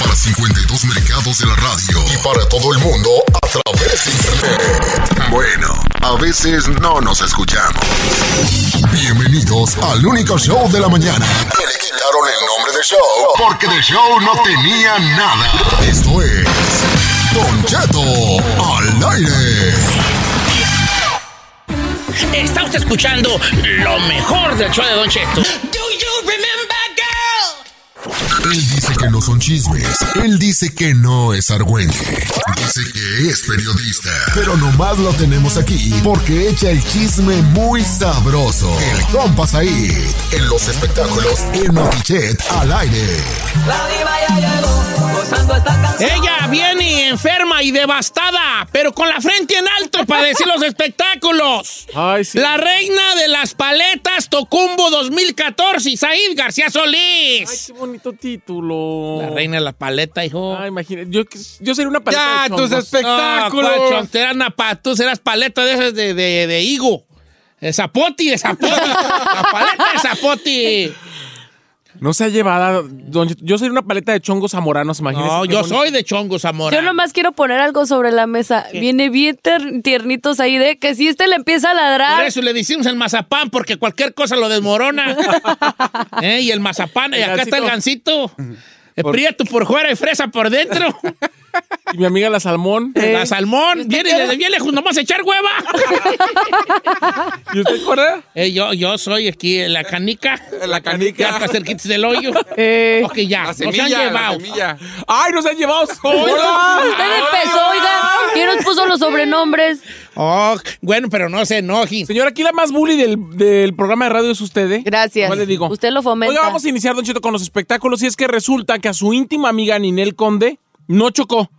Para 52 mercados de la radio y para todo el mundo a través de internet. Bueno, a veces no nos escuchamos. Bienvenidos al único show de la mañana. Que le quitaron el nombre de show porque de show no tenía nada. Esto es Don Cheto al aire. Está usted escuchando lo mejor del show de Don Cheto. Él dice que no son chismes. Él dice que no es argüente. Dice que es periodista. Pero nomás lo tenemos aquí porque echa el chisme muy sabroso. El compa Said. En los espectáculos en Notichet al aire. Ella viene enferma y devastada, pero con la frente en alto para decir los espectáculos. La reina de las paletas Tocumbo 2014, Said García Solís. Qué bonito título. La reina de la paleta, hijo. Ah, imagínate. Yo, yo sería una paleta Ya, de tus chongos. espectáculos. Ah, cuál chon- será una pa- tú serás paleta de esas de, de, de higo. De zapoti, de zapoti. la paleta de zapoti. No sea llevada. don Cheto. yo sería una paleta de chongos zamoranos, imagínate. No, Qué yo bonito. soy de chongo, Zamora. Yo nomás quiero poner algo sobre la mesa. Viene bien ter- tiernitos ahí de que si este le empieza a Por ladrar. eso le decimos el mazapán, porque cualquier cosa lo desmorona. Eh, Y el mazapán, y El acá está el gansito. Eh, Por- Prieto por fuera y fresa por dentro. Y mi amiga la salmón. La salmón, viene desde bien lejos, nomás a echar hueva. ¿Y usted corre? Eh, yo, yo soy aquí la canica. La Ya canica. está cerquita del hoyo. Eh, Ok, ya, La nos semilla, han la llevado. semilla. ¡Ay, nos han llevado sola! Usted empezó, oiga. ¿Quién nos puso los sobrenombres? Oh, bueno, pero no se enojen. Señora, aquí la más bully del, del programa de radio es usted, ¿eh? Gracias. Nomás le digo. Usted lo fomenta. Oiga, vamos a iniciar, Don Cheto, con los espectáculos. Y es que resulta que a su íntima amiga Ninel Conde no chocó.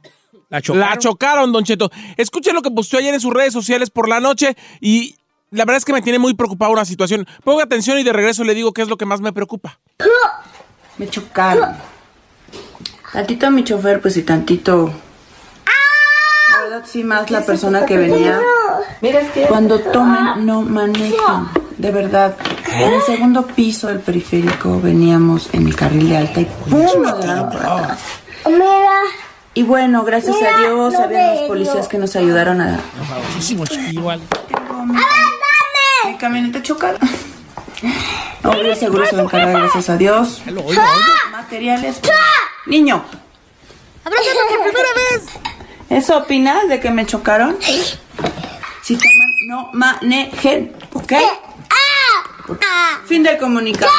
La chocaron. La chocaron, Don Cheto. Escuchen lo que posteó ayer en sus redes sociales por la noche y la verdad es que me tiene muy preocupado una situación. Ponga atención y de regreso le digo qué es lo que más me preocupa. Me chocaron. Tantito mi chofer, pues y tantito. La verdad, sí, más la persona que venía. Cuando tomen, no manejan. De verdad. En el segundo piso del periférico veníamos en el carril de alta y ¡pum! nos agarraron por atrás. Y bueno, gracias a Dios, había los policías que nos ayudaron a. Muchísimo chiquillo, vale. Mi camioneta chocada. Obvio, el seguro se va a encargar, gracias a Dios. Lo oigo, oigo. Materiales. Niño, ¿Eso opinas de que me chocaron? Si toman, no manejen, ¿ok? Fin del comunicado.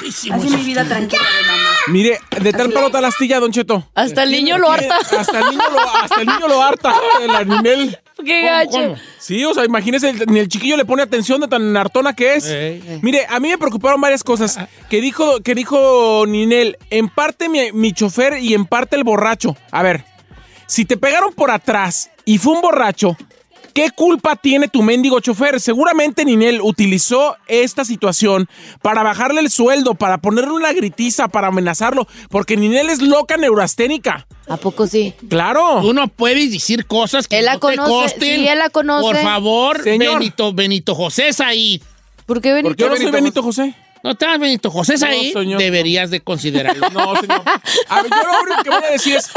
Muchísimo Así mi vida tranquila de mamá. Mire, de tal palo tal astilla, Don Cheto. Hasta el niño lo harta. Hasta el niño lo, hasta el niño lo harta. La Ninel. Qué gacho. cómo? Sí, o sea, imagínese, el- ni el chiquillo le pone atención de tan hartona que es. Ey, ey. Mire, a mí me preocuparon varias cosas que dijo, que dijo Ninel. En parte mi, mi chofer y en parte el borracho. A ver, si te pegaron por atrás y fue un borracho, ¿Qué culpa tiene tu mendigo chofer? Seguramente Ninel utilizó esta situación para bajarle el sueldo, para ponerle una gritiza, para amenazarlo, porque Ninel es loca neurasténica. ¿A poco sí? Claro. Uno puede decir cosas que Él la no te conoce, costen. sí, él la conoce. Por favor, Señor. Benito, Benito José Said. ¿Por qué Benito? Yo no soy Benito José. No estás Benito José Said, señor, no. deberías de considerarlo. No, señor. A ver, yo lo único que voy a decir es,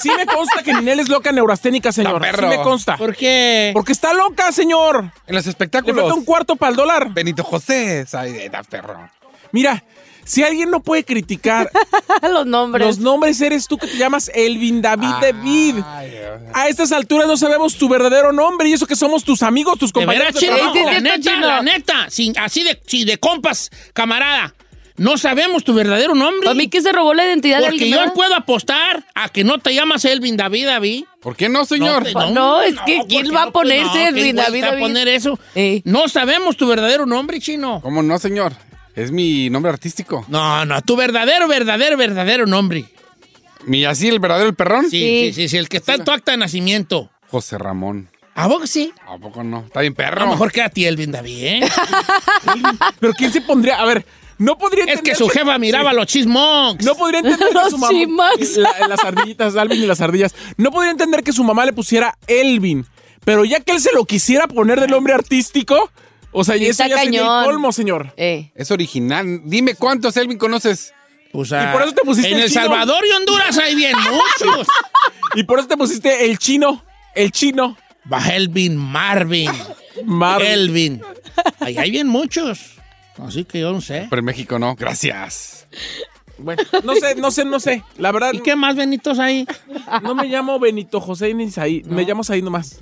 sí me consta que Ninel es loca neurasténica, señor. Está Sí perro. me consta. ¿Por qué? Porque está loca, señor. En los Le espectáculos. falta un cuarto para el dólar. Benito José, Saideta, perro. Mira, si alguien no puede criticar los nombres. los nombres, eres tú que te llamas Elvin David David. Ay, Dios. A estas alturas no sabemos tu verdadero nombre y eso que somos tus amigos, tus De compañeros. veras, de chino, trabajo. sí, la sí, neta, chino. la neta, sin- así de, sin de compas, camarada. No sabemos tu verdadero nombre. ¿A mí que se robó la identidad de Porque alguien yo más? puedo apostar a que no te llamas Elvin David David. ¿Por qué no, señor? te- No, es que ¿quién porque va a no, pues, ponerse no, ¿quién Elvin güey David está a David? poner eso? Ey. No sabemos tu verdadero nombre, chino. ¿Cómo no, señor? Es mi nombre artístico. No, no, tu verdadero, verdadero, verdadero nombre. Mi así, el verdadero el perrón. Sí, sí, Sí. sí, sí, el que está en tu acta de nacimiento. José Ramón. ¿A vos sí? ¿A poco no? Está bien, A perro. lo mejor que a ti, Elvin David, ¿eh? Pero ¿quién se pondría? A ver, no podría es entender. que su jefa miraba los chismons. No podría entender que Los su mamá. chimax. La- las ardillitas, Alvin y las ardillas. No podría entender que su mamá le pusiera Elvin. Pero ya que él se lo quisiera poner del nombre artístico, o sea, y eso Está ya sería el cañón. colmo, señor. Eh. Es original. Dime cuántos Elvin conoces. Pues, ah, Y por eso te pusiste En el El chino. Salvador y Honduras hay bien muchos. Y por eso te pusiste el chino. El chino. Va Elvin, Marvin, Marvin. Elvin. Ahí hay bien muchos. Así que yo no sé. ¿Eh? Pero en México no. Gracias. Bueno, no sé, no sé, no sé. La verdad, ¿Y qué más, Benitos, ahí? no me llamo Benito José ni Saí. Me llamo Saí nomás.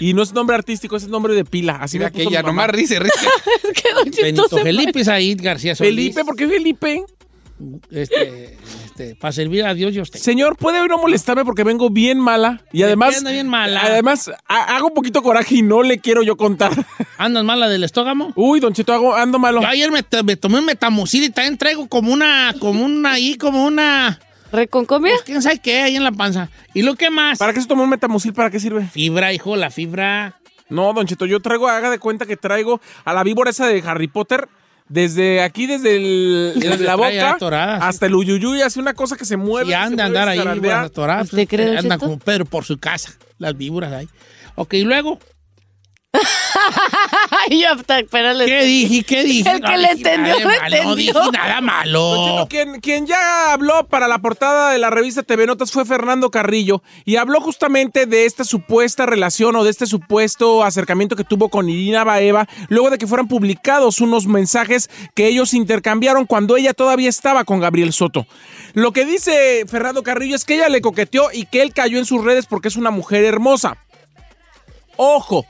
Y no es nombre artístico, es nombre de pila. Así Mira me puso aquella, mi mamá. nomás rice, rice. Quedó Benito chistoso. Felipe, ahí García Solís. Felipe, ¿por qué Felipe? Este, este, para servir a Dios y a usted. Señor, ¿puede no molestarme porque vengo bien mala? Y además. anda bien mala. Además, ha- hago un poquito coraje y no le quiero yo contar. ¿Andas mala del estógamo? Uy, Don Cheto, hago, ando malo. Yo ayer me, to- me tomé un metamucil y también traigo como una, como una ahí, como una... ¿Reconcomia? ¿Quién sabe qué? Ahí en la panza. ¿Y lo que más? ¿Para qué se tomó un metamucil? ¿Para qué sirve? Fibra, hijo, la fibra. No, Don Cheto, yo traigo, haga de cuenta que traigo a la víbora esa de Harry Potter. Desde aquí, desde, el- Sí, desde la la trae boca atorada, sí. hasta el uyuyuy, hace una cosa que se mueve. Y se anda a mueve, andar se ahí zarandea. víboras atoradas. ¿Usted cree, don Andan Cheto? eh, como Pedro por su casa, las víboras ahí. Ok, ¿y luego? Ay, ya, hasta- espérale. ¿Qué dije? ¿Qué dije? El que le dije nada entendió, de le malo, entendió. dije nada Don malo. Cheto, quien, quien ya habló para la portada de la revista TV Notas fue Fernando Carrillo y habló justamente de esta supuesta relación o de este supuesto acercamiento que tuvo con Irina Baeva luego de que fueran publicados unos mensajes que ellos intercambiaron cuando ella todavía estaba con Gabriel Soto. Lo que dice Fernando Carrillo es que ella le coqueteó y que él cayó en sus redes porque es una mujer hermosa. Ojo,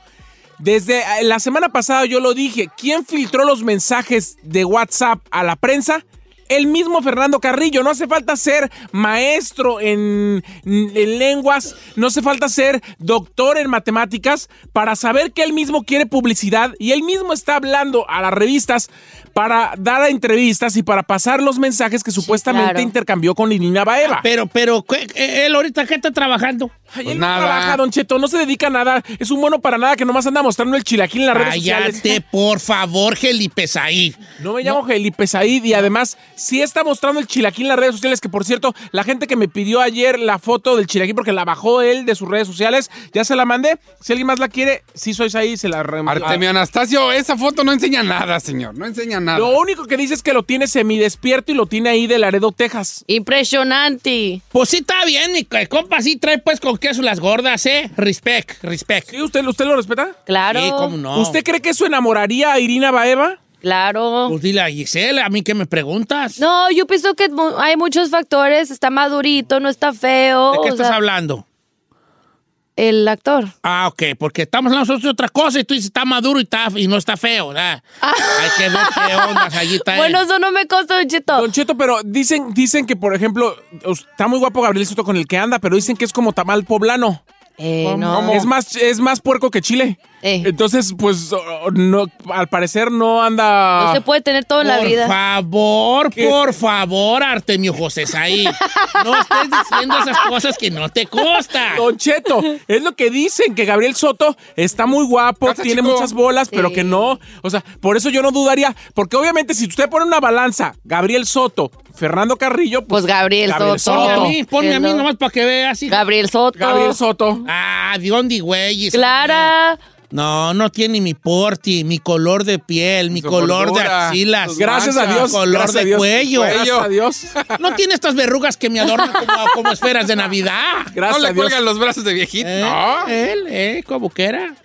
desde eh, la semana pasada yo lo dije, ¿quién filtró los mensajes de WhatsApp a la prensa? El mismo Fernando Carrillo, no hace falta ser maestro en, en lenguas, no hace falta ser doctor en matemáticas para saber que él mismo quiere publicidad y él mismo está hablando a las revistas para dar entrevistas y para pasar los mensajes que supuestamente claro. intercambió con Irina Baeva. Pero, pero, ¿qué- qué- él ahorita qué está trabajando? Ay, Pues él no nada. trabaja, Don Cheto, no se dedica a nada. Es un mono para nada que nomás anda mostrando el chilaquín en las redes sociales. Cállate, por favor, Felipe Said. No me llamo Felipe Said y además sí está mostrando el chilaquín en las redes sociales, que por cierto, la gente que me pidió ayer la foto del chilaquín porque la bajó él de sus redes sociales, ya se la mandé. Si alguien más la quiere, sí sois ahí, se la Ah. rem- Artemio Anastasio, esa foto no enseña nada, señor. No enseña nada. Lo único que dice es que lo tiene semidespierto y lo tiene ahí de Laredo, Texas. Impresionante. Pues sí está bien, mi co- compa, sí trae pues con queso las gordas, ¿eh? Respect, respect. ¿Sí? ¿Usted, ¿Usted lo respeta? Claro. Sí, cómo no. ¿Usted cree que eso enamoraría a Irina Baeva? Claro. Pues dile a Giselle, a mí que me preguntas. No, yo pienso que mu- hay muchos factores. Está madurito, no está Oh, feo. ¿De qué o estás sea, hablando? El actor. Ah, ok, porque estamos hablando nosotros de otra cosa y tú dices está maduro y, está, y no está feo, ¿verdad? Ah. Hay que ver qué onda, allí está él. Bueno, eso no me consta, Don Cheto. Don Cheto, pero dicen, dicen que, por ejemplo, está muy guapo Gabriel Soto con el que anda, pero dicen que es como tamal poblano. Eh, no. Es más, es más puerco que chile. Eh. Entonces, pues, o- no, al parecer no anda... No se puede tener todo en la por vida. favor, por favor, Artemio José Saí. No estés diciendo esas cosas que no te costan. Don Cheto, es lo que dicen, que Gabriel Soto está muy guapo, Gracias, tiene chico. muchas bolas, pero que no. O sea, por eso yo no dudaría, porque obviamente si usted pone una balanza, Gabriel Soto, Fernando Carrillo, pues, Pues Gabriel Gabriel Soto. Ponme a Soto. mí, ponme a mí Hello. nomás para que veas. hijo. Gabriel Soto. Gabriel Soto. Ah, de dónde, güey. Clara. No, no tiene mi porti, mi color de piel, mi Su color de gordura, axilas. sus Pues Gracias a Mancha, Dios. color gracias a de Dios, cuello. Gracias a Dios. No tiene estas verrugas que me adornan como, como esferas de Navidad. Gracias no a le Dios. cuelgan los brazos de viejito. Eh, No. Él, eh, como quiera.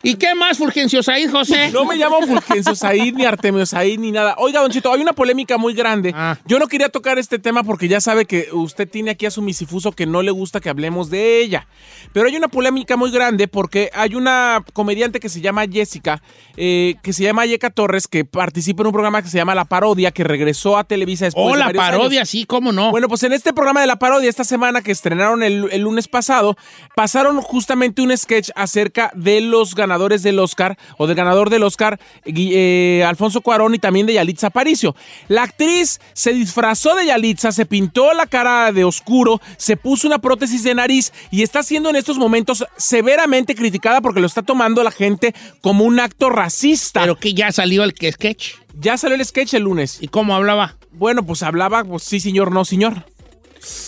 ¿Y qué más, Fulgencio Said, José? No me llamo Fulgencio Said, ni Artemio Said, ni nada. Oiga, Don Chito, hay una polémica muy grande. Ah. Yo no quería tocar este tema porque ya sabe que usted tiene aquí a su misifuso que no le gusta que hablemos de ella. Pero hay una polémica muy grande porque hay una comediante que se llama Jessica, eh, que se llama Yeca Torres, que participa en un programa que se llama La Parodia, que regresó a Televisa después Oh, Pues de la varios años. parodia, sí, cómo no. Bueno, pues en este programa de la parodia, esta semana que estrenaron el, el lunes pasado, pasaron justamente un sketch acerca de los ganadores del Oscar o del ganador del Oscar, Gui- eh, Alfonso Cuarón y también de Yalitza Aparicio. La actriz se disfrazó de Yalitza, se pintó la cara de oscuro, se puso una prótesis de nariz y está siendo en estos momentos severamente criticada porque lo está tomando la gente como un acto racista. Pero que ya salió el que- sketch. ya salió el sketch el lunes. ¿Y cómo hablaba? Bueno, pues hablaba, pues sí, señor, no, señor.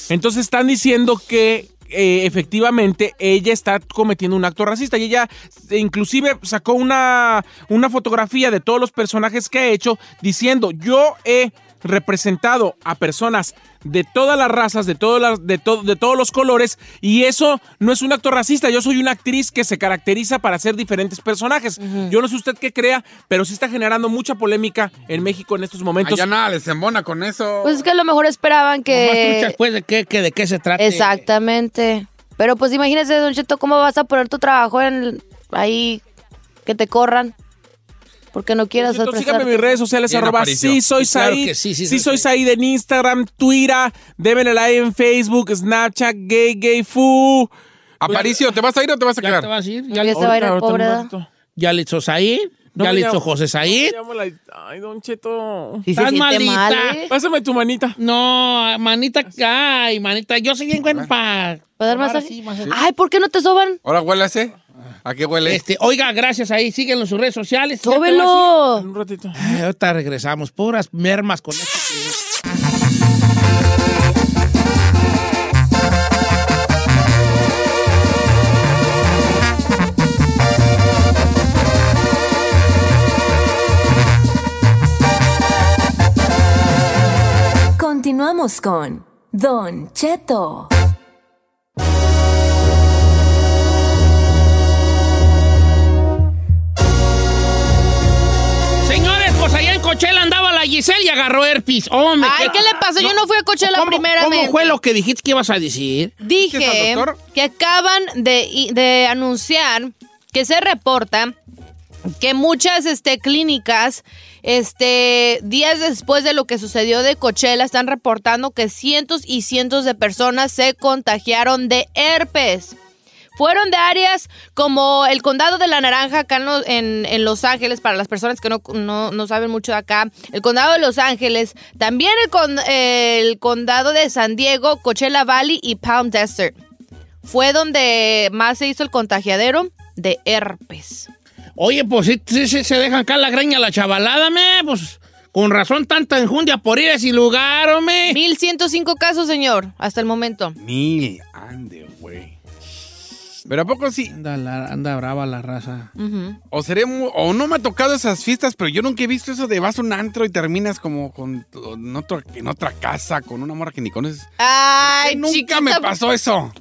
Entonces están diciendo que eh, efectivamente ella está cometiendo un acto racista y ella eh, inclusive sacó una, una fotografía de todos los personajes que ha hecho diciendo yo he representado a personas de todas las razas, de todas las, de, to- de todos los colores y eso no es un acto racista, yo soy una actriz que se caracteriza para hacer diferentes personajes. Yo no sé usted qué crea, pero sí está generando mucha polémica en México en estos momentos. Allá nada les embona con eso. Pues es que a lo mejor esperaban Nomás tú que. dices, pues, ¿de qué, que- de qué se trata? Exactamente. Pero pues imagínese, Don Cheto, ¿cómo vas a poner tu trabajo en ahí que te corran? Porque no quieras Don Cheto, síganme en apresarte. mis redes sociales, Bien, arroba Aparicio. sí soy Sí, claro Said, que sí, sí, sí, soy soy Said. Said en Instagram, Twitter, démele like en Facebook, Snapchat, gay, gay, fu. Aparicio, ¿te vas a ir o te vas a ¿Ya quedar? te vas a ir? ¿Ya, Ya se va a ir el Ahorita, pobre. ahorita, ¿verdad? un momento. ya le hizo Said? No ¿Ya me le llamo- hizo José Said? Llamo la- Ay, Don Cheto. Sí se Tan siente malita. mal, ¿eh? Pásame tu manita. No, manita, ay, manita, yo soy bien bueno para... ¿Puedo dar tomar masaje? así, masaje. Ay, ¿por qué no te soban? Ahora huélase. ¿A qué huele? Este, oiga, gracias ahí, síguenlo en sus redes sociales. ¿Ya te vas a ir? ¡Sóbelo! En un ratito. Ay, ahorita regresamos, puras mermas con esto. Continuamos con Don Cheto. Señores, pues allá en Coachella andaba la Giselle y agarró herpes. Oh, me Ay, quedo- ¿qué le pasó? Yo no fui a Coachella ¿Cómo- primeramente. ¿Cómo fue lo que dijiste que ibas a decir? Dije ¿Dices al doctor? que acaban de, de anunciar que se reporta que muchas este, clínicas, este, días después de lo que sucedió de Coachella, están reportando que cientos y cientos de personas se contagiaron de herpes. Fueron de áreas como el condado de la Naranja acá en Lo- en, en Los Ángeles, para las personas que no, no- no saben mucho de acá, el condado de Los Ángeles, también el, con- el condado de San Diego, Coachella Valley y Palm Desert. Fue donde más se hizo el contagiadero de herpes. Oye, pues sí, sí, sí, se dejan acá la greña la chavalada, me, pues con razón tanta enjundia por ir a ese lugar, hombre. 1105 casos, señor, hasta el momento. Mil, ande, güey. Pero a poco sí, Anda, la- anda brava la raza. Ujú. o seré mu- o no me ha tocado esas fiestas, pero yo nunca he visto eso de vas a un antro y terminas como con en, otro- en otra casa, con una morra que ni conoces. Ay, Ay, nunca chiquita. me pasó eso.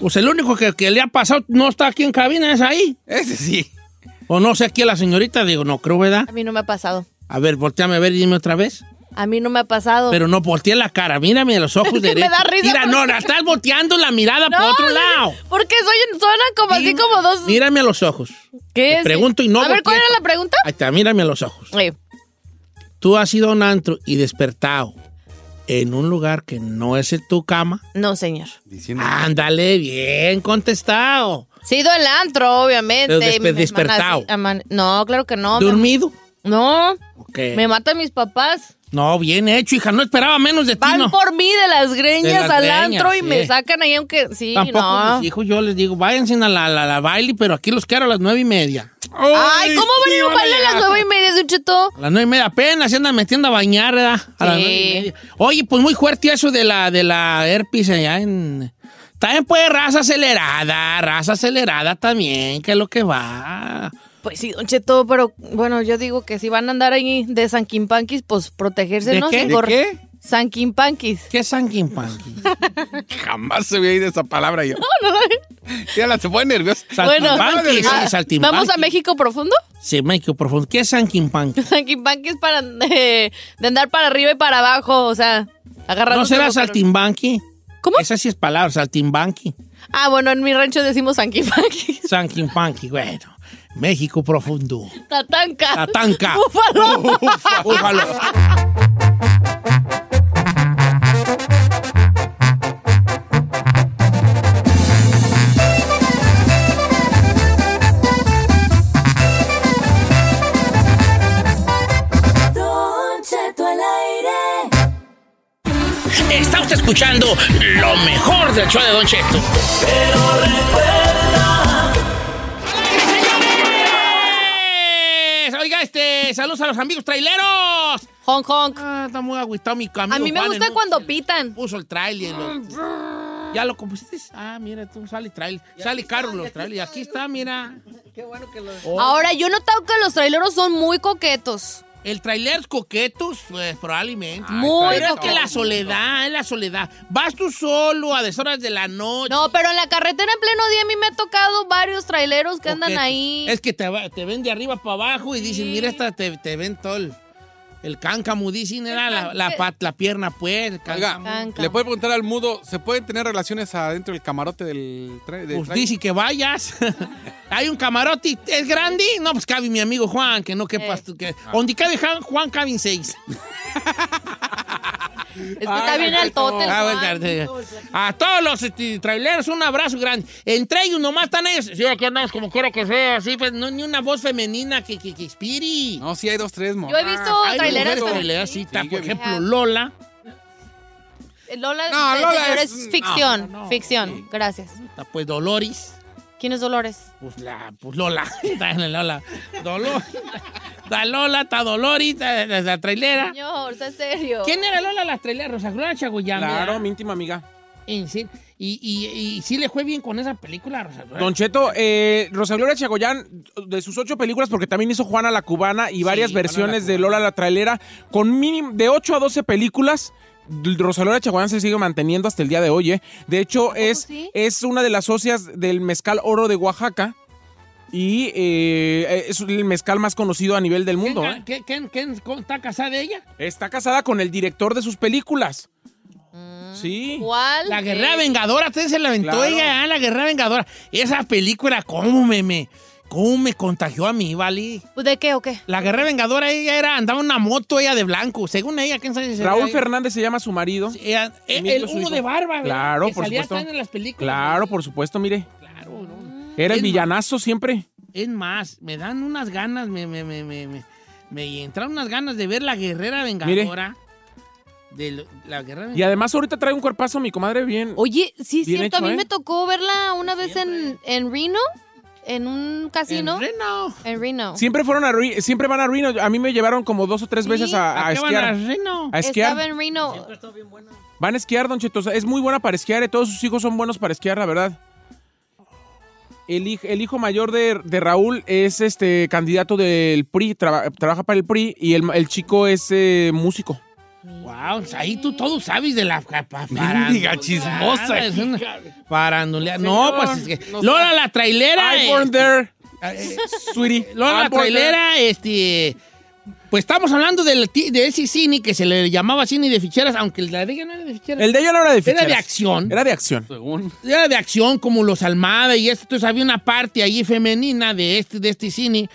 Pues el único que, que le ha pasado no está aquí en cabina, es ahí. Ese sí. O no sé aquí a la señorita, digo, no creo, ¿verdad? A mí no me ha pasado. A ver, volteame a ver y dime otra vez. A mí no me ha pasado. Pero no volteé la cara, mírame a los ojos que me derechos. da risa pues. Mira, porque- no, la estás volteando la mirada por otro sí, lado. Porque soy, suena como así Mira- como dos. Mírame a los ojos. ¿Qué te es? pregunto y no A ver, ¿cuál voltees. era la pregunta? Ahí está, mírame a los ojos. Ay, Tú has ido a un antro y despertado en un lugar que no es en tu cama. no, señor. Diciendo, Ándale, bien contestado. Sí, ido al antro, obviamente. Pero despe- Me- me- despertado. aman- No, claro que no. ¿Dormido? No. Ok. Me matan mis papás. No, bien hecho, hija. No esperaba menos de ti. Van no. por mí de las greñas De las al greñas, antro y sí. me sacan ahí, aunque sí, Tampoco no. mis hijos, yo les digo, váyanse a la, la, la baile, pero aquí los quiero a las nueve y media. Ay, ¿cómo van a ir a un baile a las llegar. nueve y media de un cheto? A las nueve y media apenas se andan metiendo a bañar, ¿verdad? A las Sí. nueve y media. Oye, pues muy fuerte eso de la, de la herpes allá en... También puede raza acelerada, raza acelerada también, que es lo que va. Pues sí, Don Cheto, pero bueno, yo digo que si van a andar ahí de sanquimpanquis, pues protegerse, ¿De ¿no? qué? Sin ¿De gor- qué? Sanquimpanquis. ¿Qué es sanquimpanquis? Jamás se había oído esa palabra yo. No, no, no. Ya la se pone nerviosa. Bueno, ah, saltimbanqui. ¿vamos a México profundo? Sí, México profundo. ¿Qué es sanquimpanqui? Sanquimpanquis para eh, de andar para arriba y para abajo, o sea, agarrando. ¿No será saltimbanqui? ¿Cómo? Esa sí es palabra, saltimbanqui. Ah, bueno, en mi rancho decimos sanquimpanquis. Sanquimpanqui, bueno. México profundo. Tatanca. Tatanca. Búfalo. Búfalo. Don Cheto al aire. Está usted escuchando lo mejor del show de Don Cheto. ¡Eh! Oiga, este, saludos a los amigos traileros. Hong Kong. Ah, está muy agüitado mi amigo A mí me Juan, gusta ¿no? cuando pitan. Puso el trailer. lo- ¿Ya lo compusiste? Ah, mira, tú sale trailer. Sale caro los trailers. Y aquí está, mira. Oh. Ahora, yo he notado que los traileros son muy coquetos. El trailer coquetos, pues probablemente. Muy Pero es coqueto. que la soledad, Ah, es la soledad. Vas tú solo a deshoras de la noche. No, pero en la carretera en pleno día a mí me ha tocado varios traileros que andan Coquetos. ahí. Es que te, va- te ven de arriba para abajo y dicen, mira, esta te, te ven todo el, el cáncamo. Dicen, era la, la, pat- la pierna, pues. el Eh, Oiga, cáncamo. le puede preguntar al mudo, ¿se pueden tener relaciones adentro del camarote del tren? Pues dice que vayas. Hay un camarote, ¿es grande? No, pues cabe mi amigo Juan, que no Eh. quepas tú. Que... Ah. Donde cabe Juan, Juan caben seis. Es que está bien altote el Ah, Juan. bueno, A todos los este, traileros, un abrazo grande. Entre ellos nomás están ellos. Sí, aquí andamos como quiero que sea, así, pues no, ni una voz femenina que, que, que inspire. No, sí hay dos, tres, mo. Yo he visto Hay traileras mujeres pero- traileras, sí, está, Sí, por yo he visto. ejemplo, Lola. Lola, No, eh, Lola señor, es- es, no, ficción, no, ficción. sí. Gracias. Está, pues Dolores. ¿Quién es Dolores? Pues, la, pues Lola. Está en la Lola. Dolor. Está Lola, está Dolores, está la, la trailera. Señor, ¿es serio? ¿Quién era Lola la trailera? Rosa Gloria Chagoyán. Claro, ¿verdad? mi íntima amiga. En sí. Y, y, y sí le fue bien con esa película, Rosa Gloria. Don Cheto, eh, Rosa Gloria Chagoyán, de sus ocho películas, porque también hizo Juana la Cubana y varias Juana la versiones de Cubana. Lola la Trailera, con mínimo de 8 a 12 películas. Rosa Gloria Chagoyán se sigue manteniendo hasta el día de hoy. ¿eh? De hecho, es, sí? es una de las socias del Mezcal Oro de Oaxaca y eh, es el mezcal más conocido a nivel del ¿Quién mundo. ga- ¿eh? qué- quién- quién con- está casada ella? Está casada con el director de sus películas. Sí. ¿Cuál? La Eh, Guerrera Vengadora, usted se la aventó Claro. ella, ah, la Guerrera Vengadora. Esa película, ¿cómo me, me, cómo me contagió a mí, Vali? ¿De qué o qué? La Guerrera Vengadora, ella era, andaba en una moto, ella de blanco. Según ella, ¿quién sabe si era Raúl ella? Fernández se llama su marido. Ella- eh, Emilio, el su humo hijo. de barba, ¿verdad? Claro, Que por salía supuesto. tan en las películas. Claro, por supuesto, mire. Claro, no. Era Mm. Es más- el villanazo siempre. Es más, me dan unas ganas, me, me, me, me, me, me entraron unas ganas de ver la Guerrera Vengadora. De lo- la Guerrera Y además ahorita trae un cuerpazo mi comadre bien. Oye, sí, Bien cierto. hecho, a mí ¿eh? me tocó verla una vez en, en Reno, en un casino. Vengadora. Reno. En Reno. Siempre fueron a Ri- siempre van a Reno. A mí me llevaron como dos o tres Sí. veces a, a ¿A qué van esquiar. a Reno? A esquiar. Estaba en Reno. Van a esquiar, Don Cheto. O sea, es muy buena para esquiar. y Todos sus hijos son buenos para esquiar, la verdad. El, hij- el hijo mayor de, de Raúl es este candidato del PRI, traba- trabaja para el PRI y el, el chico es eh, músico. Wow, pues, ahí tú todo sabes de la pa- pa- Mendiga parandulea. chismosa. Es una parandulea. No, Señor, pues es que. no Lola la trailera. I eh, born there, eh, sweetie. Lola la I born there. trailera, este. Pues estamos hablando del ti- de ese cine que se le llamaba cine de ficheras, aunque la de ella no era de ficheras. El de ella no era de Era de ficheras. acción. Era de acción. Era de acción como los Almada y esto. Entonces había una parte allí femenina de este, de este cine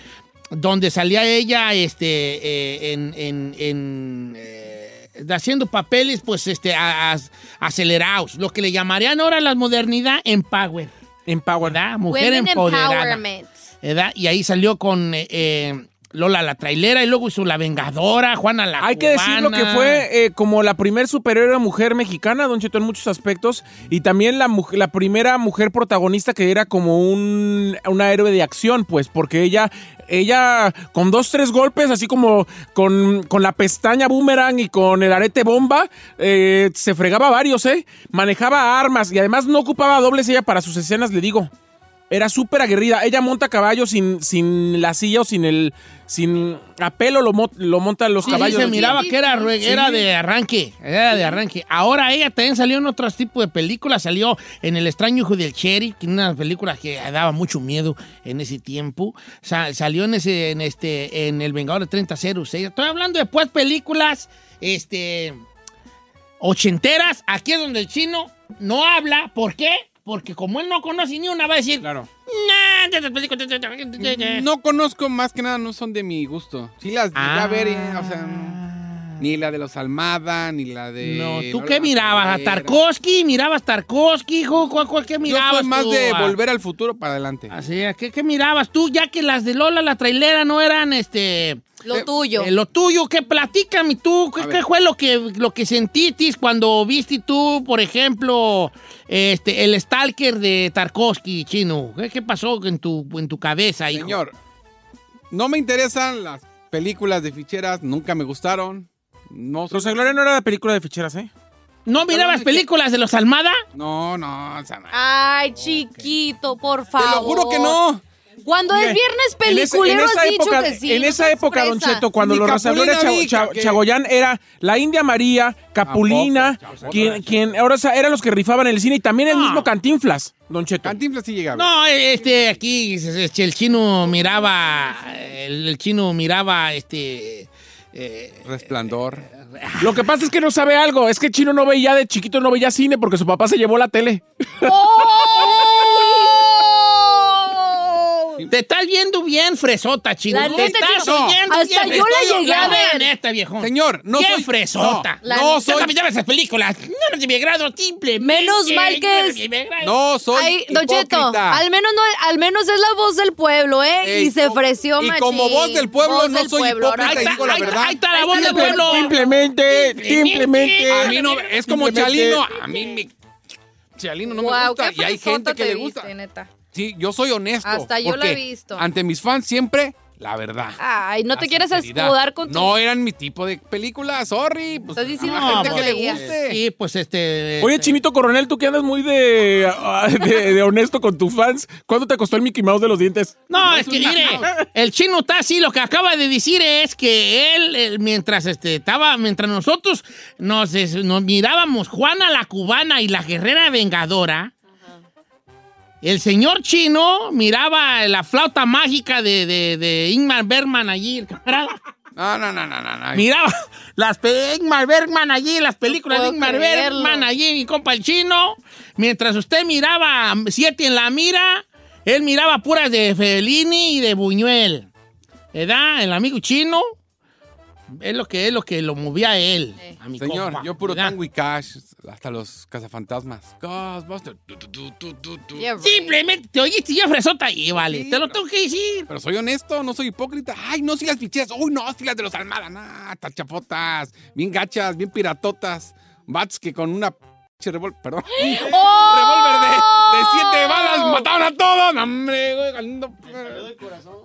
donde salía ella este, eh, en, en- en, eh, haciendo papeles pues este, a- a- acelerados. Lo que le llamarían ahora la modernidad en Power. Empowered. Mujer Women empoderada. Empowerment. ¿verdad? Y ahí salió con eh, eh, Lola la trailera y luego hizo La Vengadora, Juana la Hay que decir lo que fue eh, como la primer superhéroe mujer mexicana, Don Cheto, en muchos aspectos, y también la, muj- la primera mujer protagonista que era como un una héroe de acción, pues, porque ella, ella con dos, tres golpes, así como con, con la pestaña boomerang y con el arete bomba, eh, se fregaba varios, ¿eh? Manejaba armas y además no ocupaba dobles ella para sus escenas, le digo. Era súper aguerrida. Ella monta caballos sin, sin la silla o sin el. sin. a pelo lo, mo- lo montan los Sí, caballos. se miraba que era, rue- Sí. era de arranque, era de arranque. Ahora ella también salió en otros tipos de películas, salió en El extraño hijo del Cherry, que una película que daba mucho miedo en ese tiempo. Sa- salió en ese en este en El Vengador de 30 ceros. Estoy hablando de pues, películas este ochenteras, aquí es donde el chino no habla, ¿por qué? Porque como él no conoce ni una va a decir, Mm, No conozco más que nada, no son de mi gusto. Sí las llegué Ah. a ver, eh, o sea, no. ni la de los Almada, ni la de. No, ¿tú Lola qué la mirabas? ¿A Trailera. Tarkovsky? ¿Mirabas Tarkovsky, hijo? ¿Cuál, cuál- qué Yo mirabas soy más tú? de Ah, volver al futuro para adelante. Así, ¿a ¿qué, qué mirabas tú? Ya que las de Lola la trailera no eran, este... Lo tuyo. eh, lo tuyo, que platícame tú, ¿qué, qué fue lo que, lo que sentitis cuando viste tú, por ejemplo, este, el Stalker de Tarkovsky, chino? ¿Qué, qué pasó en tu, en tu cabeza, hijo? Señor, no me interesan las películas de ficheras, nunca me gustaron. No Rosa Gloria no era la película de ficheras, ¿eh? ¿No mirabas películas de los Almada? No, no, Ah, o sea, no. Ay, chiquito, por favor. Te lo juro que no. Cuando es viernes En ese- peliculero en esa has dicho época- que sí. En no esa seas época, Don fresa. Cheto, cuando Ni los Rosalora Capulina Chago- Cha- Vica, que- Chagoyán era la India María, Capulina, quien, quien ahora sa- eran los que rifaban el cine y también el mismo Cantinflas, Don Cheto. Ah. Cantinflas sí llegaba. No, este aquí este, el chino miraba el, el chino miraba este eh, Resplandor. Lo que pasa es que no sabe algo, es que Chino no veía de chiquito, no veía cine porque su papá se llevó la tele. eh, te estás viendo bien fresota, chino. La te neta, estás chino. oyendo Hasta bien yo la fresota. llegué a ver. La neta, viejón. Señor, no Bien soy- fresota. no, La No, no soy. soy- Yo miraba esas películas. No, de mi grado simple. Menos mal que es- No, soy Ay, Don Cheto, hipócrita. al menos, no, al menos es la voz del pueblo, ¿eh? Ey, y se ofreció y machín. como voz del pueblo, Voz no del soy pueblo. hipócrita Ahí y está, digo la ahí verdad. está, Ahí está la voz del Simple- pueblo. Simplemente, simplemente. A mí no, es como Simplemente- Chalino. A mí me. Chalino no me Guau, gusta. qué Y hay fresota gente que te le viste, gusta. neta. Sí, yo soy honesto. Hasta yo la he porque visto. Ante mis fans siempre, la verdad. Ay, no La te quieras sinceridad. escudar con tu... No eran mi tipo de películas, sorry. Pues, Estás diciendo habrá que gente no que le veías. guste. Sí, pues este. Oye, este, Chinito Coronel, tú que andas muy de, ah, de, de honesto con tus fans, ¿cuánto te costó el Mickey Mouse de los dientes? No, es que mire, el chino está así, lo que acaba de decir es que él, él, mientras este, estaba, mientras nosotros nos, es- nos mirábamos Juana la cubana y la guerrera vengadora, el señor chino miraba la flauta mágica de, de, de Ingmar Bergman allí, el camarada. No, no, no, no, no. no. Miraba las pe- Ingmar Bergman allí, las películas No de puedo Ingmar creerlo. Bergman allí, mi compa el chino. Mientras usted miraba Siete en la mira, él miraba puras de Fellini y de Buñuel. ¿Edad? El amigo chino. Es lo que es lo que lo movía a él. A mi Señor, compa, yo puro ¿verdad? tango y cash. Hasta los cazafantasmas. Ghostbusters. Tu, tu, tu, tu, tu, tu. Yeah, right. Simplemente te oíste ya fresota y vale. Sí, te lo tengo que decir. Pero soy honesto, no soy hipócrita. Ay, no, si las ficheras. Uy, no, si las de los Almada. Nah, tachapotas. Bien gachas, bien piratotas. Bats que con una pinche revol... Perdón. ¡Oh! Revólver de, de siete balas mataron a todos. No, hombre, güey. galindo.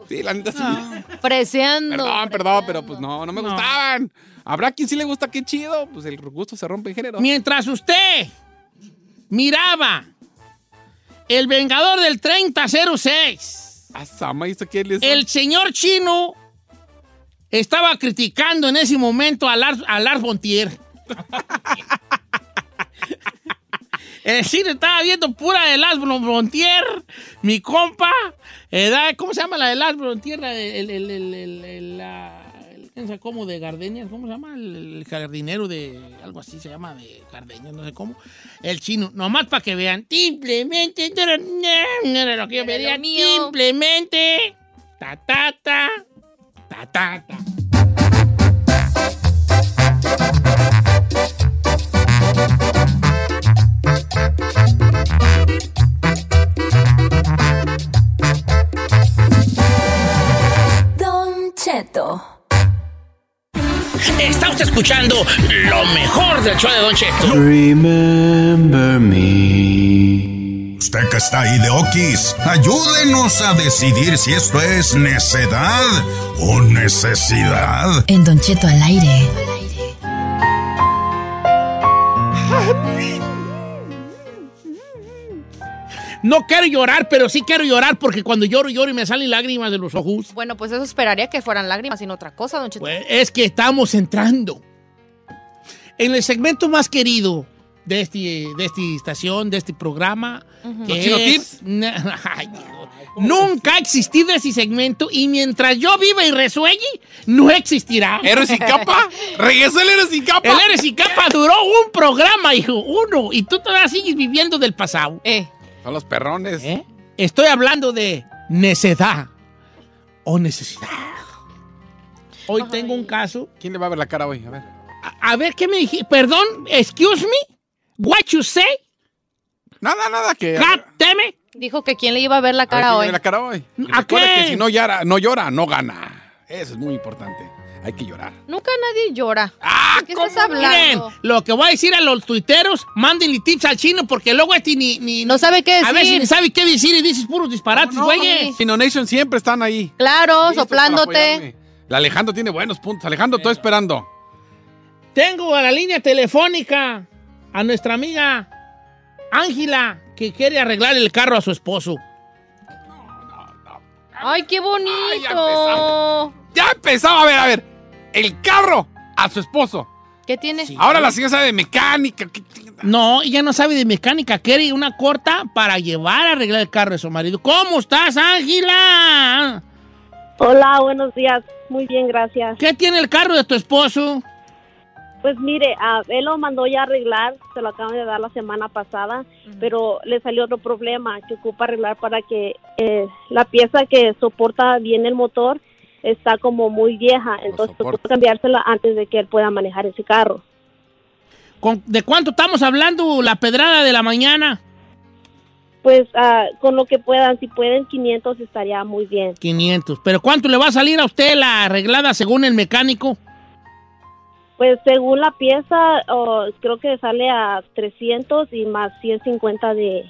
Sí, la neta sí. Freseando. Perdón, perdón, pero pues no, no me gustaban. Habrá quien sí le gusta, qué chido. Pues el gusto se rompe en género. Mientras usted miraba El Vengador del 3006. Ah, Sama, ¿y esto qué les- El señor chino estaba criticando en ese momento a Lars, a Lars Bontier. El cine estaba viendo pura de Lars Bontier, mi compa. eh, da- ¿Cómo se llama la de Lars Bontier? La de- el, el, el, el- el- la- el- ¿quién sabe cómo? De Gardenia, ¿cómo se llama? El, el jardinero de algo así se llama, de Gardenia, no sé cómo. El chino, nomás para que vean. Simplemente, no era- no era lo que yo Era lo pedía, mío. simplemente. Ta, ta, ta. Ta, ta, ta. Estás escuchando lo mejor del show de Don Cheto. Remember me. Usted que está ahí de Okis, ayúdenos a decidir si esto es necedad o necesidad. En Don Cheto al aire. No quiero llorar, pero sí quiero llorar porque cuando lloro, lloro y me salen lágrimas de los ojos. Bueno, pues eso esperaría que fueran lágrimas y no otra cosa, don Cheto. Pues es que estamos entrando en el segmento más querido de, este, de esta estación, de este programa. Ujú. que ¿Los Chino es- Ay, Dios. Nunca ha existido ese segmento y mientras yo viva y resuelle, no existirá. ¿Héroes sin capa? Regresó el Héroes sin capa. El Héroes sin capa duró un programa, hijo, uno. Y tú todavía sigues viviendo del pasado. ¿Eh? Son los perrones. Estoy hablando de necedad o necesidad. Hoy tengo un caso. ¿Quién le va a ver la cara hoy? A ver. A ver, ¿qué me dijiste? Perdón, excuse me. What you say? Nada, nada que. God damn it. Dijo que quién le iba a ver la A ver cara quién le hoy. ve la cara hoy. Y ¿A recuerda qué? que si no llora, no llora, no gana. Eso es muy importante. Hay que llorar. Nunca nadie llora. Ah, ¿De ¿Qué estás Miren, hablando? lo que voy a decir a los tuiteros, mándenle tips al chino porque luego este ni... no sabe qué A decir. veces ni sabe qué decir y dices puros disparates, ¿Cómo no? güeyes. Chino Nation siempre están ahí. Claro, Listos para soplándote. apoyarme. La Alejandro tiene buenos puntos. Alejandro, estoy esperando. Tengo a la línea telefónica a nuestra amiga Ángela que quiere arreglar el carro a su esposo. Ay, qué bonito. Ya empezaba, a ver, a ver. El carro a su esposo. ¿Qué tiene? Ahora la señora sabe de mecánica. ¿Qué- qué- No, ella no sabe de mecánica, quiere una corta para llevar a arreglar el carro de su marido. ¿Cómo estás, Ángela? Hola, buenos días. Muy bien, gracias. ¿Qué tiene el carro de tu esposo? Pues mire, ah, él lo mandó ya a arreglar, se lo acaban de dar la semana pasada, pero le salió otro problema que ocupa arreglar para que eh, la pieza que soporta bien el motor está como muy vieja, entonces ocupa cambiársela antes de que él pueda manejar ese carro. ¿Con- ¿De cuánto estamos hablando la pedrada de la mañana? Pues ah, con lo que puedan, si pueden 500 estaría muy bien. 500. ¿Pero cuánto le va a salir a usted la arreglada según el mecánico? Pues según la pieza, oh, creo que sale a 300 y más 150 de,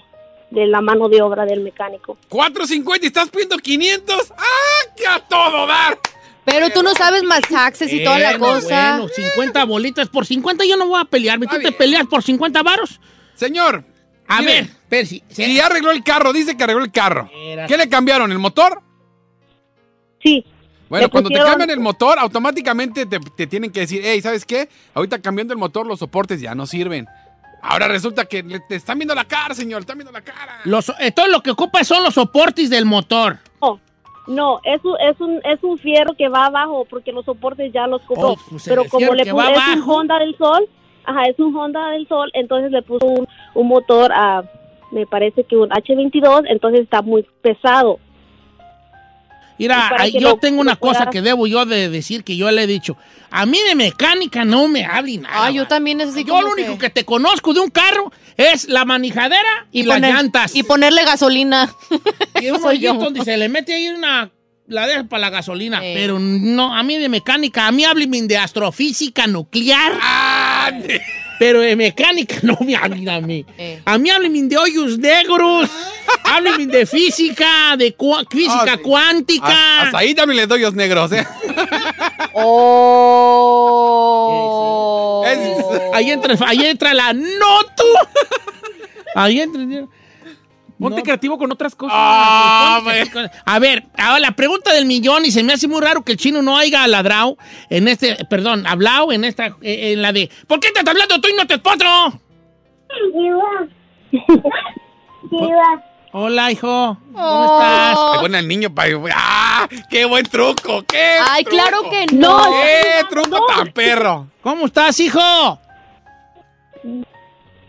de la mano de obra del mecánico. 450 y estás pidiendo 500. ¡Ah, qué a todo dar! Pero tú no sabes más taxes y toda la Bueno, cosa. bueno, 50 bolitas. Por 50 yo no voy a pelearme. ¿Tú te peleas por 50 varos? Señor. A mire, ver, Percy. Si ya arregló el carro, dice que arregló el carro. ¿Qué le cambiaron? ¿El motor? Sí. Bueno, Le cuando te pusieron- cambian el motor, automáticamente te, te tienen que decir, hey, ¿sabes qué? Ahorita cambiando el motor, los soportes ya no sirven. Ahora resulta que le- te están viendo la cara, señor, están viendo la cara. Los, entonces lo que ocupa son los soportes del motor. No, es un, es un es un fierro que va abajo porque los soportes ya los compró. Oh, pues, pero el como fierro le que puso va es un abajo. Honda del Sol, ajá, es un Honda del Sol, entonces le puso un, un motor a me parece que un H22, entonces está muy pesado. Mira, para ay, que yo lo- tengo una lo pueda- cosa que debo yo de decir que yo le he dicho. A mí de mecánica no me hablen nada. Ay, yo también es así Yo como lo único que- que te conozco de un carro es la manijadera y, las poner- llantas. Y ponerle gasolina. Y un soy yo. Eh. hoyito donde se le mete ahí una... La deja para la gasolina. Pero no, a mí de mecánica, a mí háblenme de astrofísica nuclear. Pero de mecánica no me hablen a mí. Eh. A mí háblenme de hoyos negros. háblenme de física, de cua- física cuántica. A- hasta ahí también le doy los negros, ¿eh? Oh. Ahí entra, ahí entra la noto. Ahí entra. Ponte creativo con otras cosas. Ah, A ver, ahora la pregunta del millón, y se me hace muy raro que el chino no haya ladrado en este, perdón, hablado en esta, eh, en la de, ¿por qué estás hablando tú y no te potro? Hola, hijo. ¿Cómo Oh. Oh. estás? Le ponen al niño para... ¡Ah! ¡Qué buen truco! ¡Qué Ay, truco! claro que no. ¡Qué truco tan perro! ¿Cómo estás, hijo?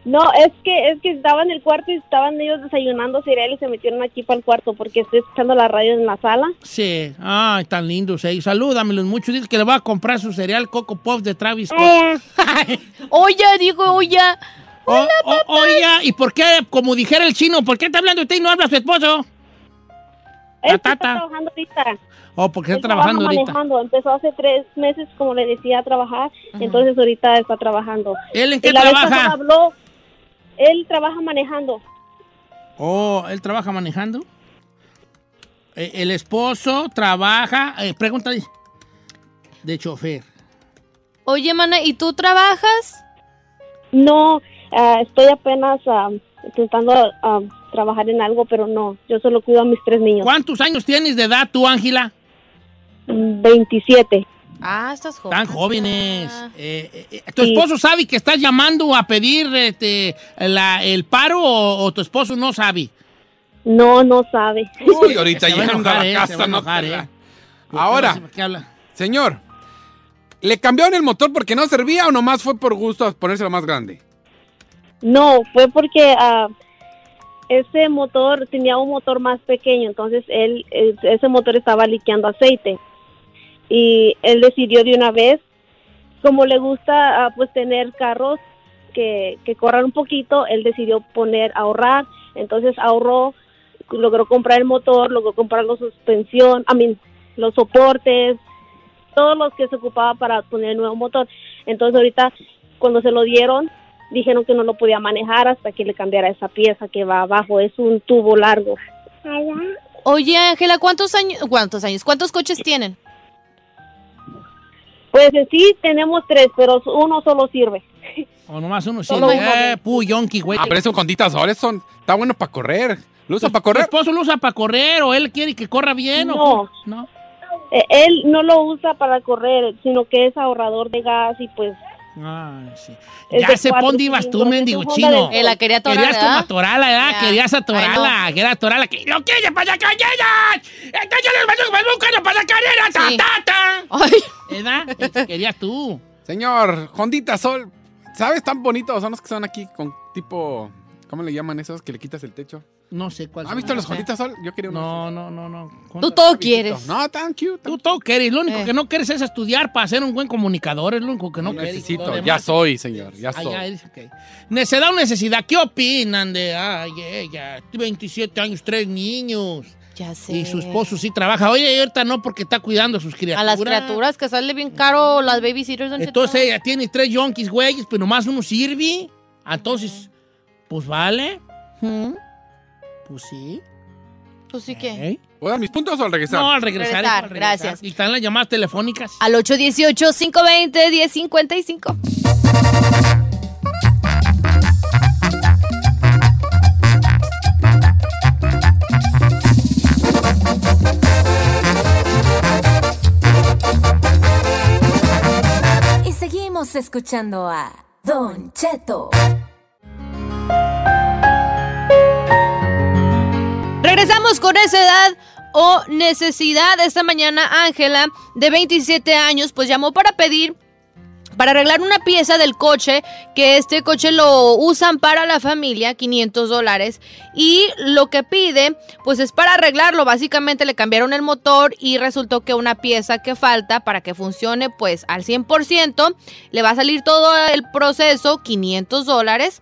No, es que es que estaba en el cuarto y estaban ellos desayunando cereal y se metieron aquí para el cuarto porque estoy escuchando la radio en la sala. Sí. Ay, tan lindos ellos. Salúdamelos mucho. Dile que le va a comprar su cereal Coco Puff de Travis Scott. Oye, dijo, oye. O- o- oiga, ¿y por qué, como dijera el chino, por qué está hablando usted y no habla su esposo? Él está trabajando ahorita. Oh, porque Él está trabajando trabaja ahorita. manejando. Empezó hace tres meses, como le decía, a trabajar. Entonces ahorita está trabajando. ¿Él en Y qué la vez trabaja? pasada habló, él trabaja manejando. Oh, él trabaja manejando. Eh, el esposo trabaja, eh, pregúntale, de chofer. Oye, mana, ¿y tú trabajas? No, ah, estoy apenas ah, intentando ah, trabajar en algo, pero no. Yo solo cuido a mis tres niños. ¿Cuántos años tienes de edad tú, Ángela? 27. Ah, estás joven. Tan jóvenes. Eh, eh, eh, ¿Tu esposo sabe que estás llamando a pedir este, la- el paro o, o tu esposo no sabe? No, no sabe. Uy, ahorita Se va a llegando enojar, a eh, la se va casa, a no enojar, te la- eh. Ahora, señor, ¿le cambiaron el motor porque no servía o nomás fue por gusto a ponérselo más grande? No, fue porque ah, ese motor tenía un motor más pequeño, entonces él es- ese motor estaba liqueando aceite y él decidió de una vez, como le gusta ah, pues tener carros que, que corran un poquito, él decidió poner ahorrar, entonces ahorró, logró comprar el motor, logró comprar la suspensión, a los soportes, todos los que se ocupaba para poner el nuevo motor. Entonces ahorita cuando se lo dieron dijeron que no lo podía manejar hasta que le cambiara esa pieza que va abajo, es un tubo largo. Oye, Ángela, ¿cuántos años? ¿Cuántos años? ¿Cuántos coches tienen? Pues en sí tenemos tres, pero uno solo sirve. O nomás uno sí. Solo uno. Eh, pu, yonki, güey. Ah, pero esos conditas ahora son, está bueno para correr. ¿Lo usa para ¿Tu correr? esposo lo usa para correr o él quiere que corra bien? o No. cómo? no. Eh, Él no lo usa para correr, sino que es ahorrador de gas y pues Ay, sí. Es Ya de sé cuatro pon divas tú, cilindros, mendigo es un Honda chino. de- Eh, la quería atorar, Querías como ¿verdad? atorarla, ¿verdad? Ya. Querías atorarla, Ay, querías atorarla. Que ¡Lo quieres para acá, llegas! ¡Entonces el baño me buscan para acá, llegas! ¡Ta, ta, ta! ¿Verdad? Es que Querías tú. Señor, Hondita Sol, ¿sabes tan bonitos son los que son aquí con tipo, ¿cómo le llaman esos que le quitas el techo? No sé cuál. ¿Has visto los Honditas Sol? Yo quería No, uno. no, no, no. Tú todo quieres. No, tan cute. Tú todo quieres. Lo único Eh. que no quieres es estudiar para ser un buen comunicador. Es lo único que no quieres. Lo Necesito, demás- ya soy, señor, ya Ah, soy. ya eres, ok. Necedad o necesidad. ¿Qué opinan de, ay, ella, 27 años, tres niños? Ya sé. Y su esposo sí trabaja. Oye, y ahorita no porque está cuidando a sus criaturas. A las criaturas que sale bien caro las babysitters. don Cheto. Entonces ella tiene tres yonkis, güeyes, pero nomás uno sirve. Entonces, pues vale. Ujú. Pues sí. Pues sí que. ¿Eh? ¿Puedo dar mis puntos o al regresar? No, al regresar. Regresar, es al regresar. gracias. Y están las llamadas telefónicas. Al 818-520-1055. Y seguimos escuchando a Don Cheto. Regresamos con esa edad o necesidad. Esta mañana Ángela, de 27 años, pues llamó para pedir, para arreglar una pieza del coche, que este coche lo usan para la familia, 500 dólares. Y lo que pide, pues es para arreglarlo. Básicamente le cambiaron el motor y resultó que una pieza que falta para que funcione pues al 100%, le va a salir todo el proceso, 500 dólares.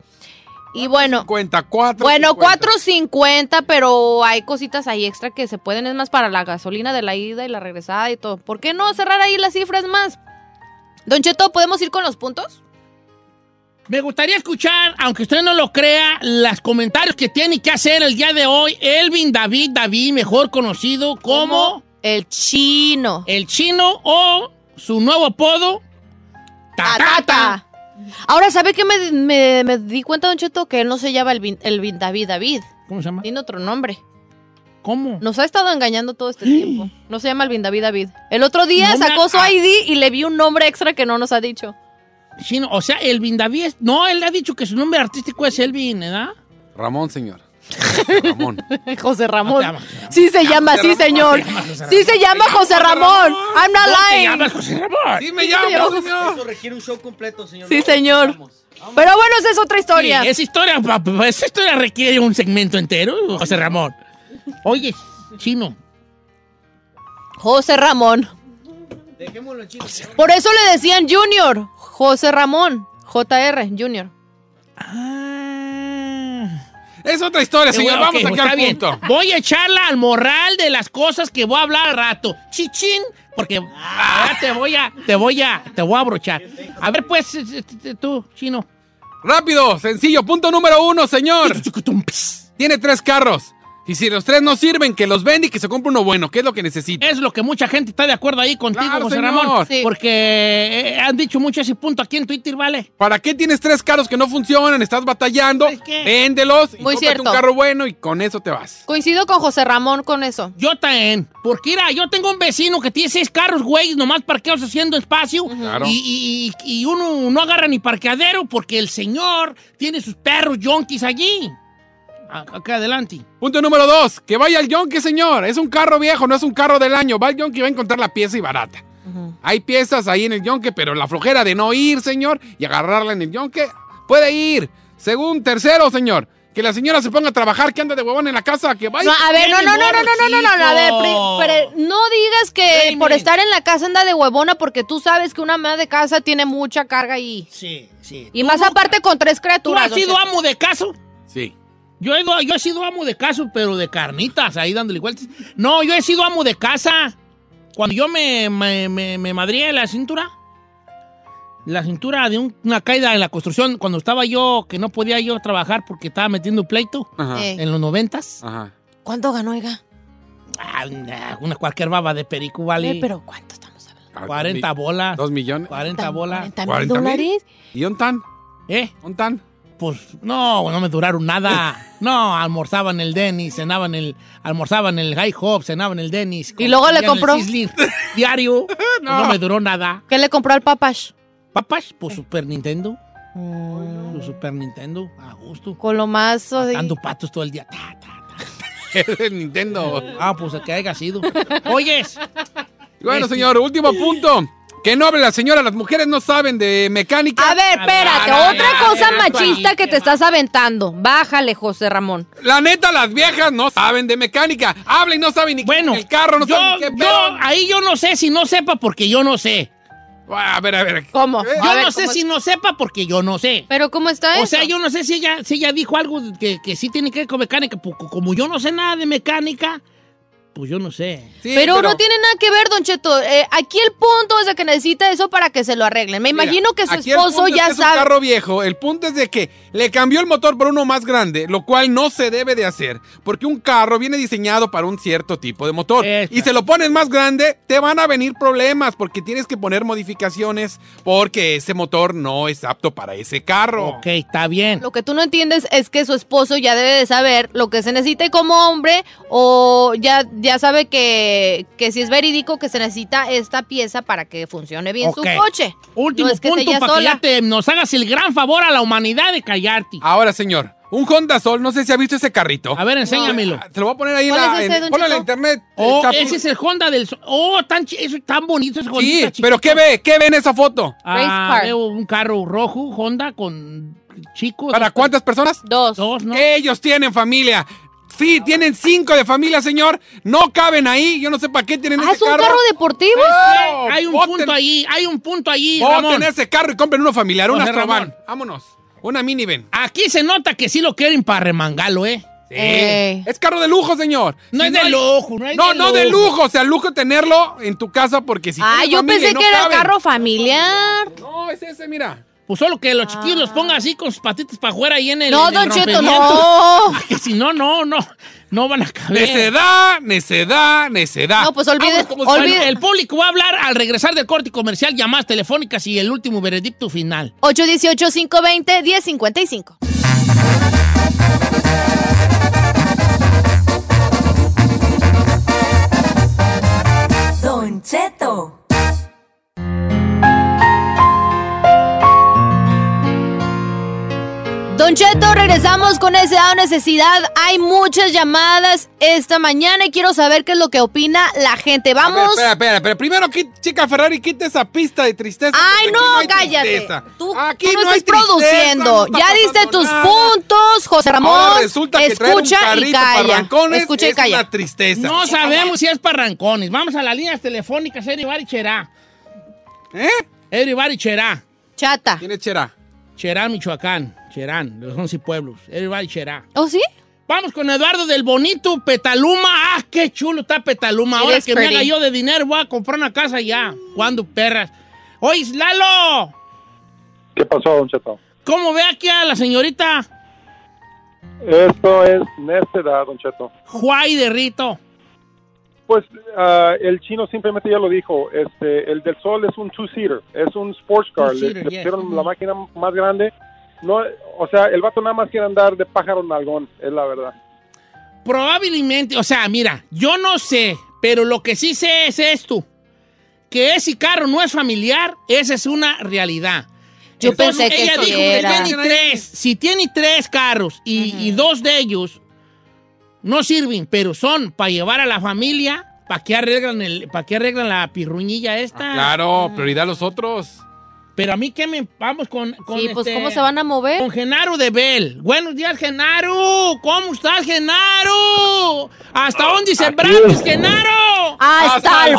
Y bueno. Bueno, 4.50, pero hay cositas ahí extra que se pueden, es más para la gasolina de la ida y la regresada y todo. ¿Por qué no cerrar ahí las cifras más? Don Cheto, ¿podemos ir con los puntos? Me gustaría escuchar, aunque usted no lo crea, los comentarios que tiene que hacer el día de hoy Elvin David David, mejor conocido como... El chino. El chino o su nuevo apodo, Tatata. Ahora, ¿sabe qué me, me- me di cuenta, Don Cheto? Que él no se llama el, Vin- el Vin David David. ¿Cómo se llama? Tiene otro nombre. ¿Cómo? Nos ha estado engañando todo este tiempo. No se llama el Vin David David. El otro día No me- sacó su ah. ID y le vi un nombre extra que no nos ha dicho. Chino, o sea, Elvin David. es- No, él ha dicho que su nombre artístico es Elvin, ¿verdad? Ramón, señor. José Ramón. Sí se llama, Pues sí, señor. Sí se llama José Ramón. I'm not lying. Sí, me Sí, llamo, señor. señor. Eso requiere un show completo, señor. Sí, señor. Pero bueno, esa es otra historia. Sí, esa historia, pa- pa- esa historia requiere un segmento entero, José Ramón. Oye, chino. José Ramón. Dejémoslo en chino. Por eso le decían Junior. José Ramón. JR, Junior. Es otra historia, señor. bueno, Vamos ok, aquí está al bien. punto. Voy a echarla al morral de las cosas que voy a hablar al rato. Chichín, porque ahora te voy a, te voy a, te voy a abrochar. A ver, pues, eh, eh, eh, tú, chino. Rápido, sencillo. Punto número uno, señor. Tiene tres carros. Y si los tres no sirven, que los vende y que se compre uno bueno, que es lo que necesita. Es lo que mucha gente está de acuerdo ahí contigo, Claro, José señor. Ramón. Sí. Porque eh, han dicho mucho ese punto aquí en Twitter, ¿vale? ¿Para qué tienes tres carros que no funcionan? Estás batallando. Véndelos Pues, y Muy cómprate cierto. un carro bueno y con eso te vas. Coincido con José Ramón con eso. Yo también. Porque, mira, yo tengo un vecino que tiene seis carros, güey, nomás parqueados haciendo espacio. Claro. Y, y- y uno no agarra ni parqueadero porque el señor tiene sus perros yonkis allí. A- Acá adelante. Punto número dos, que vaya al yonki, señor. Es un carro viejo, no es un carro del año. Va al yonki y va a encontrar la pieza y barata. Hay piezas ahí en el yonke, pero la flojera de no ir, señor, y agarrarla en el yonke, puede ir. Según tercero, señor, que la señora se ponga a trabajar, que anda de huevón en la casa, que vaya. No, a ver, no, no, no, no, no, no, no, no, no, a ver, pri- pre- no digas que por estar en la casa anda de huevona porque tú sabes que una madre de casa tiene mucha carga ahí. Sí, sí. Y más aparte con tres ¿Tú criaturas. has don sido Cheto. amo de caso? Sí. Yo he, ido- yo he sido amo de caso, pero de carnitas, ahí dándole vueltas. No, yo he sido amo de casa. Cuando yo me, me, me- me madrié la cintura, la cintura de un- una caída en la construcción, cuando estaba yo, que no podía yo trabajar porque estaba metiendo pleito Ajá. Ey. en los noventas. ¿Cuánto ganó, oiga? Ah, una, una cualquier baba de perico, ¿vale? Eh, pero ¿cuánto? 40 bolas. Ah, ¿Dos millones? 40 bolas. ¿40 mil dólares? ¿Y un tan? ¿Eh? ¿Un tan? Pues no, no me duraron nada. No, almorzaban el Dennis, cenaban el. Almorzaban el High Hop, cenaban el Dennis. Y luego le comían el compró. Sizzler Diario. Pues no. me duró nada. ¿Qué le compró al papash? Mm. Papas, pues Super Nintendo. Su Super Nintendo, a gusto. Con lo más... o sea, Dando patos todo el día. Ta, ta, ta. el Nintendo. Ah, pues que haya sido. Oyes. Y bueno, Este. señor, último punto. Que no hable la señora, las mujeres no saben de mecánica. A ver, espérate, Ah, no, otra ya, cosa ya, machista que te estás aventando. Bájale, José Ramón. La neta, las viejas no saben de mecánica. Hablan y no saben ni bueno, el carro, no yo, saben ni qué yo, ahí yo no sé si no sepa porque yo no sé. A ver, a ver. ¿Cómo? Yo A ver, no sé ¿cómo si no sepa porque yo no sé. ¿Pero cómo está O eso? sea, yo no sé si ella, si ella dijo algo que, que sí tiene que ver con mecánica. porque Como yo no sé nada de mecánica, pues yo no sé. pero, no tiene nada que ver, Don Cheto. Eh, aquí el punto es de que necesita eso para que se lo arreglen. Me imagino que su Aquí el esposo punto es ya que es un sabe. carro viejo. El punto es de que le cambió el motor por uno más grande, lo cual no se debe de hacer, porque un carro viene diseñado para un cierto tipo de motor. Y se lo pones más grande, te van a venir problemas, porque tienes que poner modificaciones, porque ese motor no es apto para ese carro. Ok, está bien. Lo que tú no entiendes es que su esposo ya debe de saber lo que se necesita y como hombre o ya, ya sabe que, que si es verídico que se necesita esta pieza para que funcione bien Ok. su coche. Último No es que sea punto ella para que ya sola. te- nos hagas el gran favor a la humanidad de callarte. Ahora, señor, un Honda Sol, no sé si ha visto ese carrito. A ver, enséñamelo. Te lo voy a poner ahí en ¿Cuál la, es ese, en- don ponlo en la Cheto? internet. Oh, Chapu. ese es el Honda del... Sol. Oh, tan, chi- eso, tan bonito ese Honda. Sí, pero ¿qué ve? ¿Qué ve en esa foto? Ah, veo un carro rojo, Honda, con chicos. ¿Para cuántas personas? pues, Dos. Ellos tienen familia. Sí, tienen cinco de familia, señor. No caben ahí. Yo no sé para qué Ah, tienen ese carro. deportivo. Claro. Hay un Boten- punto ahí, hay un punto ahí, Boten Ramón. ese carro y compren uno familiar, una José Ramón. Astrovan. Vámonos. Una minivan. Aquí se nota que sí lo quieren para remangalo, ¿eh? Sí. Es carro de lujo, señor. No Si es de hay- lujo, no es No, de no de lujo. lujo. O sea, lujo tenerlo en tu casa porque si Ah, tienes yo familia y pensé no que era el caben. carro familiar. No, es ese, mira. Pues solo que los chiquillos los pongan así con sus patitas para afuera ahí en el. Ah. No, en el Don Cheto, rompimiento. no. Ah, Que si no, no, no. No van a caber. Necedad, necedad, necedad. No, pues olvide- Vamos, como si- olvide- Bueno, el público va a hablar al regresar del corte comercial, llamadas telefónicas y el último veredicto final. 818-520-1055. Don Cheto. Don Cheto, regresamos con esa necesidad. Hay muchas llamadas esta mañana y quiero saber qué es lo que opina la gente. A ver, Vamos. Espera, espera, espera. Primero, qui- chica Ferrari, quita esa pista de tristeza. Ay, porque no, aquí hay cállate. tristeza. Tú, Aquí tú no, no hay estás tristeza, no produciendo. está ya diste pasando tus nada. puntos, José Ramón. Ahora resulta que traer un escucha y carrito para calla. rancones Escucha y es calla. una tristeza. No sabemos si es para rancones. Vamos a las líneas telefónicas, everybody cherá. ¿Eh? Everybody cherá. Chata. ¿Quién es Chera? Cherá, Michoacán. Cherán, de los 11 pueblos. Everybody Cherá. ¿Oh, sí? Vamos con Eduardo del Bonito, Petaluma. ¡Ah, qué chulo está Petaluma! It Ahora is que me pretty. haga yo de dinero, voy a comprar una casa ya. ¿Cuándo, perras? ¡Ois, Lalo! ¿Qué pasó, Don Cheto? ¿Cómo ve aquí a la señorita Esto es necedad, Don Cheto. Juay de Rito? Pues ah, el chino simplemente ya lo dijo, este, el del sol es un two-seater, es un sports car, le, Two-seater, le yes. pusieron la máquina más grande. No, o sea, el vato nada más quiere andar de pájaro en algón, es la verdad. Probablemente, o sea, mira, yo no sé, pero lo que sí sé es esto. Que ese carro no es familiar, esa es una realidad. Yo pensé que ella sí dijo era. que tiene tres, si tiene tres carros y, y dos de ellos no sirven, pero son para llevar a la familia, para que arreglan el, para que arreglan la pirruñilla esta. Claro, prioridad a los otros. Pero a mí que me vamos con, con Sí, pues, este- ¿cómo se van a mover? Con Genaro de Bel. Buenos días, Genaro. ¿Cómo estás, Genaro? ¿Hasta Oh, dónde sembraste, Genaro? ¡Hasta, el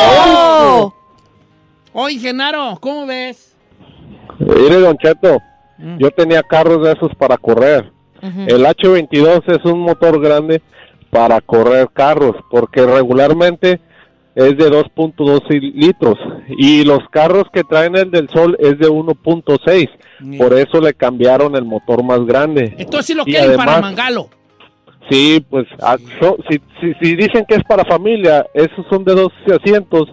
fondo! Oye, Genaro, ¿cómo ves? Mire, Don Cheto, yo tenía carros de esos para correr. El H22 es un motor grande para correr carros, porque regularmente es de 2.2 li- litros y los carros que traen el del Sol es de 1.6, por eso le cambiaron el motor más grande. Entonces sí lo Y quieren para además- Mangalo. Sí, pues a- so- si, si, si dicen que es para familia, esos son de 12 asientos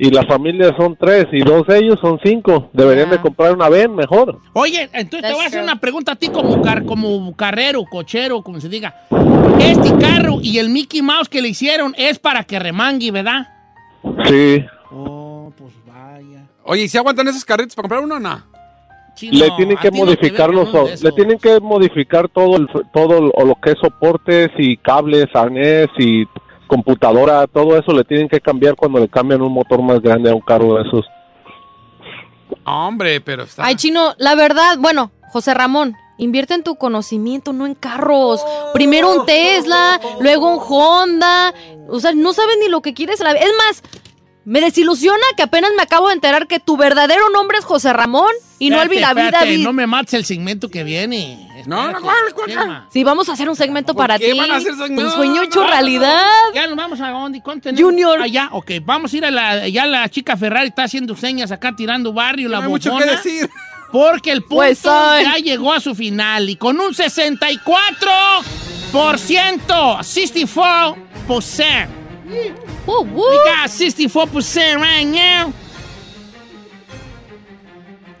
y la familia son tres y dos de ellos son cinco. Deberían Ah. de comprar una VEN mejor. Oye, entonces te voy a hacer Este. una pregunta a ti como, car- como carrero, cochero, como se diga. Este carro y el Mickey Mouse que le hicieron es para que remangue, ¿verdad? Sí. Oye, ¿y si aguantan esos carritos para comprar uno o no? ah, le tienen que modificar los so- le tienen que modificar todo el f- todo lo- lo que es soportes y cables arnés y computadora todo eso le tienen que cambiar cuando le cambian un motor más grande a un carro de esos Hombre, pero está. Ay, chino, la verdad, bueno, José Ramón, invierte en tu conocimiento, no en carros. Primero un Tesla, luego un Honda. O sea, no sabes ni lo que quieres. en la- Es más, me desilusiona que apenas me acabo de enterar que tu verdadero nombre es José Ramón y no el Espérate, David espérate, David. No me mates el segmento que viene. No, no, Sí, vamos a hacer un segmento para ti. van a hacer Un segmento? sueño hecho No, no, no. realidad. Ya nos vamos a dónde. ¿Cuánto tenemos? Junior. Allá, ok. Vamos a ir a la. Ya la chica Ferrari está haciendo señas acá, tirando barrio, la hay mucho bocona, que decir. Porque el punto Pues, ay. ya llegó a su final. Y con un 64%, 64%. Uh, We got 64% right now.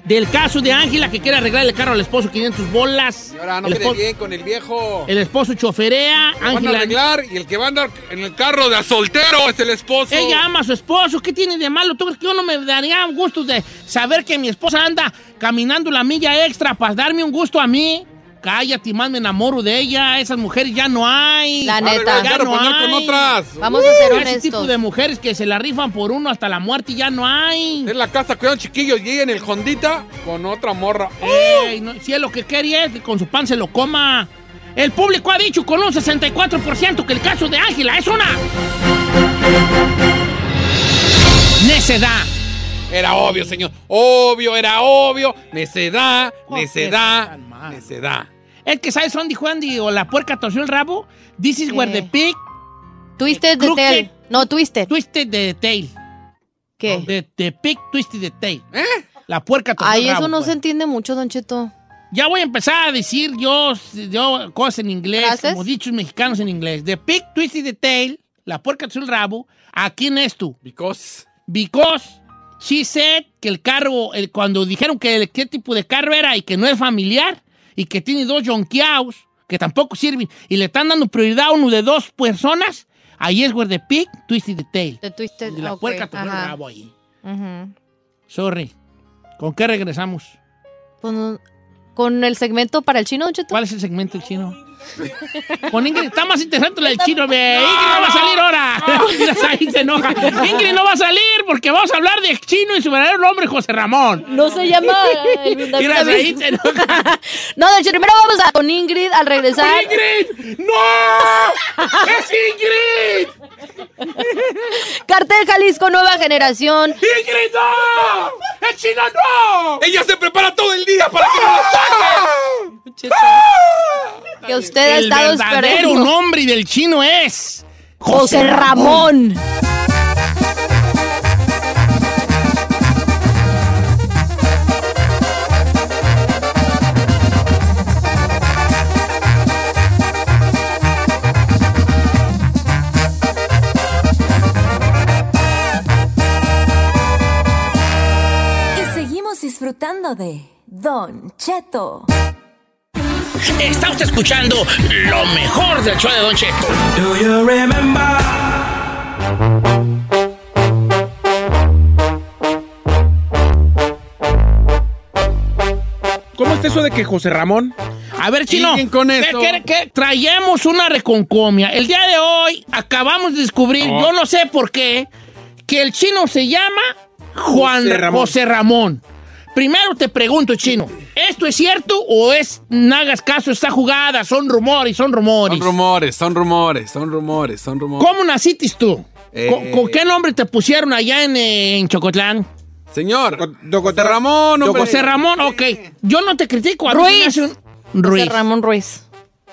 Del caso de Ángela que quiere arreglar el carro al esposo 500 bolas. Y ahora no El quede esposo- bien con el viejo. el esposo choferea, Lo van a Ángela. arreglar y el que va a andar en el carro de a soltero es el esposo. Ella ama a su esposo, ¿qué tiene de malo? ¿Tú crees que yo no me daría un gusto de saber que mi esposa anda caminando la milla extra para darme un gusto a mí? Cállate, más me enamoro de ella. Esas mujeres ya no hay. La neta. Ya no Claro, hay. poner con otras. Vamos a ser honestos. Ese tipo de mujeres que se la rifan por uno hasta la muerte ya no hay. En la casa cuidando chiquillos y ella en el Hondita con otra morra. Ey, no, si es lo que quería es que con su pan se lo coma. El público ha dicho con un 64% que el caso de Ángela es una necedad. Era obvio, señor. Obvio, era obvio. Necedad, necedad, necedad. Es que sabes dónde dijo Andy o la puerca torció el rabo. This is where the pig. eh, Twisted the tail. No, twisted. Twisted the tail. ¿Qué? ¿Eh? The, the pig twisted the tail. La puerca torció Ay, el rabo. eso no pues. se entiende mucho, Don Cheto. Ya voy a empezar a decir yo, yo cosas en inglés, como dichos mexicanos en inglés. The pig twisted the tail, la puerca torció el rabo. ¿A quién es tú? Because. Because she said que el carro, el, cuando dijeron que el, qué tipo de carro era y que no es familiar y que tiene dos yonquiaos que tampoco sirven y le están dando prioridad a uno de dos personas, ahí es where the pig twisted the tail. The twisted. Y la ok, puerca torció el ajá. rabo ahí. Ujú. Sorry. ¿Con qué regresamos? Pues, no- Con el segmento para el chino, Don Cheto. ¿Cuál es el segmento del chino? Con Ingrid, está más interesante la del chino, ve. Ingrid no va a salir ahora. Ahí se enoja. Ingrid no va a salir porque vamos a hablar de chino y su verdadero nombre, José Ramón. No se llama, eh, ay, David, Mira, David. ahí se enoja. No, Don Cheto, primero vamos a con Ingrid al regresar. ¡Ingrid! ¡No! ¡Es Ingrid! Cartel Jalisco Nueva Generación. ¡Ingrid, no! ¡El chino no! ¡Ella se prepara todo el día para que no ¡Ah! la saquen! Que usted ha El estado verdadero esperando. nombre del chino es... José Ramón. Y seguimos disfrutando de Don Cheto. Está usted escuchando lo mejor del show de Don Cheto. ¿Cómo está eso de que José Ramón? A ver, Chino, Siguen con ¿qué- eso. qué- qué? traemos una reconcomia. El día de hoy acabamos de descubrir, Oh. yo no sé por qué, que el chino se llama Juan José José Ramón. Ramón. Primero te pregunto, Chino, ¿esto es cierto o es, no hagas caso, está jugada, son rumores, son rumores? Son rumores, son rumores, son rumores, son rumores. ¿Cómo naciste tú? Eh. ¿Con, con qué nombre te pusieron allá en, eh, en Chocotlán? Señor, José Ramón, hombre. José Ramón, ok. Yo no te critico. A mí Ruiz. se me hace un- Ruiz. José Ramón Ruiz.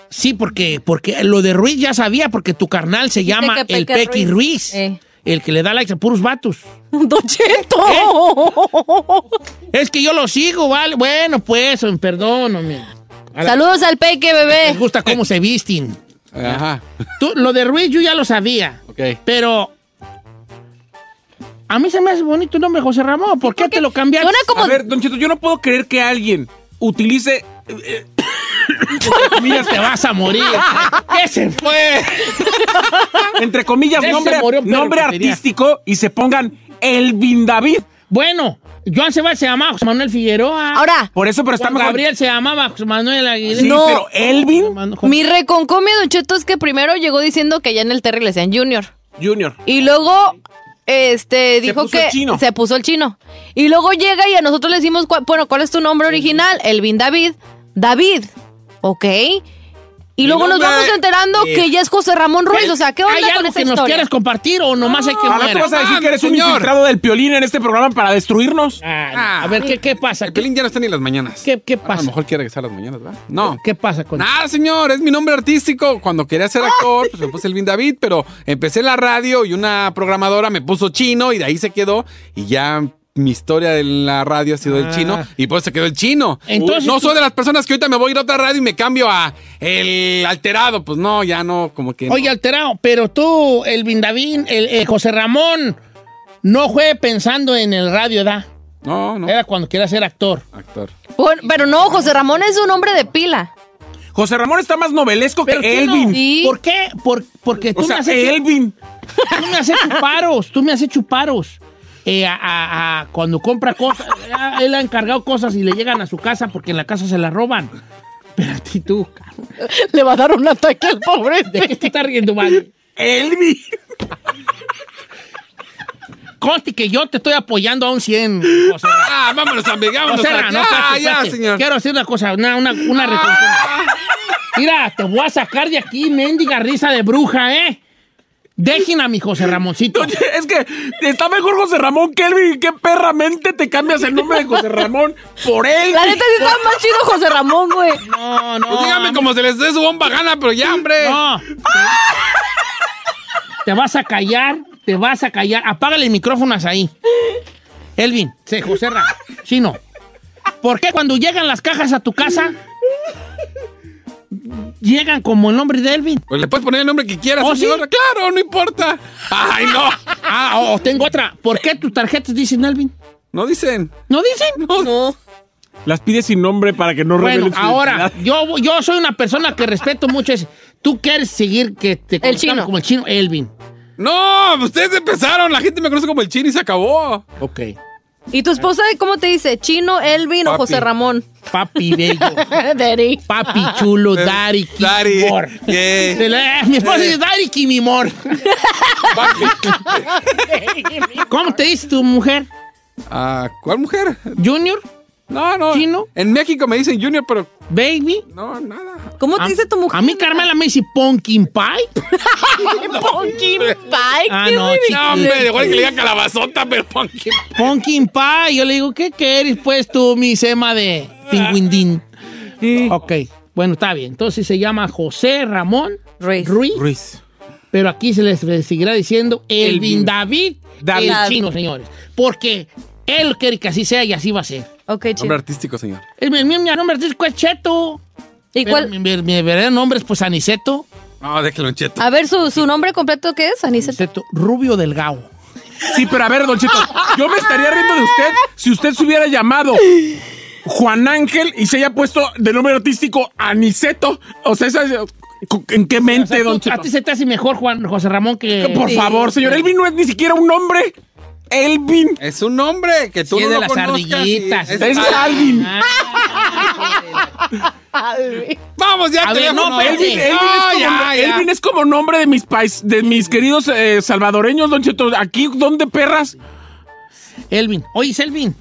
Sí, porque, porque lo de Ruiz ya sabía, porque tu carnal se llama que el Peque Pequi Ruiz. Ruiz. Eh. El que le da likes a puros vatos. Don Cheto. ¿Eh? Es que yo lo sigo, ¿vale? Bueno, pues, perdóname. A la- Saludos al Peque, bebé. Me gusta cómo se visten. Ajá, Tú, lo de Ruiz yo ya lo sabía, ok. pero... A mí se me hace bonito el nombre José Ramón. ¿Por qué te lo cambiaste? Suena como. A ver, Don Cheto, yo no puedo creer que alguien utilice... eh, entre comillas, Te vas a morir. ¿Qué se fue? entre comillas, Ese nombre, murió, pero nombre que tenía. artístico y se pongan Elvin David. Bueno, Joan Sebastián se llamaba José Manuel Figueroa. Ahora, Por eso, pero está Juan mejor. Gabriel se llamaba José Manuel Aguilera. Sí, No. pero Elvin mi reconcomia, Don Cheto, es que primero llegó diciendo que ya en el Terry le decían Junior. Junior. Y luego este dijo puso que el chino. se puso el chino. Y luego llega y a nosotros le decimos, "¿Cuál- bueno, ¿cuál es tu nombre original? Elvin David. David. ¿Ok? Y luego nos nombre- vamos enterando Eh. que ya es José Ramón Ruiz. O sea, ¿qué ¿Hay onda algo con esta que nos historia? quieras compartir o nomás hay que Ahora tú muera? vas a decir Ah, que eres un señor. infiltrado del piolín en este programa para destruirnos. Ah, a ver, ¿qué, qué pasa? El Pelín ya no está ni en las mañanas. ¿Qué, qué A lo pasa? mejor quiere regresar a las mañanas, ¿verdad? No. ¿Qué pasa con Nada, señor, es mi nombre artístico. Cuando quería ser actor, pues me puse Elvin David, pero empecé en la radio y una programadora me puso chino y de ahí se quedó. Y ya mi historia en la radio ha sido el Ah. chino y por eso se quedó el chino. Entonces no tú- soy de las personas que ahorita me voy a ir a otra radio y me cambio a el alterado. Pues no, ya no, como que. no. Oye, alterado, pero tú, el Vindavín, el, eh, José Ramón, no fue pensando en el radio, ¿da? No, no. Era cuando quería ser actor. Actor. Bueno, pero no, José Ramón es un hombre de pila. José Ramón está más novelesco Pero que chino, Elvin. Sí. ¿Por qué? Por- porque tú O sea, me has hecho- Elvin. Tú me has hecho paros, tú me has hecho paros. Eh, a- a- a- cuando compra cosas, a- él ha encargado cosas y le llegan a su casa porque en la casa se las roban. Pero a ti tú, cabrón, Le va a dar un ataque al pobre. ¿de qué te estás riendo, vale? Elvin. Conste que yo te estoy apoyando a un 100. O sea, Ah, vámonos, amiga, o vámonos. sea, no, a- ya, espérate, ya, espérate. señor. Quiero hacer una cosa, una, una, una Ah. reconcomia. Mira, te voy a sacar de aquí, mendiga risa de bruja, ¿eh? Dejen a mi José Ramoncito. Oye, Es que está mejor José Ramón que Elvin. Qué perramente te cambias el nombre de José Ramón por Elvin. La neta sí está más chido José Ramón, güey. No, no. Pues dígame a mí- cómo se les dé su bomba gana, pero ya, hombre. No. Te vas a callar, te vas a callar. Apágale el micrófono hasta ahí. Elvin, se José Ra, Chino. ¿Por qué cuando llegan las cajas a tu casa llegan como el nombre de Elvin? Pues le puedes poner el nombre que quieras, ¿Oh, sí? señora. Claro, no importa. Ay, no. Ah, o tengo otra. ¿Por qué tus tarjetas dicen Elvin? No dicen. ¿No dicen? No. Las pide sin nombre para que no Bueno, revelen su ahora, identidad. yo, yo soy una persona que respeto mucho ese. Tú quieres seguir que te conozcan chino. como el chino Elvin. No, pues ustedes empezaron. La gente me conoce como el chino y se acabó. Ok. ¿Y tu esposa cómo te dice? ¿Chino, Elvin o Papi. José Ramón? Papi bello. Daddy. Papi chulo, Dari Daddy, Kimimor. eh, yeah. Mi esposa dice Dari Kimimor. ¿Cómo te dice tu mujer? Ah, ¿Cuál mujer? ¿Junior? No, no. ¿Chino? En México me dicen Junior, pero ¿Baby? no, nada. ¿Cómo Ah. te dice tu mujer? A mí Carmela me dice pumpkin pie. Pumpkin pie. Ah, qué no, ridículo. chiquilín. Hombre, de igual que le diga calabazota, pero pumpkin. Pumpkin pie. Yo le digo, ¿qué querés pues tú, mi sema de tinguindín? Ok, bueno, está bien. Entonces se llama José Ramón Ruiz. Pero aquí se les, les seguirá diciendo Elvin Elvin. David, David. el chino, señores. Porque él quiere que así sea y así va a ser. Ok, Hombre artístico, señor. El, mi, mi- mi nombre artístico es Cheto. ¿Y cuál- Mi, mi- mi verdadero nombre es pues Aniceto. No, déjelo en cheto. A ver, su, su nombre completo, ¿qué es? Aniceto. Rubio Delgado. Sí, pero a ver, Don Cheto, yo me estaría riendo de usted si usted se hubiera llamado Juan Ángel y se haya puesto de nombre artístico Aniceto. O sea, esa es- ¿en qué mente, Don A Cheto? ti se te hace mejor Juan José Ramón que... Por favor, señor, Elvin no es ni siquiera un nombre. Elvin. Es un nombre que tú Sí, es no de lo las conozcas, ardillitas. sí. Es Alvin. Vamos ya, A ver, teléfono. no, espérate. Elvin, Elvin Ah, es como, ya, ya. Elvin es como nombre de mis pais, de mis queridos eh, salvadoreños, Don Cheto. Aquí, ¿dónde perras? Elvin. Oye, es Elvin.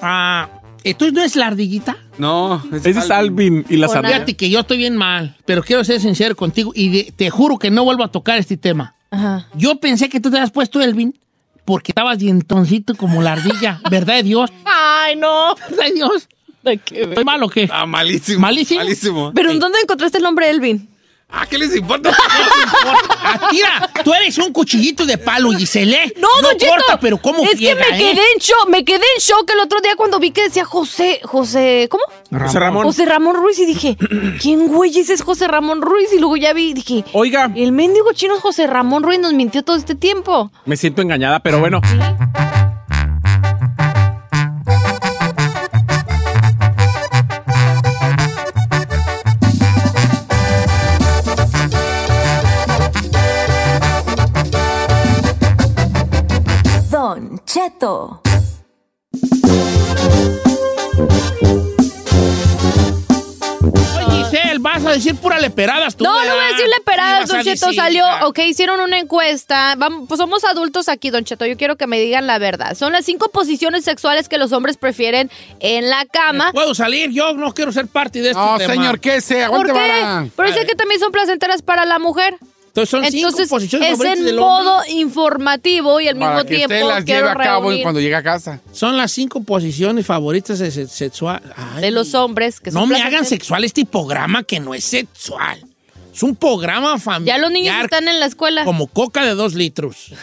Ah, ¿Entonces no es la ardillita? No, Ese es Alvin y la Fíjate sabía. que yo estoy bien mal, pero quiero ser sincero contigo y de- te juro que no vuelvo a tocar este tema. Ajá. Yo pensé que tú te habías puesto Elvin porque estabas dientoncito como la ardilla, ¿verdad de Dios? Ay, no. ¿Verdad de Dios? ¿Estoy mal o qué? Ah, malísimo. ¿Malísimo? Malísimo. Pero ¿en dónde encontraste el nombre Elvin? Ah, ¿qué les importa? Ah, Tira, tú eres un cuchillito de palo, Gisele. No, Don Cheto. corta, pero ¿cómo Es friega, que me eh? quedé en shock, me quedé en shock el otro día cuando vi que decía José, José, ¿cómo? José Ramón. José Ramón Ruiz y dije, ¿quién güey ese es José Ramón Ruiz? Y luego ya vi y dije, Oiga, el mendigo chino José Ramón Ruiz nos mintió todo este tiempo. me siento engañada, pero bueno. Don Cheto. Oye, Giselle, vas a decir pura leperadas tú. No, no ¿verdad? voy a decirle Ibas peradas, a Don Cheto. decir, Salió, ah. ok, hicieron una encuesta. Vamos, pues somos adultos aquí, Don Cheto. Yo quiero que me digan la verdad. Son las cinco posiciones sexuales que los hombres prefieren en la cama. Puedo salir, yo no quiero ser parte de este esto. No, señor, ¿qué sea? ¿Por Aguante, vara. qué? Pero dice que también son placenteras para la mujer. Entonces son Entonces, cinco posiciones es favoritas en del hombre. modo informativo y al mismo Para que tiempo usted las lleve quiero a cabo reunir cuando llegue a casa. Son las cinco posiciones favoritas sexuales. de los hombres que son Ah, No me hagan placenteras. sexual este programa que no es sexual. Es un programa familiar. Ya los niños están en la escuela. Como coca de dos litros.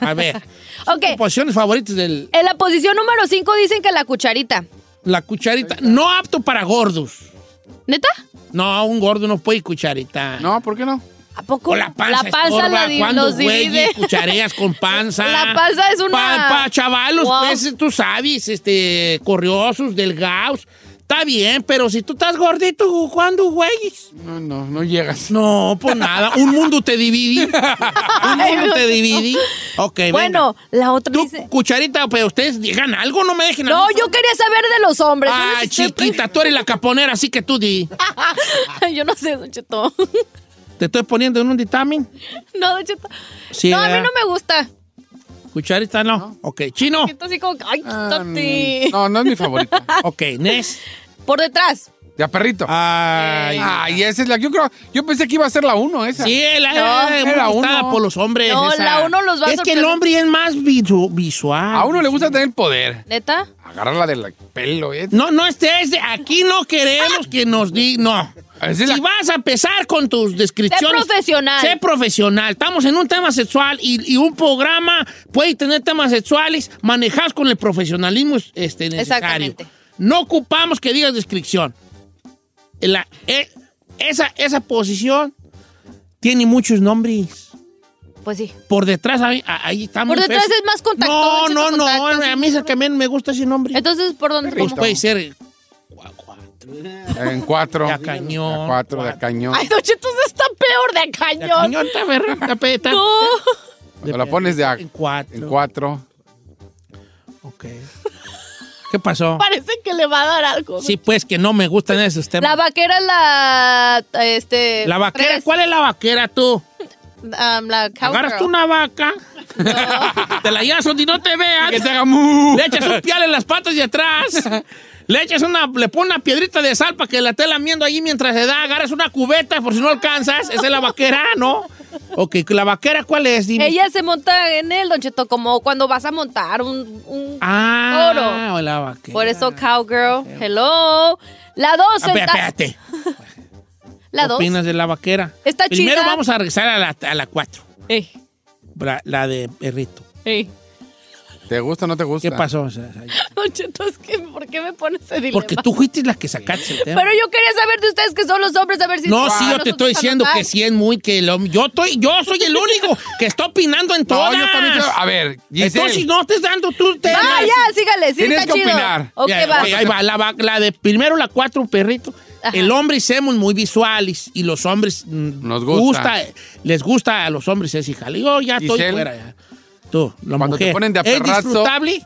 A ver. Ok, Posiciones favoritas de en la posición número 5 dicen que la cucharita. la cucharita. No apto para gordos. ¿Neta? No, un gordo no puede cucharita. No, ¿por qué no? ¿A poco? O la panza, estorba. la di- ¿Cuándo, los güey, divide. cuchareas con panza? La panza es una- Pa, pa chavalos, Wow. pues, tú sabes, este, corriosos, delgados. Está bien, pero si tú estás gordito, ¿cuándo, güey? No, no, no llegas. No, pues nada. Un mundo te divide. Un mundo te divide. Ok, venga. Bueno, la otra Tú, dice... cucharita, pero ustedes digan algo, no me dejen a No, mí yo quería saber de los hombres. Yo Ay, les estoy- chiquita, tú eres la caponera, así que tú di. Yo no sé, Don Cheto. ¿Te estoy poniendo en un dictamen? No, Don Cheto. Sí, no, a mí ¿verdad? no me gusta. Cucharita, no. Ok, chino. Siento así como que, ay, Ah, Mm, quítate. No, no es mi favorito. Ok, Nes. Por detrás. De a perrito. Ay. Ay, esa es la yo creo. Yo pensé que iba a ser la uno esa. Sí, la, No, la- era muy gustada uno. por los hombres. No, esa. la uno los va a Es que el sorprender. hombre es más visu- visual. A uno le gusta tener poder. ¿Neta? Agarrarla del pelo, ¿eh? No, no estés. de- Aquí no queremos que nos di. No. Esa es Si la- vas a empezar con tus Sé descripciones. profesional. Sé profesional. Estamos en un tema sexual y, y un programa puede tener temas sexuales manejados con el profesionalismo este, necesario. Exactamente. No ocupamos que digas descripción. La- e- esa, esa posición tiene muchos nombres. Pues sí. Por detrás, ahí, ahí está muy Por detrás feo. es más contacto. No, Don Cheto, no, no. contacto, sí, A mí es el que me- me gusta ese nombre. Entonces, ¿por dónde? ¿Cómo puede ser? eh, En cuatro. De a cañón. De a cuatro, de a cañón. Ay, Don Cheto, eso está peor de De a cañón. cañón, está berra- está pe- está- No. Cuando la pones de a, En cuatro. en cuatro. Ok. ¿Qué pasó? Parece que le va a dar algo. Sí, pues que no me gustan esos La temas. vaquera es la. Este. La vaquera, tres. ¿cuál es la vaquera tú? Um, la cowgirl. Agarras tú una vaca, te la llevas donde no te vean, Que te haga mu. le echas un pial en las patas de atrás, Le echas una, le pones una piedrita de sal para que la esté lamiendo allí mientras se da, agarras una cubeta por si no alcanzas, esa es la vaquera, ¿no? Ok, ¿la vaquera cuál es? Dime. Ella se monta en él, Don Cheto, como cuando vas a montar un, un Ah, la vaquera. Por eso, cowgirl, hello. La dos Ah, espérate, está... espérate. La ¿Qué dos. opinas de la vaquera? Está Primero chida. vamos a regresar a la, a la cuatro, Ey, la, la de perrito. ey. ¿Te gusta o no te gusta? ¿Qué pasó? O sea, Don Cheto, es que, ¿por qué me pones ese dilema? Porque tú fuiste la que sacaste el tema. Pero yo quería saber de ustedes que son los hombres, a ver si... No, Ah, sí, yo te nosotros estoy diciendo anotar. que sí es muy que lo- yo estoy, yo soy el único que está opinando en todas. yo también creo- a ver, Giselle. Entonces no estés dando tú te. Ah, ya, sígale, sí, Tienes está que chido. opinar. Ok, Ya, va. ok, ahí va, la, va- la de primero la cuatro, perrito. Ajá. El hombre somos muy visuales y los hombres nos gusta. les gusta a los hombres ese jale. Yo ya estoy Giselle. fuera ya. Tú, la Cuando te mujer. ponen de ¿Es aperrazo- disfrutable?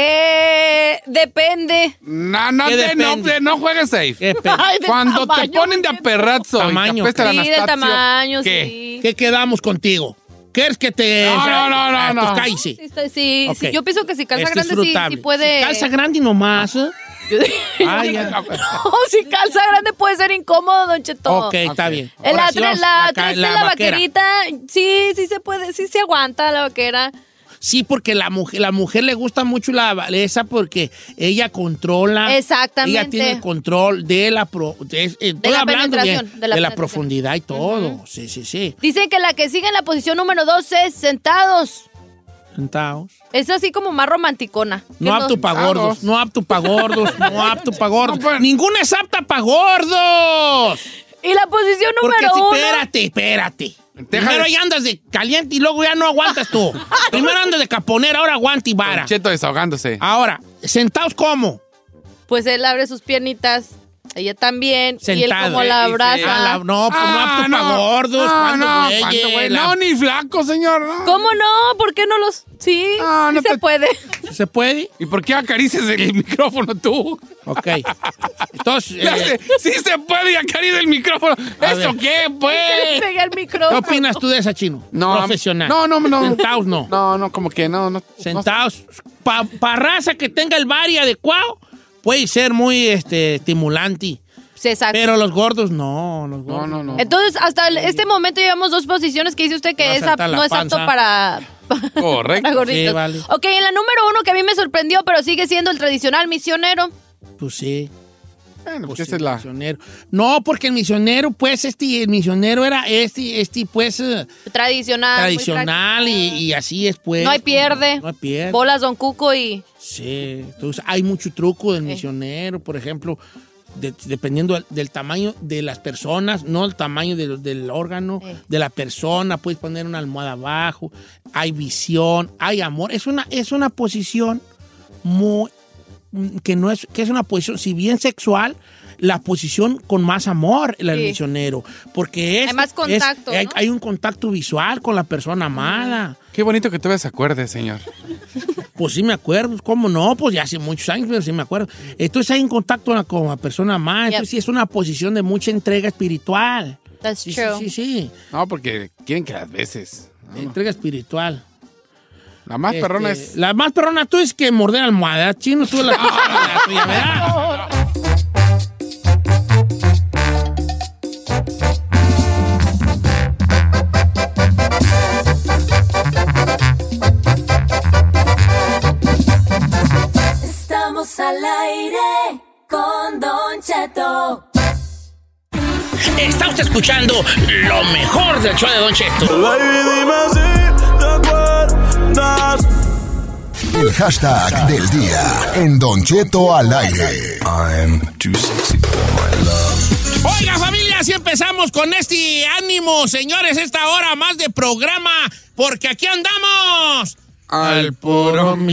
Eh, depende. No, no, ¿Qué te- no, depende? te- no juegues safe. Eh. Ay, del Cuando te tamaño, ponen de aperrazo Tamaño, y te apesta ¿qué? el Sí, del Anastasio, tamaño, ¿qué? sí. ¿Qué quedamos contigo? ¿Quieres que te.? No, no, no, no, Ah, pues no. cállese. Sí, está- sí, Ok. sí, yo pienso que si calza Es grande sí, sí disfrutable. puede... Si calza grande y nomás. ¿eh? Ay, ya. No, Oh, si calza grande puede ser incómodo, Don Cheto. Ok, está bien. El Ahora la sí tres- vamos, la la ca- tres de la la vaquera. vaquerita, sí, sí se puede, sí se aguanta la vaquera. Sí, porque la mujer, la mujer le gusta mucho la esa porque ella controla. Exactamente. Ella tiene el control de la pro- de- eh, estoy la hablando bien, penetración, de la de la penetración. profundidad y todo. Sí, sí, sí. Dicen que la que sigue en la posición número dos es sentados. Sentados. Es así como más romanticona. No Que apto para gordos, no apto para gordos, no apto para gordos. Ninguna es apta para gordos. pues. Y la posición Porque número si, uno. espérate, espérate. Primero ahí andas de caliente y luego ya no aguantas tú. Primero andas de caponera, ahora aguanta y vara. Cheto desahogándose. Ahora, ¿sentados cómo? Pues él abre sus piernitas. Ella también. Y él Sentado. como la Sí, sí. Ah, abraza. la- no, pues no apto para gordos. Ah, ¿cuándo, no, güey? ¿cuándo, güey? La- No, ni flaco, señor. no. ¿Cómo no? ¿Por qué no los.? Sí, sí se puede. ¿Se puede? ¿Y por qué acaricias el micrófono tú? Ok. Entonces. Le eh, Ah, hace, sí se puede y acaricia el micrófono. ¿Esto ver. qué, pues? Pegué el ¿Qué micrófono. opinas tú de esa, Chino? No, Profesional. No, no, no. Sentados no. No, no, como que no, no. Sentados. Para raza que tenga el barrio adecuado, puede ser muy este, estimulante. Sí, exacto. Pero los gordos no. Los gordos, no, no, Entonces, hasta el- este momento llevamos dos posiciones que dice usted que No es salta ap- la no es apto panza. para, Correcto. para gorditos. Sí, vale. Ok, en la número uno que a mí me sorprendió, pero sigue siendo el tradicional misionero. Pues sí. pues Pues esa el es la- misionero. No, porque el misionero, pues, este, el misionero era este, este, pues, eh, Tradicional. Ah, muy tradicional y, y así es, pues. No hay pierde. No hay pierde. tra- Bolas Don Cuco y... Sí, entonces hay mucho truco del misionero, por ejemplo, de- dependiendo del, del tamaño de las personas, no el tamaño de los- del órgano, de la persona, puedes poner una almohada abajo, hay visión, hay amor, es una, es una posición muy, mm, que no es, que es una posición, si bien sexual, la posición con más amor, el Sí. misionero, porque es... Hay más es- contacto, hay, ¿no? hay un contacto visual con la persona amada. Qué bonito que todavía se acuerde, señor. Pues sí me acuerdo, ¿cómo no? Pues ya hace muchos años, pero sí me acuerdo. Entonces hay un contacto con la- con la persona más, entonces sí es una posición de mucha entrega espiritual. That's Sí, sí, true. sí, sí, No, porque quieren que las veces. entrega espiritual. La más Este, perrona es. La más perrona tú es que morder almohada, chino, tú la... Ah, la tuya, ¿verdad? Estamos al aire con Don Cheto. Está usted escuchando lo mejor del show de Don Cheto. El hashtag del día en Don Cheto al aire. I'm too sexy for my love. Oiga familia, si empezamos con este ánimo, señores, esta hora más de programa, porque aquí andamos. Al puro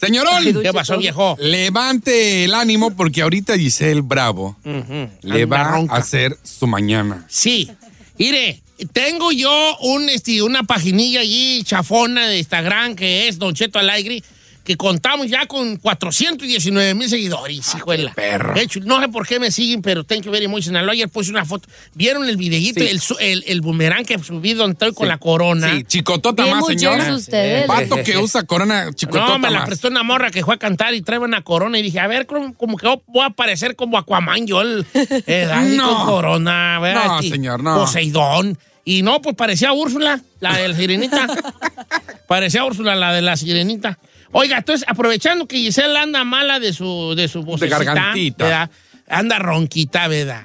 Señorón. ¿Qué pasó, viejo? Levante el ánimo porque ahorita Giselle Bravo le Anda va ronca. a hacer su mañana. Sí. Mire, tengo yo un, este, una paginilla allí chafona de Instagram que es Don Cheto Alegre, que contamos ya con 419 mil Ah, seguidores, hijo de la- De hecho, no sé por qué me siguen, pero thank you very much. Sinaloa ayer puse una foto. ¿Vieron el videíto, Sí. el, su- el, el boomerang que subí donde estoy con la corona? Sí, chicotota más, señora. Pato que usa corona, chicotota No, me la más. prestó una morra que fue a cantar y trae una corona y dije, a ver, como, como que voy a parecer como Aquaman yo, el, eh, así No. con corona, ¿verdad? No, Y señor, no. Poseidón. Y no, pues parecía Úrsula, la de la sirenita. parecía Úrsula, la de la sirenita. Oiga, entonces, aprovechando que Giselle anda mala de su, de su vocecita, gargantita. ¿verdad? Anda ronquita, ¿verdad?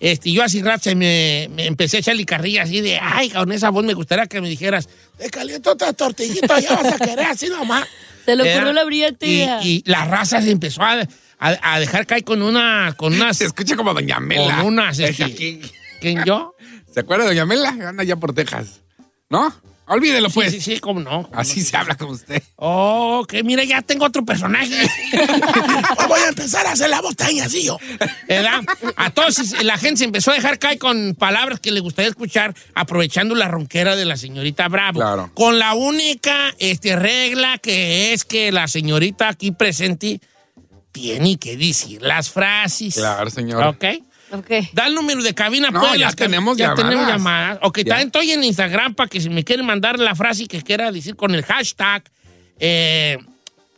Este, yo así rato se me, me empecé a echarle carrilla así de, ay, con esa voz me gustaría que me dijeras, te caliento otra tortillita, ya vas a querer así nomás. Se le Era- ocurrió la Y, brillantilla. y la raza se empezó a, a- a dejar caer con una, con unas. Se escucha como Doña Mela. Con unas. Es este, aquí. ¿Quién yo? ¿Se acuerda de Doña Mela? Anda ya por Texas. ¿No? Olvídelo, pues. Sí, sí, sí, cómo no. Así se habla con usted. Oh, que mira, ya tengo otro personaje. Hoy Voy a empezar a hacer la botaña, así yo. ¿Verdad? Entonces, la gente se empezó a dejar caer con palabras que le gustaría escuchar, aprovechando la ronquera de la señorita Bravo. Claro. Con la única este, regla que es que la señorita aquí presente tiene que decir las frases. Claro, señor. ¿Ok? Da el número de cabina, No, pues. ya las cam- tenemos ya llamadas. tenemos llamadas. Ok, Ya. también estoy en Instagram para que si me quieren mandar la frase que quiera decir con el hashtag, eh,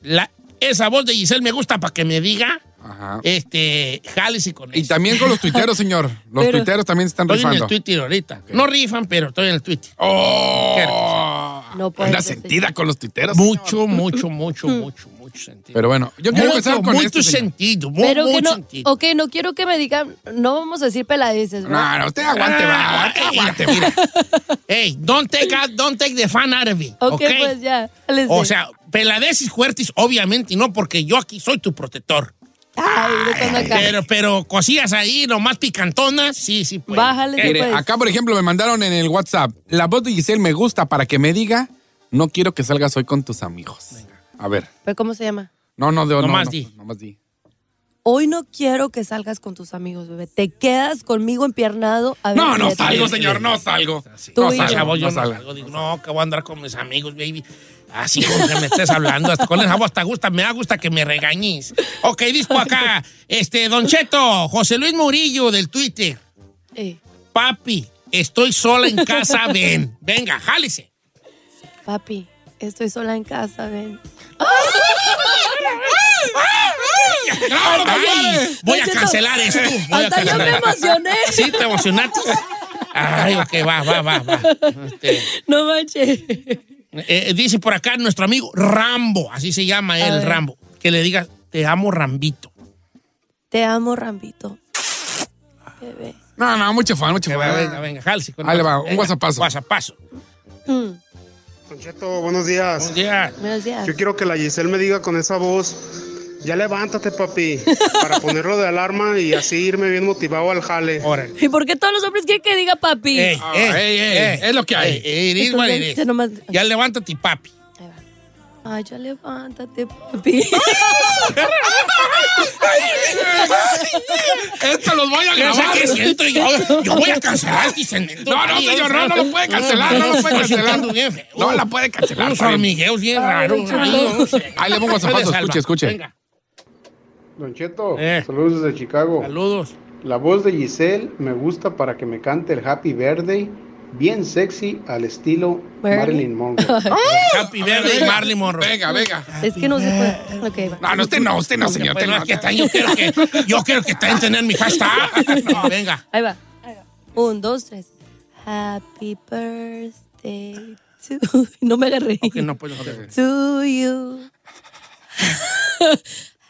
la- esa voz de Giselle me gusta para que me diga, Ajá. este, jálese con Ah. Y eso. también con los tuiteros, señor. Los Pero- tuiteros también se están Estoy en rifando. el Twitter ahorita. No rifan, pero estoy en el Twitter. No Oh. Anda sentida con los tuiteros. Mucho, mucho, mucho, mucho, mucho sentido. Pero bueno, yo quiero Mucho, empezar con mucho esto, señor. sentido, mu- Pero que mucho no, sentido. ok, no quiero que me digan, no vamos a decir Ah, peladeces, ¿verdad? No, no, usted aguante, va, aguante, aguante. mira. Hey, Ah, don't take, out- don't take the fan out of it. Ok, ok? pues ya. jálese. O sea, peladesis fuertis, obviamente, y no, porque yo aquí soy tu protector. Ay, de cuando acá. Pero, pero cosillas ahí, nomás picantonas, sí, sí. Pues. Bájale, Mire, acá, por ejemplo, me mandaron en el WhatsApp. La voz de Giselle me gusta para que me diga, no quiero que salgas hoy con tus amigos. A ver. ¿Pero cómo se llama? No, no, de no, Nomás no, di. nomás di. Hoy no quiero que salgas con tus amigos, bebé. Te quedas conmigo empiernado. A ver No, si no ya te- salgo, señor, no salgo. Tú No, y yo. chavo, yo No no salga. salgo. Digo, no, que voy a andar con mis amigos, baby. Así como que me estés hablando, hasta con el jabo hasta gusta, me da gusta que me regañís. Ok, dispo acá, este, Don Cheto, José Luis Murillo del Twitter. Eh, Papi, estoy sola en casa, ven. Venga, jálese. papi, estoy sola en casa, ven. Ay, voy a Don Cheto, cancelar esto. Voy a hasta yo cancelar. me emocioné. Sí, te emocionaste. Ay, ok, va, va, va, va. Este, No manches. eh, dice por acá nuestro amigo Rambo, así se llama A él, ver. Rambo. Que le digas, te amo, Rambito. Te amo, Rambito. Bebé. No, no, mucho fan, mucho Que va, fan. venga, venga, jálese. con Ahí le va, nosotros. un guasapazo. Guasapazo. Mm, Cheto, buenos días. Buenos días. buenos días. Yo quiero que la Giselle me diga con esa voz, ya levántate papi, para ponerlo de alarma y así irme bien motivado al jale. Órale. ¿Y por qué todos los hombres quieren que diga papi? Ey, Ah, ey, ey, ey, ey. es lo que hay. Ey, ey, it is what it is. Entonces, nomás- Ya levántate, papi. Ay, ya levántate, papi. Esto los voy a ¿Qué grabar. que siento yo? Yo voy a cancelar este segmento. No, no, señor, no, no lo puede cancelar, no lo puede cancelar. No la puede cancelar. Unos está bien. hormigueos bien raros. ¿no? Ahí le pongo guasapazo, escuche, escuche. Venga, Don Cheto, saludos desde Chicago. Eh. saludos. La voz de Giselle me gusta para que me cante el Happy Birthday, bien sexy al estilo Marilyn Marilyn Monroe. Happy Birthday, Marley Monroe. este Venga, venga. es que no se puede. Ok, va. Ah, No, no, usted no, usted no, señor. Bueno, usted es no. que está- yo quiero que, yo quiero que estén tener mi hashtag. No, venga. Ahí va. Un, dos, tres. Happy birthday to No me agarré. Ok, no puedo. To you.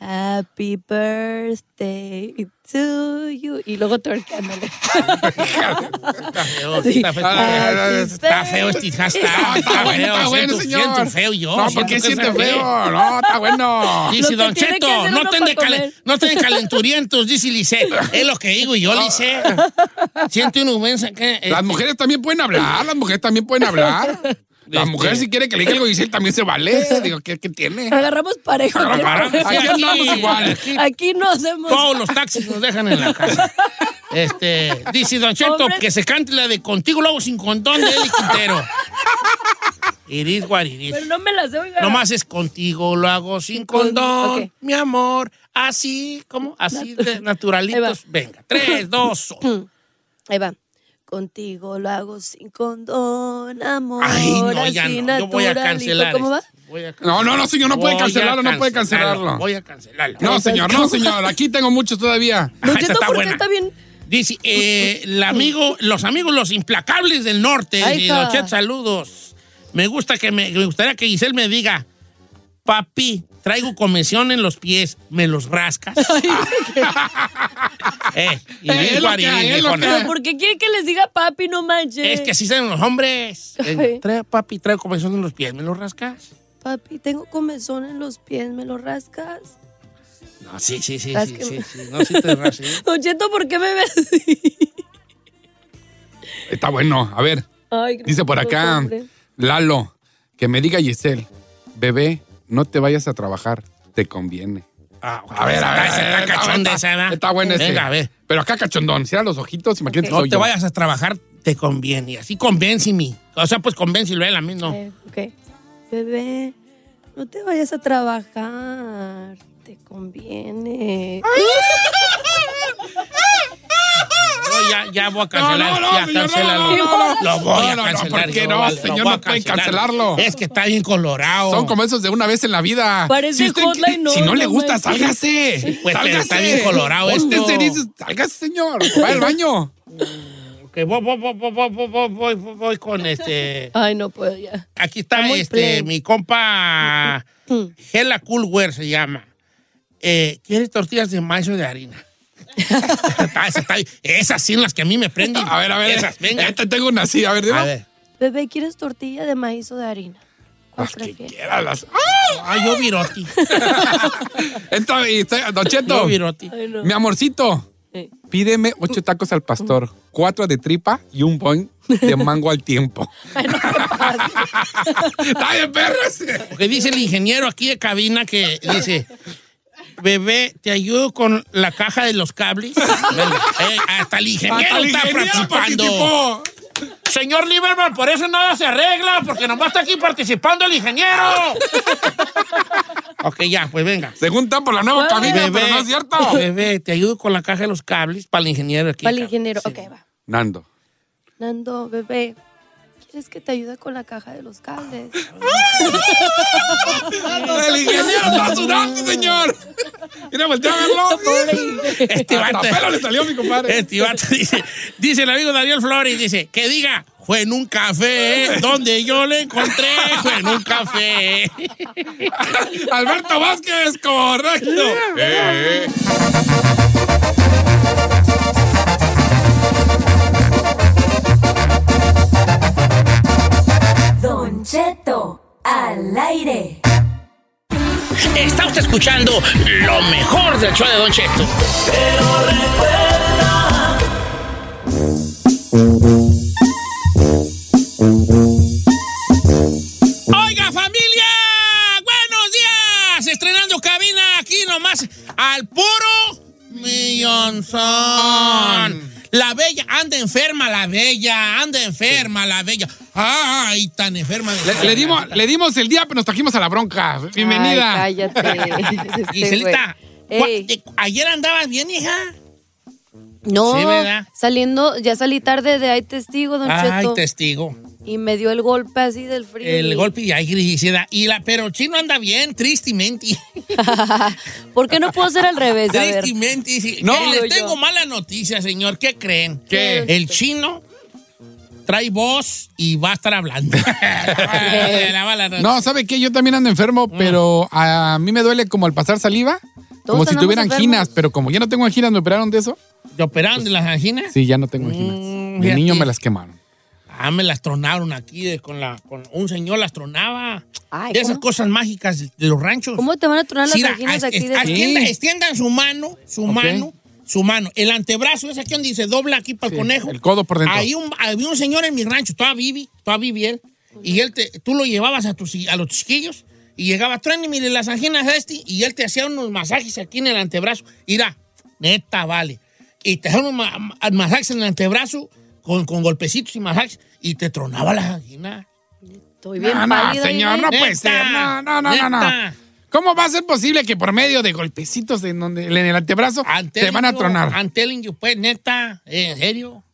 Happy birthday to you. Y luego torqueándole. Está feo, está feo. Está feo este No, hashtag. está bueno, está feo. bueno, Siento siento señor. feo yo. No, ¿por siento qué que siente está feo? No, está bueno. Dice Lo que Don tiene que Cheto, hacer no uno estén, de para calen- comer. no estén calenturientos, dice Lice. Es lo que digo yo, Lice. Siento una vergüenza que... eh, Las mujeres también pueden hablar, las mujeres también pueden hablar. La Este- mujer si quiere que le diga algo Giselle también se vale. Digo, ¿qué, qué tiene? Agarramos parejo. Pero paramos Aquí andamos aquí, igual. aquí Aquí no hacemos. todos los taxis nos dejan en la casa. Este, dice Don Cheto Hombre. que se cante la de Contigo lo hago sin condón de Eli Quintero. Iris guariris. Pero no me las oiga. Nomás es contigo, lo hago sin condón, mi amor. Así, ¿cómo? Así de naturalitos. Venga, tres, dos, uno. Ahí va. Contigo lo hago sin condón, amor. Ay, no, ya así no. Yo voy a naturalito. cancelar ¿Cómo va? esto. Voy a No, no, no, señor, no puede Voy a cancelarlo, no puede cancelarlo. Voy a cancelarlo. No, pues, señor, no, señor. Aquí tengo muchos todavía. Ah, esta está buena. Dice, eh, el amigo, los amigos los implacables del norte. y Ahí está. Don Chet, saludos. Me gusta que me, me gustaría que Giselle me diga, papi, traigo comisión en los pies, ¿me los rascas? eh, y Eh, bien es lo guarín, que hay, es lo viejona. que hay. ¿Por qué quiere que les diga papi? No manches. Es que así son los hombres. Eh, trae, papi, traigo comisión en los pies, ¿me los rascas? Papi, tengo comezón en los pies, ¿me lo rascas? No, sí, sí, sí, sí, Rasca- sí, sí. Eh, No, sí te rascas. Don Cheto, ¿por qué me ves así? Está bueno, a ver. Ay, Dice por no, acá, pobre. Lalo, que me diga Giselle, bebé, no te vayas a trabajar, te conviene. A ver, a ver. Está cachón de esa, ¿verdad? Está bueno ese. Venga, a ver. Pero acá cachondón, cierra los ojitos, imagínate. No te vayas a trabajar, te conviene. Así convénceme. O sea, pues convéncelo él, a mí no. Eh, Ok. Bebé, no te vayas a trabajar. Te conviene. No, ya, ya voy a cancelar. No, no, no, ya señor, cancélalo. no, no, no, no. Lo voy No, no, a no, cancelar. ¿por qué yo, no, vale, lo señor? voy a No pueden cancelar. cancelarlo. Es que está bien colorado. Son como esos de una vez en la vida. Parece qui- Hotline, no, si no, le no gusta, manches. sálgase. Pues, pero sálgase. está bien colorado Usted esto. se dice, sálgase, señor. o Vaya al baño. Que voy, voy, voy, voy, voy, voy, voy, voy, voy con este. Ay, no puedo ya. Aquí está, Mm, muy este, mi compa Gela Coolware se llama. Eh, ¿Quiere tortillas de maíz o de harina? Ah, esa está bien. esas sí las que a mí me prenden. A ver, a ver. Esas, venga. Esta tengo una así, a ver, dime. A ver. Bebé, ¿quieres tortilla de maíz o de harina? ¿Cuál prefieres? Era las- Ay, yo viroti. Esta, y esta- Don Cheto. Yo viroti. Ay, no. Mi amorcito, Eh. pídeme ocho tacos al pastor, cuatro de tripa y un boing de mango al tiempo. ¡Está bien, perros! Porque dice el ingeniero aquí de cabina que dice: Bebé, ¿te ayudo con la caja de los cables? Eh, hasta el ingeniero Hasta el está ingeniero participando. Señor Lieberman, por eso nada se arregla, porque nomás está aquí participando el ingeniero. ok, ya, pues venga. Se juntan por la nueva cabina, pero no es cierto. Bebé, te ayudo con la caja de los cables para el ingeniero aquí. Para el ingeniero. Ok, va. Nando. Nando, bebé, ¿quieres que te ayude con la caja de los cables? El ingeniero está sudando, señor. Mira, voltea a verlo. Este vato. Hasta pelo le salió a mi compadre. Este vato dice, dice el amigo Daniel Flores, dice, que diga, fue en un café donde yo le encontré, fue en un café. Alberto Vázquez, correcto. Eh, eh. Don Cheto al aire. Está usted escuchando lo mejor del show de Don Cheto. Oiga, familia, buenos días. Estrenando cabina aquí nomás al puro millonzón. La bella, anda enferma la bella, anda enferma la bella. Ay, tan enferma. de Le, le dimos, le dimos el día, pero nos trajimos a la bronca. Bienvenida. Ay, cállate. Giselita, güey. ¿cuá- Ey. de- eh, ¿ayer andabas bien, hija? No, Sí, ¿verdad? saliendo, ya salí tarde de Hay Testigo, Don Ay, Cheto. testigo. Y me dio el golpe así del frío. El golpe de aire y se da- Y la, pero Chino anda bien, tristemente. ¿Por qué no puedo ser al revés? A ver. tristemente. sí. No. Eh, Digo les yo. tengo mala noticia, señor. ¿Qué creen? ¿Qué? El chino trae voz y va a estar hablando. La mala noticia. No, ¿sabe qué? Yo también ando enfermo, Mm. pero a mí me duele como al pasar saliva. Como si andamos tuvieran enfermos. anginas, pero como ya no tengo anginas, ¿me operaron de eso? ¿Te operaron de las anginas? Sí, ya no tengo anginas. De fíjate. niño me las quemaron. Ah, me las tronaron aquí de- con la con un señor las tronaba. de esas cosas mágicas de los ranchos. ¿Cómo te van a tronar las Mira, anginas a- aquí de a- extienda- extiendan su mano, su Ok. mano, su mano. El antebrazo es aquí donde se dobla aquí para el conejo. el codo por dentro. Ahí un, había un señor en mi rancho, todavía vivi, todavía vivi él. Y él te, tú lo llevabas a, tus, a los chiquillos y llegaba, tráeme las anginas a este. Y él te hacía unos masajes aquí en el antebrazo. Mira, neta, vale. Y te hacía unos ma- ma- masajes en el antebrazo con, con golpecitos y masajes y te tronaba las anginas. Estoy bien no, pálido. No, señor, no puede ser. No, no, no, no, no. ¿Cómo va a ser posible que por medio de golpecitos en, donde, en el antebrazo te van a tronar? I'm telling you, pues, neta, eh, en serio.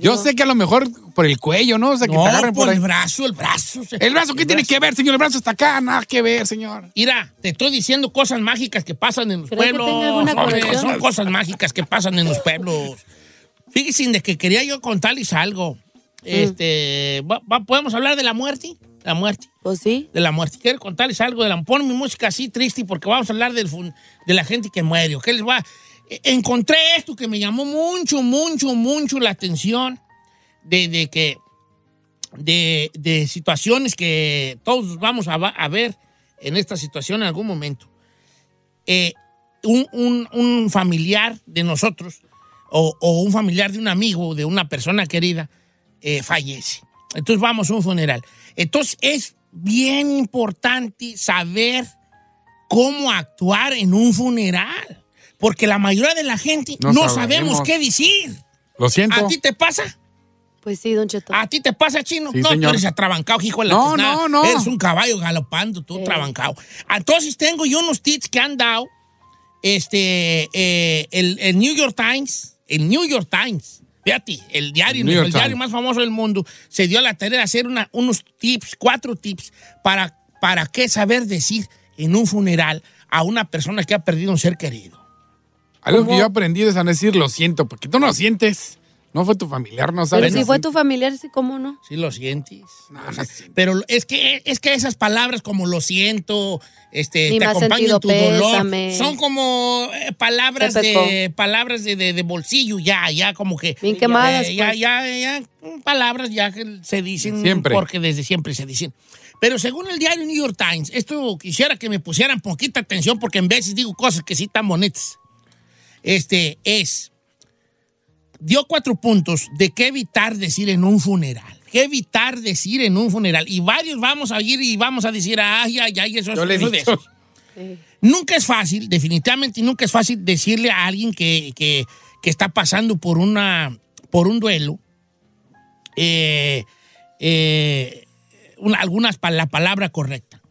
Yo sé que a lo mejor por el cuello, ¿no? O sea, que No, te agarren por por ahí. el brazo, el brazo. ¿El brazo qué tiene que ver, señor? El brazo está acá, nada que ver, señor. Mira, te estoy diciendo cosas mágicas que pasan en los ¿Cree que pueblos. tenga alguna hombre, conexión? son cosas mágicas que pasan en los pueblos. Fíjense de que quería yo contarles algo. Mm. Este, ¿va- va- ¿Podemos hablar de la muerte? La muerte. Pues sí. De la muerte. Quiero contarles algo de la Pon mi música así triste porque vamos a hablar del fun- de la gente que muere. ¿Qué les va? E- Encontré esto que me llamó mucho, mucho, mucho la atención de, de que de, de situaciones que todos vamos a, va- a ver en esta situación en algún momento. Eh, un, un- un familiar de nosotros o, o un familiar de un amigo, de una persona querida, eh, fallece. Entonces vamos a un funeral. Entonces es bien importante saber cómo actuar en un funeral, porque la mayoría de la gente no, No sabemos sabemos. qué decir. Lo siento. ¿A ti te pasa? Pues sí, don Cheto. ¿A ti te pasa, Chino? Sí, no, tú señor. eres atrabancado, hijo de la No, tiznada. no, no. Eres un caballo galopando, tú atrabancado. Entonces tengo yo unos tips que han dado este, eh, el, el New York Times, el New York Times, fíjate, el diario, New el York diario Times. más famoso del mundo, se dio a la tarea de hacer una- unos tips, cuatro tips, para, para qué saber decir en un funeral a una persona que ha perdido un ser querido. Algo ¿Cómo? que yo he aprendido es a no decir lo siento, porque tú no lo sientes. No fue tu familiar, no sabes. Pero si fue tu familiar, sí, ¿cómo no? Sí, lo sientes. O sea, Pero es que, es que esas palabras como lo siento, este, Ni te me has acompaño en sentido, tu dolor, pésame. son como eh, palabras Te pecó. de palabras de, de- de bolsillo, ya, ya como que... Bien quemadas, eh, ya, pues. ya, ya, mm, palabras ya que se dicen Siempre. porque desde siempre se dicen. Pero según el diario New York Times, esto quisiera que me pusieran poquita atención porque en veces digo cosas que sí tan bonitas. Este es dio cuatro puntos de qué evitar decir en un funeral. ¿Qué evitar decir en un funeral? Y varios vamos a ir y vamos a decir, ay, ay, ay, eso es Yo le he eso de dicho. esos. Nunca es fácil, definitivamente nunca es fácil decirle a alguien que, que- que está pasando por, una, por un duelo eh, eh, una- algunas pa- la palabra correcta.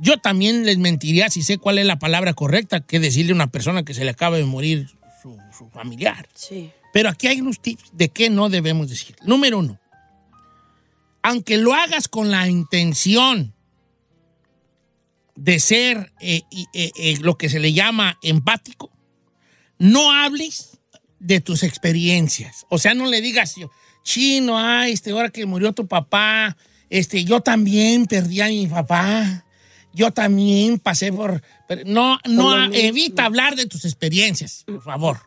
Yo también les mentiría si sé cuál es la palabra correcta que decirle a una persona que se le acaba de morir su, su familiar. Sí. Pero aquí hay unos tips de qué no debemos decir. Número uno, aunque lo hagas con la intención de ser eh, y- eh, eh, lo que se le llama empático, no hables de tus experiencias. O sea, no le digas, yo, chino, ay, este, ahora que murió tu papá, este, yo también perdí a mi papá, yo también pasé por... pero no, no, Por lo ah, evita hablar de tus experiencias, por favor.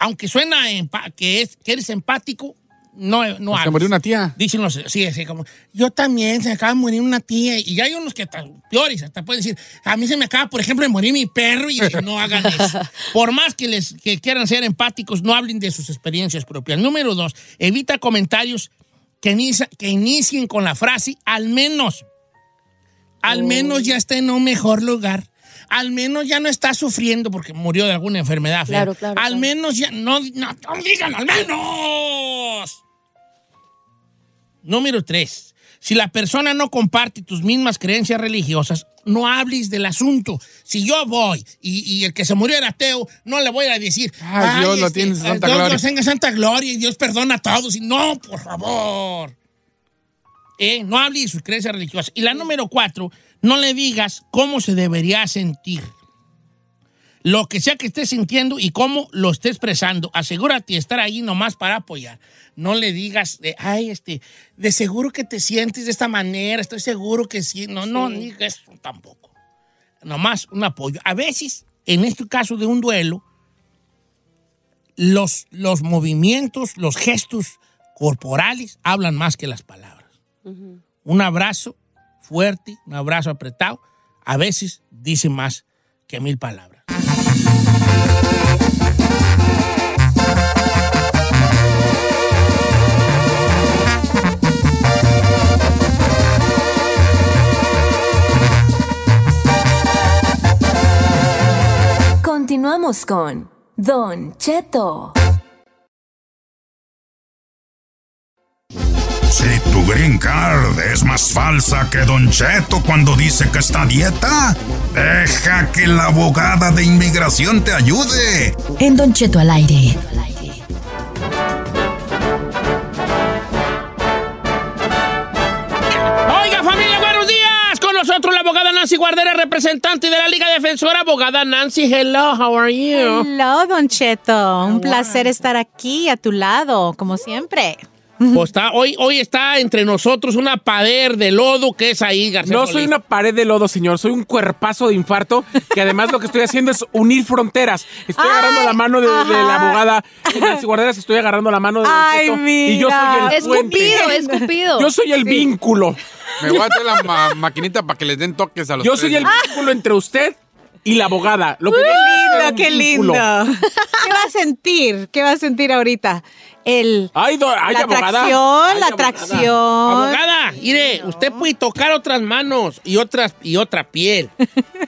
Aunque suena empa- que, es, que eres empático, no, no Pues Se hables. murió una tía. Dicen los, sí, así como, yo también, se me acaba de morir una tía. Y hay unos que hasta peores, hasta pueden decir, a mí se me acaba, por ejemplo, de morir mi perro y no hagan eso. Por más que, les, que quieran ser empáticos, no hablen de sus experiencias propias. Número dos, evita comentarios que, inicia- que inicien con la frase, al menos, al Oh. menos ya está en un mejor lugar. Al menos ya no está sufriendo porque murió de alguna enfermedad. fea. Claro, claro, Al claro. menos ya. No, no, no digan, al menos. Número tres, si la persona no comparte tus mismas creencias religiosas, no hables del asunto. Si yo voy y, y el que se murió era ateo, no le voy a decir, Ay, Dios lo tiene en ay, este, eh, santa Dios gloria". lo tenga en santa gloria y Dios perdona a todos. Y no, por favor. Eh, No hable de sus creencias religiosas. Y la número cuatro, no le digas cómo se debería sentir. Lo que sea que estés sintiendo y cómo lo estés expresando, asegúrate de estar ahí nomás para apoyar. No le digas, de, ay, este, de seguro que te sientes de esta manera, estoy seguro que sí. No, no, Sí. ni eso tampoco. Nomás un apoyo. A veces, en este caso de un duelo, los, los movimientos, los gestos corporales hablan más que las palabras. Un abrazo fuerte, un abrazo apretado, a veces dice más que mil palabras. Continuamos con Don Cheto. Si tu green card es más falsa que Don Cheto cuando dice que está a dieta, deja que la abogada de inmigración te ayude. En Don Cheto al aire. Oiga, familia, buenos días. Con nosotros la abogada Nancy Guardera, representante de la Liga Defensora. Abogada Nancy, hello, how are you? Hello, Don Cheto. Un placer estar aquí a tu lado, como siempre. Pues está- hoy, hoy está entre nosotros una pader de lodo que es ahí, García. No soy una pared de lodo, señor. Soy un cuerpazo de infarto que además lo que estoy haciendo es unir fronteras. Estoy agarrando la mano de, de la abogada Nancy Guarderas, estoy agarrando la mano de Don Ay, Cheto, mira. y yo soy el puente. Escupido, escupido. Yo soy el vínculo. Me voy a hacer la ma- maquinita para que les den toques a los Yo soy el tres. vínculo entre usted y la abogada. Lo que qué yo quiero es lindo, un qué lindo. vínculo. ¿Qué va a sentir? ¿Qué va a sentir ahorita? El, Ay, do- ay, la abogada. Ay, atracción, abogada. la atracción. Abogada, mire, usted puede tocar otras manos y otras y otra piel,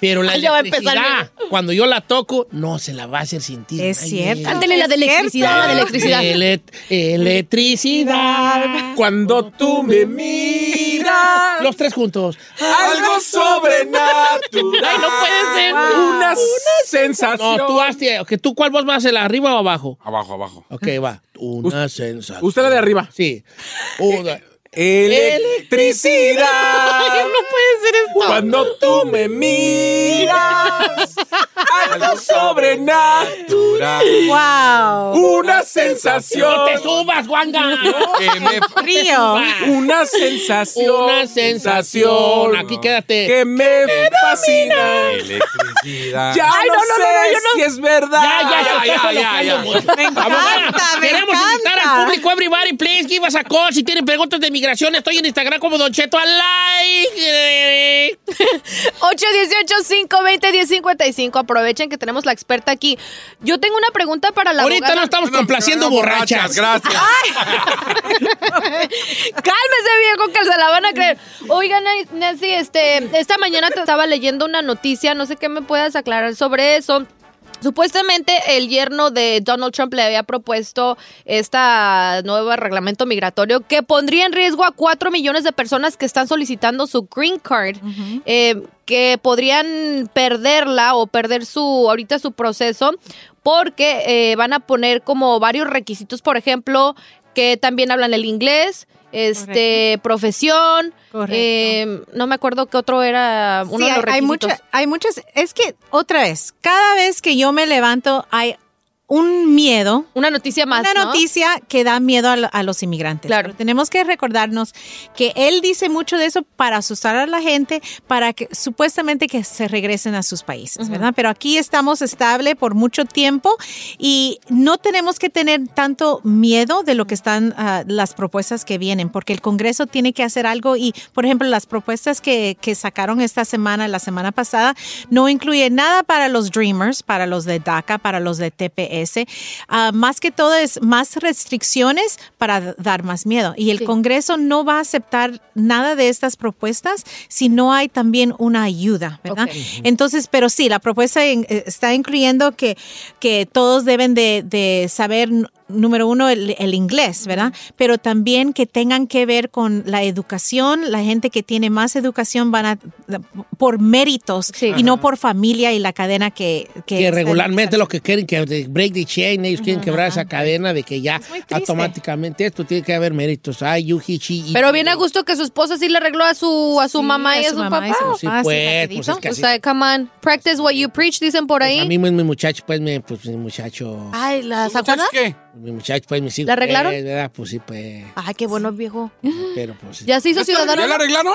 pero la Ya va a empezar, electricidad, cuando yo la toco, no se la va a hacer sentir. Es Ay, cierto. mira. Cántele la de es electricidad, cierto. la de electricidad. Ele- electricidad. Cuando tú me miras. Los tres juntos. Algo sobrenatural. Ay, no puede ser. Una, sensación. No, tú hazte, que tú cuál voz vas a hacer, arriba o abajo. Abajo, abajo. Ok, va. Una sensación. Usted la de arriba. Sí. Una- Electricidad. no puede ser esto. Cuando tú me miras, algo sobrenatural. Wow. Una No sensación. te subas, Wanga. Que me- Frío. Una sensación. Una sensación. Aquí quédate. Que me fascina. Electricidad. Ya Ay, Ah, no, no, no, sé no, yo no- si es verdad. Ya, ya, ya, ya, ya, ya, ya, ya. Me encanta, me Queremos invitar encanta. al público, everybody, please, give us a call. Si tienen preguntas de migración, estoy en Instagram como Don Cheto al aire. 818-520-1055. Aprovechen que tenemos la experta aquí. Yo tengo una pregunta para la Ahorita no abogada. estamos complaciendo borrachas. Gracias. Cálmese, viejo, que se la van a creer. Oigan, Nancy, este, esta mañana te estaba leyendo una noticia, no sé qué me puedas aclarar sobre eso. Supuestamente el yerno de Donald Trump le había propuesto este nuevo reglamento migratorio que pondría en riesgo a cuatro millones de personas que están solicitando su green card, eh, que podrían perderla o perder su ahorita su proceso porque eh, van a poner como varios requisitos, por ejemplo, que también hablan el inglés, este profesión, Correcto. eh, no me acuerdo qué otro era uno Sí, de los hay, hay requisitos. mucha- hay muchas. Es que, otra vez, cada vez que yo me levanto, hay un miedo. Una noticia más, Una ¿no? noticia que da miedo a, lo- a los inmigrantes. Claro. Pero tenemos que recordarnos que él dice mucho de eso para asustar a la gente, para que supuestamente que se regresen a sus países, Ujú. ¿verdad? Pero aquí estamos estable por mucho tiempo y no tenemos que tener tanto miedo de lo que están ah, las propuestas que vienen, porque el Congreso tiene que hacer algo y, por ejemplo, las propuestas que, que sacaron esta semana, la semana pasada, no incluye nada para los Dreamers, para los de DACA, para los de TPS. Ah, más que todo es más restricciones para d- dar más miedo. Y el Sí. Congreso no va a aceptar nada de estas propuestas si no hay también una ayuda, ¿verdad? Ok. Entonces, pero sí, la propuesta in- eh, está incluyendo que, que todos deben de, de saber, n- número uno, el, el inglés, ¿verdad? Pero también que tengan que ver con la educación. La gente que tiene más educación van a, por méritos Sí. y no por familia y la cadena que... Que regularmente los que quieren que de- break the chain, ellos quieren quebrar esa cadena de que ya muy triste. automáticamente esto tiene que haber méritos. Ay, you, he, she, it. Pero bien a gusto que su esposa sí le arregló a su, a su Sí, mamá y a a su su, mamá y papá. su Sí, papá, sí, pues, rapidito. pues es que O así. sea, come on, practice what you preach, dicen por Pues a ahí. mí, pues, mi muchacho, pues, mi, pues, mi muchacho. Ay, ¿la sacó ¿Sabes qué? Mi muchacho, pues, mis hijos. ¿La arreglaron? pues, ¿verdad? Pues sí, pues. Ay, qué bueno, viejo. Pero pues. Ya se hizo ciudadano. ¿Ya la arreglaron?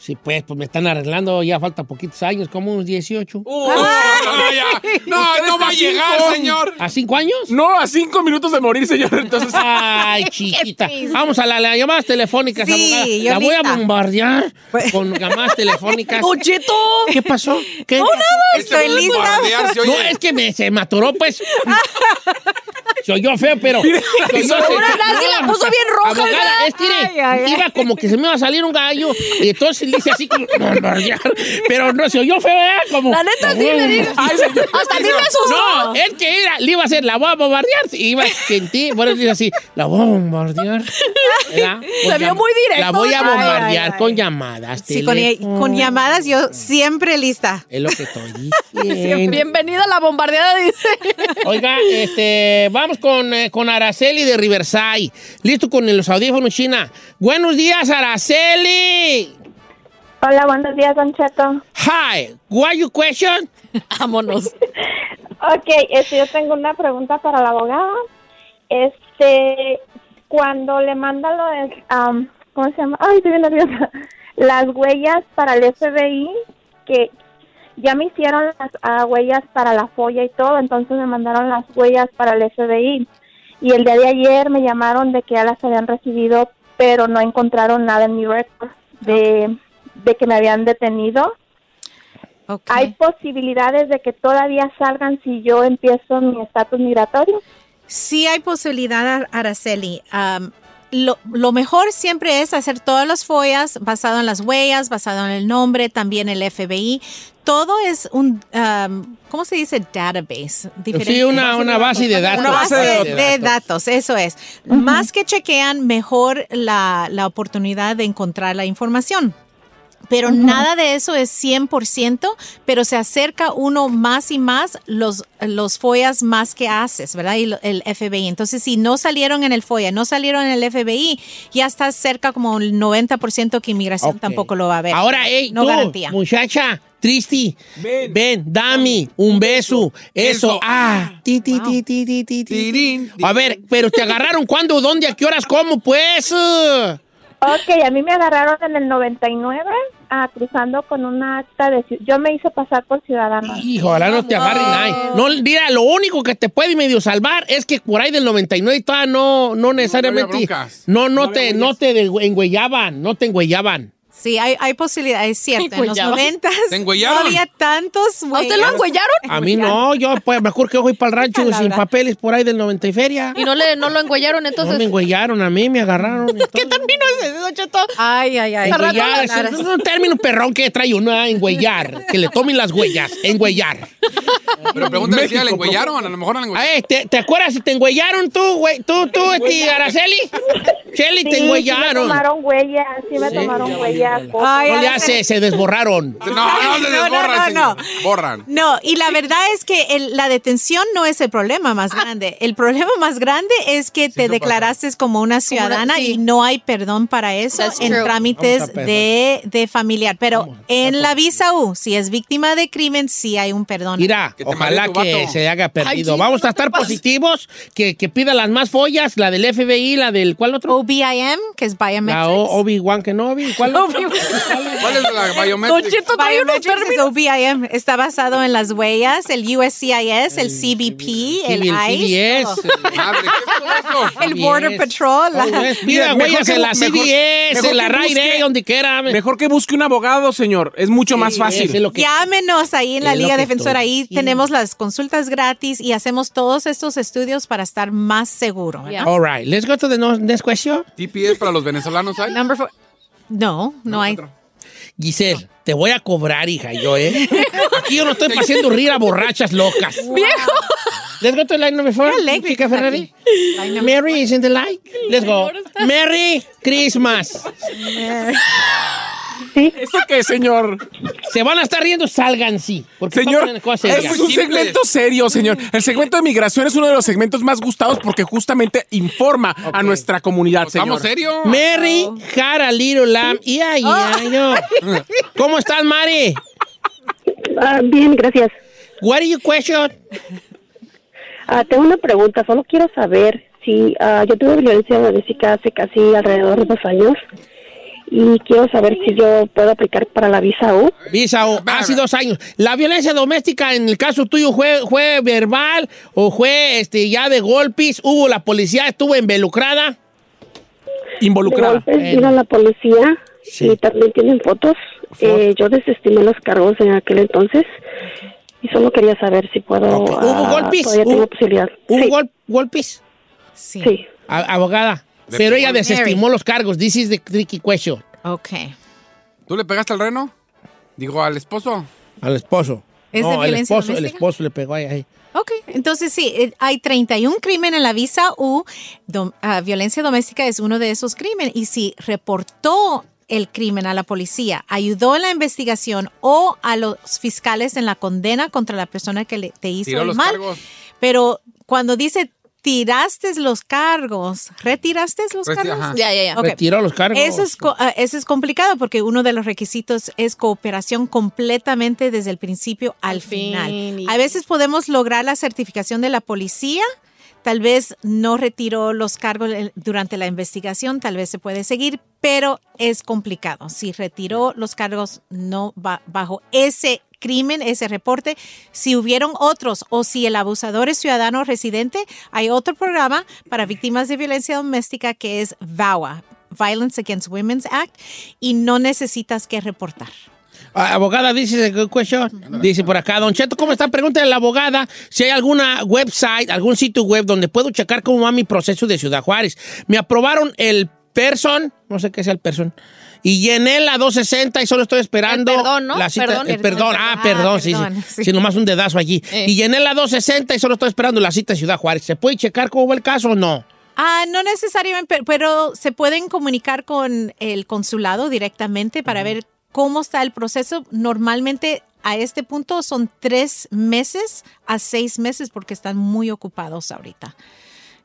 Sí, pues, pues me están arreglando. Ya faltan poquitos años, como unos 18. Uh, no, no, ya. No, no va a llegar, señor. ¿A cinco años? No, a cinco minutos de morir, señor. Entonces, Ay, chiquita. triste. Vamos a las la llamadas telefónicas, Sí, abogada. yo La voy lista. a bombardear Pues. con llamadas telefónicas. ¡Ocheto! ¿Qué pasó? ¿Qué pasó? Estoy Este va a lista. bombardearse, oye. No, es que me, se me atoró, pues. Soy yo feo, pero. soy yo Seguro sencillo. Nancy la puso bien roja, Abogada, ¿verdad? es que, mire, Ay, ay, iba como que se me iba a salir un gallo. Y entonces le hice así como. pero no se oyó feo, ¿verdad? Como, La neta sí me dijo. Ay, señor. Hasta a mí me asustó. No, es que era, le iba a hacer, la voy a bombardear. Y iba en ti. Bueno, dice así, la voy a bombardear. ¿verdad? Se Con vio llam- muy directo. La voy a Ay, bombardear ay, ay. con llamadas. Sí, con, con llamadas yo siempre lista. Es lo que estoy Siempre. diciendo. Bienvenida a la bombardeada, dice. Oiga, este, vamos con, eh, con Araceli de Riverside. Listo con los audífonos, China. Buenos días, Araceli. Hola, buenos días, Don Cheto. Hi, what you question? Vámonos. Ok, este, yo tengo una pregunta para la abogada. Este, cuando le manda lo de, am, ¿cómo se llama? Ay, estoy bien nerviosa. Las huellas para el FBI, que ya me hicieron las ah, huellas para la folla y todo, entonces me mandaron las huellas para el FBI. Y el día de ayer me llamaron de que ya las habían recibido, pero no encontraron nada en mi récord de, de que me habían detenido. ¿Hay posibilidades de que todavía salgan si yo empiezo mi estatus migratorio? Sí hay posibilidad, Ar- Araceli. Am, lo, lo mejor siempre es hacer todas las follas basado en las huellas, basado en el nombre, también el FBI. Todo es un, am, ¿cómo se dice? Database. Sí, una- una base de datos. Una base de, de datos, eso es. Más que chequean, mejor la, la oportunidad de encontrar la información. Pero nada de eso es 100%, pero se acerca uno más y más los, los FOIAs más que haces, ¿verdad? Y lo- el FBI. Entonces, si no salieron en el FOIA, no salieron en el FBI, ya está cerca como el 90% que inmigración Ok. tampoco lo va a ver. Ahora, hey, no tú, garantía. muchacha, Tristi, ven, dame un beso. Eso, ah. Ti, ti, ti, ti, ti, ti, ti. A ver, pero te agarraron cuándo, dónde, a qué horas, cómo, pues. eh? Ok, a mí me agarraron en el 99 ah, cruzando con una acta de... ci- Yo me hice pasar por ciudadana. Hijo, ojalá no te agarre nadie. No, mira, lo único que te puede medio salvar es que por ahí del 99 todavía no, no necesariamente. broncas. No, no, te, no te de- engüellaban, no te engüellaban. Sí, hay, hay posibilidad, es cierto. pues En los Engüellaban. 90 ¿Te no engüellaban? había tantos. ¿A usted lo engüellaron? A mí no, yo pues mejor que voy para el rancho sin papeles por ahí del 90 y feria. Y no, le, no lo engüellaron No me entonces. engüellaron a mí, me agarraron. ¿Qué término es ese, Don Cheto? Ay, ay, ay. Engüellar, es, es un término perrón que trae uno a engüellar, que le tomen las huellas, engüellar. Pero pregúntale si ya la México, engüellaron, a lo mejor la engüellaron. Ay, ¿te, te acuerdas si te engüellaron tú, güey? Tú, tú, este, Araceli. Cheli, Sí, te sí me engüellaron. tomaron huellas, sí me tomaron huellas. fotos. no le hace, se desborraron. No, no se No, no, desborran, no, señor. Borran. No, y la verdad es que el- la detención no es el problema más grande. El problema más grande es que te declaraste como una ciudadana y no hay perdón para eso That's en true. trámites Vamos a perder. de, de familiar. Pero en la visa U, si es víctima de crimen, sí hay un perdón. Mira, ojalá mande tu que vato. se haga Ay, perdido. sí, Vamos no a estar te pases. positivos, que, que pida las más follas, la del FBI, la del, ¿cuál otro? OBIM, que es biometrics. La O- Obi-Wan Kenobi, ¿cuál otro? ¿Cuál es la biométrica? Biometrics es OBIM. Está basado en las huellas, el USCIS, el CBP, el, el CBS. ICE. todo. El Border Patrol. la- Todo es- Pues Mira, mejor huellas que en la bu- mejor- CBS, mejor en la que RAI, busque- eh, donde quiera. Mejor que busque un abogado, señor. Es mucho más fácil. Llámenos ahí en la Es lo Liga que Defensora. estoy Ahí tenemos las consultas gratis y hacemos todos estos estudios para estar más seguro. ¿verdad? All right, let's go to the no- next question. ¿TPS para los venezolanos hay? No, no hay. Giselle, te voy a cobrar, hija, yo, ¿eh? Aquí yo no estoy haciendo rir a borrachas locas. ¡Viejo! Let's go to line number four. Chica Ferrari. Mary is in the light. Let's go. Merry Christmas. ¿Eso qué, señor? Se van a estar riendo, salgan, sí. Porque Señor, pasan cosas serias. ese es un segmento serio, señor. El segmento de migración es uno de los segmentos más gustados porque justamente informa a nuestra comunidad, señor. ¿Estamos serios? Mary had a little lamb. Y ay, ay, no. ¿Cómo estás, Mari? Ah, bien, gracias. What is your question? Ah, tengo una pregunta, solo quiero saber si ah, yo tuve violencia doméstica hace casi alrededor de dos años y quiero saber si yo puedo aplicar para la visa U. Visa, o- hace dos años. ¿La violencia doméstica en el caso tuyo fue, fue verbal o fue este, ya de golpes? ¿Hubo la policía? ¿Estuvo involucrada? De golpes vino la policía y también tienen fotos. Eh, yo desestimé los cargos en aquel entonces y solo quería saber si puedo. ¿Hubo ah, golpes? Todavía ¿Hubo- tengo posibilidad. ¿Hubo gol- golpes? Sí. A- abogada. Le Pero pegó ella al Mary. desestimó los cargos. This is the tricky question. Ok. ¿Tú le pegaste al reno? Digo, al esposo. Al esposo. ¿Es de no, el violencia esposo, el doméstica? esposo le pegó ahí. ahí. Ok, entonces sí, eh, hay 31 crímenes en la visa U. Dom- ah, violencia doméstica es uno de esos crímenes. Y si reportó el crimen a la policía, ayudó en la investigación o a los fiscales en la condena contra la persona que le, te hizo Tiró el los mal. cargos. Pero cuando dice tiraste los cargos, retiraste los Reti- cargos. ajá. Ya, ya, ya. Retiró los cargos. Eso es, co- ah, eso es complicado porque uno de los requisitos es cooperación completamente desde el principio al final. fin, y- A veces podemos lograr la certificación de la policía. Tal vez no retiró los cargos en- durante la investigación, tal vez se puede seguir, pero es complicado. Si retiró los cargos no ba- bajo ese crimen, ese reporte, si hubieron otros o si el abusador es ciudadano residente, hay otro programa para víctimas de violencia doméstica que es VAWA, Violence Against Women's Act, y no necesitas que reportar. Ah, abogada, dice good question. Dice por acá, Don Cheto, ¿cómo está? Pregúntale a la abogada si hay alguna website, algún sitio web donde puedo checar cómo va mi proceso de Ciudad Juárez. Me aprobaron el person, no sé qué sea el person, y llené la 260 y solo estoy esperando. El perdón, ¿no? La cita, Perdón. el perdón, ah, perdón, sí, perdón, sí. sí. Sí, nomás un dedazo allí. Eh. Y llené la 260 y solo estoy esperando la cita en Ciudad Juárez. ¿Se puede checar cómo va el caso o no? Ah, no necesariamente, pe- pero se pueden comunicar con el consulado directamente para ver cómo está el proceso. Normalmente a este punto son tres meses a seis meses porque están muy ocupados ahorita.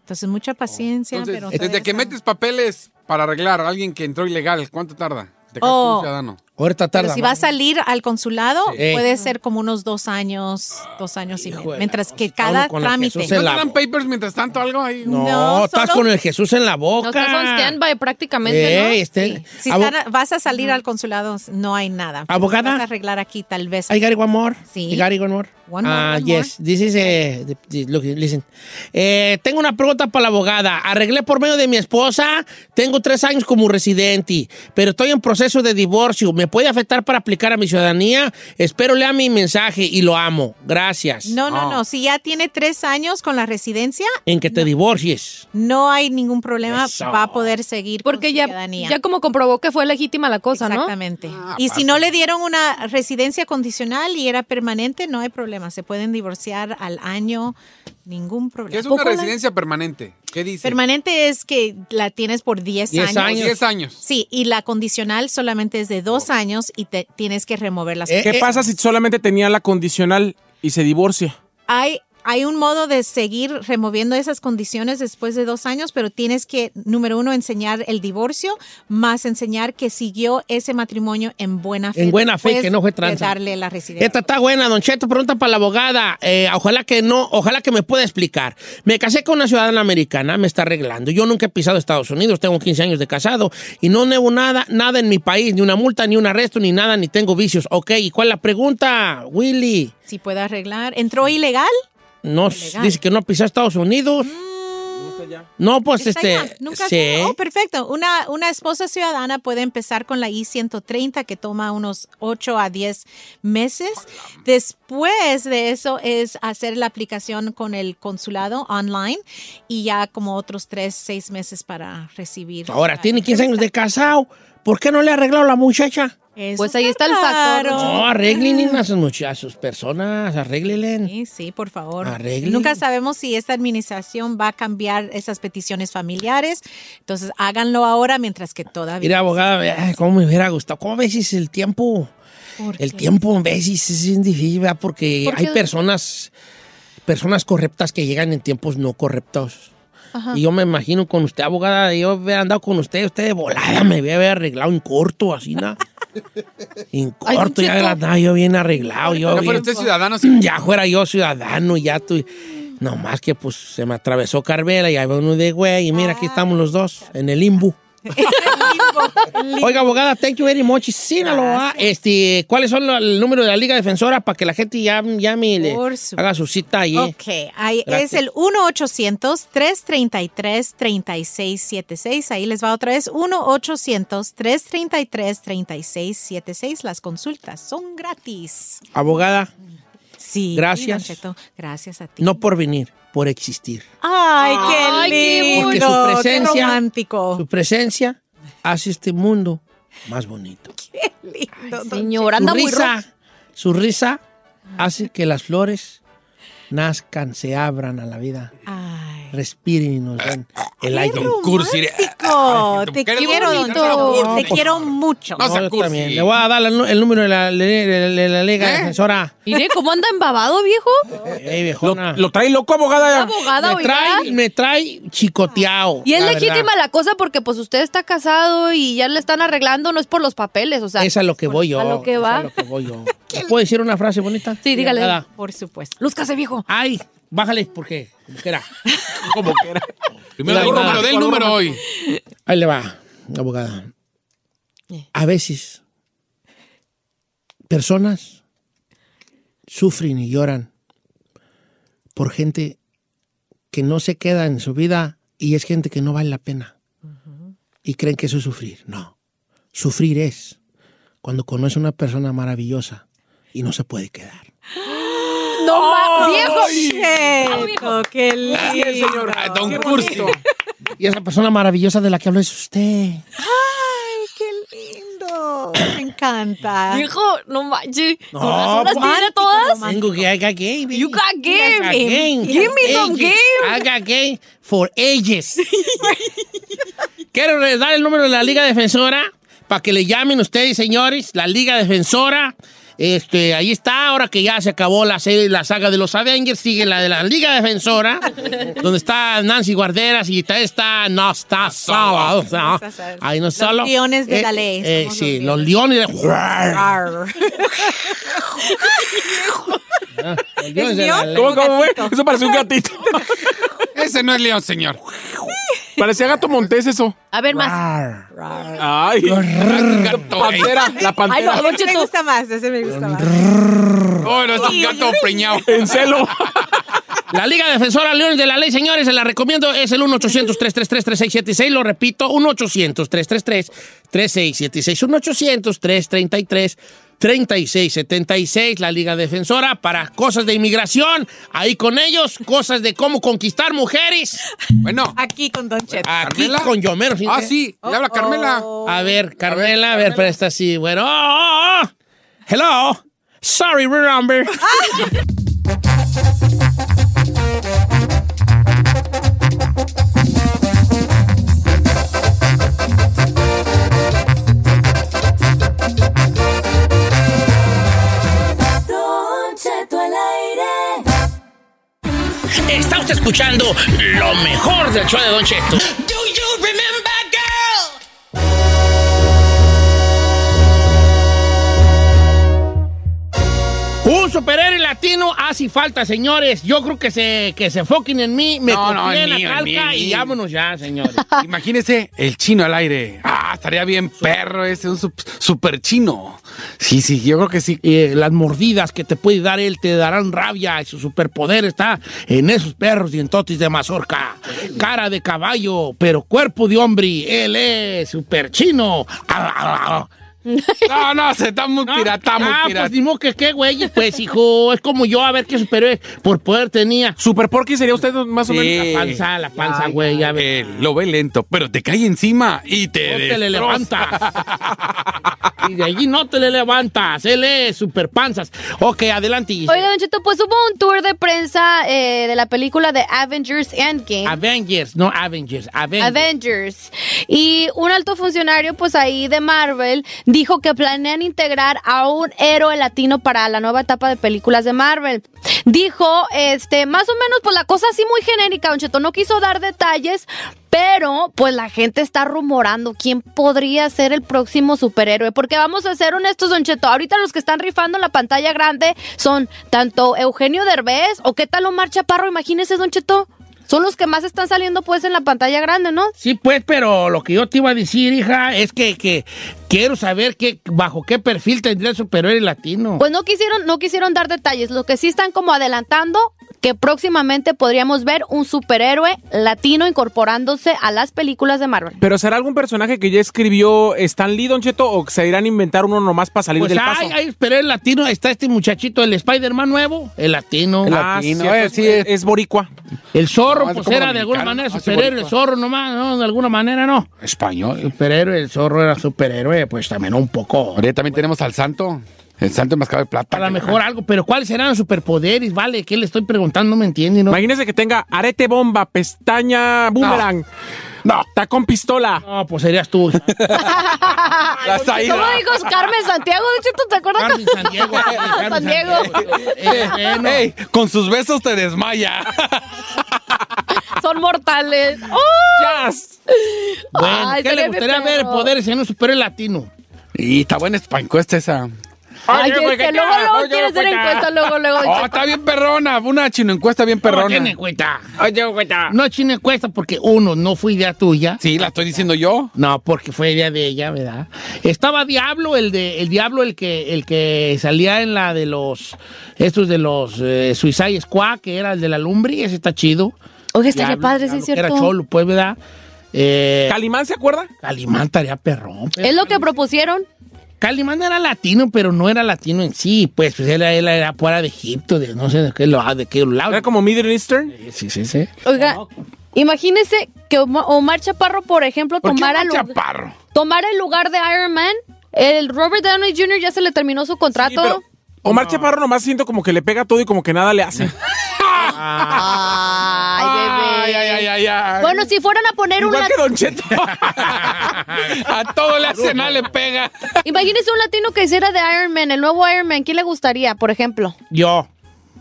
Entonces, Oh. mucha paciencia, Entonces, ah, pero... desde todavía que metes papeles para arreglar a alguien que entró ilegal, ¿cuánto tarda? Te casas Oh. con un ciudadano. Ahorita Pero si va a salir al consulado, Sí. puede ser como unos dos años, dos años y medio. Híjole, Mientras que está uno cada con la trámite... Jesús en la ¿Dan papers mientras tanto algo ahí? No, No, estás solo- con el Jesús en la boca. No estás on standby prácticamente, ¿no? Ey, este- Si abo- están- vas a salir al consulado, no hay nada. Abogada. Vas a arreglar aquí, tal vez. I got it one more. Sí. I got it one more. One more, Ah, one yes. This is, eh, the- the- look, listen. Eh, tengo una pregunta para la abogada. Arreglé por medio de mi esposa. Tengo tres años como residente, pero estoy en proceso de divorcio. ¿Me puede afectar para aplicar a mi ciudadanía? Espero lea mi mensaje y lo amo. Gracias. No, no, no. Si ya tiene tres años con la residencia, En que te divorcies. no hay ningún problema. Eso. Va a poder seguir Porque ya, ya como comprobó que fue legítima la cosa, ¿no? Exactamente. Ah, y si no le dieron una residencia condicional y era permanente, no hay problema. Se pueden divorciar al año, ningún problema. ¿Qué es una Poco la- residencia permanente? ¿Qué dice? Permanente es que la tienes por 10 10 años. años. 10 años. Sí, y la condicional solamente es de dos años y te tienes que remover Eh, las ¿Qué pasa si solamente tenía la condicional y se divorcia? hay, hay un modo de seguir removiendo esas condiciones después de dos años, pero tienes que, número uno, enseñar el divorcio, más enseñar que siguió ese matrimonio en buena fe. En buena fe, después que no fue de tranza. darle la residencia. Esta está buena, Don Cheto. Pregunta para la abogada. Eh, ojalá que no, ojalá que me pueda explicar. Me casé con una ciudadana americana, me está arreglando. Yo nunca he pisado Estados Unidos, tengo 15 años de casado y no debo nada, nada en mi país, ni una multa, ni un arresto, ni nada, ni tengo vicios. Ok, ¿y cuál es la pregunta, Willy? Si puede arreglar. ¿Entró ilegal? No, Ilegal. dice que no pisó Estados Unidos. No, pues Mm. Está este. allá. Nunca sí. se- Oh, perfecto. Una, una esposa ciudadana puede empezar con la I-130 que toma unos 8 a 10 meses. Después de eso es hacer la aplicación con el consulado online y ya como otros 3, 6 meses para recibir. Ahora, la tiene 15 años de casado. ¿Por qué no le ha arreglado la muchacha? Eso Pues ahí está el factor. claro. No, arreglen a sus, much- a sus personas, arréglenle. Sí, sí, por favor. Arregle. Nunca sabemos si esta administración va a cambiar esas peticiones familiares. Entonces, háganlo ahora mientras que todavía. Mira, abogada, ay, cómo me hubiera gustado. ¿Cómo a veces el tiempo? ¿Por El qué? tiempo a veces es bien difícil, ¿verdad? Porque ¿Por qué? hay personas, personas correctas que llegan en tiempos no correctos. Ajá. Y yo me imagino con usted, abogada, yo hubiera andado con usted, usted de volada me hubiera arreglado en corto, así, ¿no? en Ay, corto, Don ya Cheto. era, no, yo bien arreglado. Yo Ya fuera bien- usted ciudadano, Ya fuera yo ciudadano, ya tú. Nomás que pues se me atravesó Carvela y ahí va uno de güey, y mira, aquí estamos los dos, en el limbo. Oiga, abogada, thank you very much. Sinaloa, este, ¿cuáles son lo- el número de la Liga Defensora para que la gente llame, llame y le Por su- haga su cita ahí? Ok, ahí Gracias. es el 1-800-333-3676. Ahí les va otra vez. 1-800-333-3676. Las consultas son gratis. Abogada, Sí. Gracias. Don Cheto, gracias a ti. No por venir, por existir. Ay, qué Ay, qué lindo. Porque su presencia- Qué Oh. romántico. Su presencia hace este mundo más bonito. Señor, Su anda muy risa, ro- su risa hace que las flores nazcan, se abran a la vida. Respiren y nos den el aire. eh, Chico, te qué quiero, don bonito. Cheto. Te No, por quiero mucho. No, yo también. Le voy a dar la nu- el número de la, de la- de la liga ¿Eh? defensora. Mire cómo anda embabado, viejo. Ey, viejona. Lo trae loco, abogada. Abogada, me oiga. trae, me trae chicoteado. Y es la legítima verdad. la cosa porque pues usted está casado y ya le están arreglando, no es por los papeles, o sea. Es a lo que voy yo. A lo que es va. a lo que voy yo. ¿Puedo decir una frase bonita? Sí, dígale. Nada. Por supuesto. Lúzcase, viejo. Ay, bájale, porque como quiera. Como quiera. Primero Mira, el nada. número, del número hoy. Ahí le va, abogada. A veces, personas sufren y lloran por gente que no se queda en su vida y es gente que no vale la pena. Y creen que eso es sufrir. No. Sufrir es cuando conoce a una persona maravillosa y no se puede quedar. No ma- Cheto, qué lindo. Ah, Don Cursi. Y esa persona maravillosa de la que hablo es usted. Ay, qué lindo. Me encanta. Viejo, no manches. No, ¿Con razón las pues, tiene todas? Tengo que I got game, baby. You got I got game. game. Give me some Ages. game. I got game for ages. Quiero dar el número de la Liga Defensora para que le llamen ustedes, señores. La Liga Defensora. Este, ahí está, ahora que ya se acabó la, serie- la saga de los Avengers, sigue la de la Liga Defensora, donde está Nancy Guarderas y está, está no está solo. o sea, ahí no solo. leones de la ley, eh, somos sí, los leones de. Arr. Los leones de la ley. ¿Cómo, cómo, güey? Eso parece un gatito. Ese no es león, señor. Parecía gato montés eso. A ver, más. Ay. Pantera, la Ay, pantera. no, ese me gusta más, ese me gusta más. Oh, no, es un gato preñado. En celo. La Liga Defensora Leones de la Ley, señores, se la recomiendo. Es el 1-800-333-3676. Lo repito, 1-800-333-3676. 1-800-333-3676. La Liga Defensora para cosas de inmigración. Ahí con ellos, cosas de cómo conquistar mujeres. Bueno, Aquí con Don Cheto. Oh. aquí ¿Carmela? con Yomero. Ah, sí, le habla Carmela. A ver, Carmela, a ver, presta así. Bueno, oh, oh, oh. hello. Sorry, remember. Don Cheto al aire. Está usted escuchando lo mejor del show de Don Cheto. Do you remember, girl? Un superhéroe latino hace falta, señores. Yo creo que se, que se enfoquen en mí, me No, no, confíen en mí, la en mí, calca en mí. y vámonos ya, señores. Imagínese el chino al aire. Ah, estaría bien perro ese, un sup- super chino. Sí, sí, yo creo que sí. Eh, las mordidas que te puede dar él te darán rabia y su superpoder está en esos perros dientotis de mazorca. Cara de caballo, pero cuerpo de hombre. Él es Ah, super chino. No, no, se está muy pirata, muy ah, pirata. pues ni modo que qué, güey. Pues, hijo, es como yo, a ver qué superhéroe por poder tenía. Super Porky sería usted más o Sí. menos. La panza, la panza, güey, ya ves. Eh, lo ve lento, pero te cae encima y te, No te le destroza. levantas. y de allí no te le levantas. Él es super panzas. Ok, adelante. Gis. Oiga, Don Cheto, pues hubo un tour de prensa eh, de la película de Avengers Endgame. Avengers, no Avengers. Avengers. Avengers. Y un alto funcionario, pues ahí de Marvel, dijo que planean integrar a un héroe latino para la nueva etapa de películas de Marvel. Dijo, este, más o menos, pues la cosa así muy genérica, Don Cheto, no quiso dar detalles. Pero, pues la gente está rumorando quién podría ser el próximo superhéroe. Porque vamos a ser honestos, Don Cheto. Ahorita los que están rifando en la pantalla grande son tanto Eugenio Derbez o qué tal Omar Chaparro. Imagínese, Don Cheto. Son los que más están saliendo pues en la pantalla grande, ¿no? Sí, pues, pero lo que yo te iba a decir, hija, es que, que quiero saber qué, bajo qué perfil tendría el superhéroe latino. Pues no quisieron, no quisieron dar detalles. Lo que sí están como adelantando que próximamente podríamos ver un superhéroe latino incorporándose a las películas de Marvel. ¿Pero será algún personaje que ya escribió Stan Lee, Don Cheto, o se irán a inventar uno nomás para salir Pues del ay, paso? ay, pero el latino, está este muchachito, el Spider-Man nuevo, el latino. Ah, El latino, eh, sí, es- boricua. El zorro, No, es pues como era de alguna dominicano. manera Ah, sí, superhéroe, el boricua. zorro nomás, ¿no? De alguna manera, ¿no? Español. Superhéroe, el zorro era superhéroe, pues también un poco. Ahorita también tenemos al santo, el santo enmascarado de plata. A lo mejor algo, pero ¿cuáles serán los superpoderes? Vale, ¿qué le estoy preguntando? No me entiende, ¿no? Imagínese que tenga arete bomba, pestaña boomerang. No. Tacón pistola. No, pues serías tú. La ¿Cómo digo Carmen Santiago? De hecho, ¿tú ¿te acuerdas? Carmen Santiago. Eh, Carmen Santiago. Ey, con sus besos te desmaya. eh. Son mortales. ¡Oh! Bueno, Ay, ¿qué sería le mi gustaría ver perro. poderes en un superhéroe latino? Y está buena esta encuesta esa. Oye, Ay, es güey, que ¿qué luego, tal? luego Oye, quiere hacer cuenta. encuesta, luego, luego. Oh, está bien perrona, una chino encuesta bien perrona. tiene cuenta. No tiene cuenta porque, uno, no fue idea tuya. Sí, la estoy diciendo yo. No, porque fue idea de ella, ¿verdad? Estaba Diablo, el de el Diablo el que el que salía en la de los estos de los eh, Suicide Squad, que era el de la lumbre, ese está chido. Oye, estaría padre, sí, es Era cierto. cholo, pues, ¿verdad? Eh, ¿Calimán se acuerda? Calimán estaría perrón. pero- Es lo que propusieron. Calimán era latino, pero no era latino en sí, pues, pues, él, él era fuera de Egipto, de no sé de qué, lo- de qué lado. ¿Era como Middle Eastern? Sí, sí, sí. Oiga, imagínese que Oma- Omar Chaparro, por ejemplo, ¿Por qué tomara, Omar lu- tomara el lugar de Iron Man. El Robert Downey Jr. ya se le terminó su contrato. Omar Chaparro nomás siento como que le pega todo y como que nada le hace. Ay, bebé. Bueno, si fueran a poner un Igual que latino, Don Cheto. A todo le hace, nada le pega. imagínese un latino que hiciera de Iron Man, el nuevo Iron Man, ¿quién le gustaría, por ejemplo? Yo.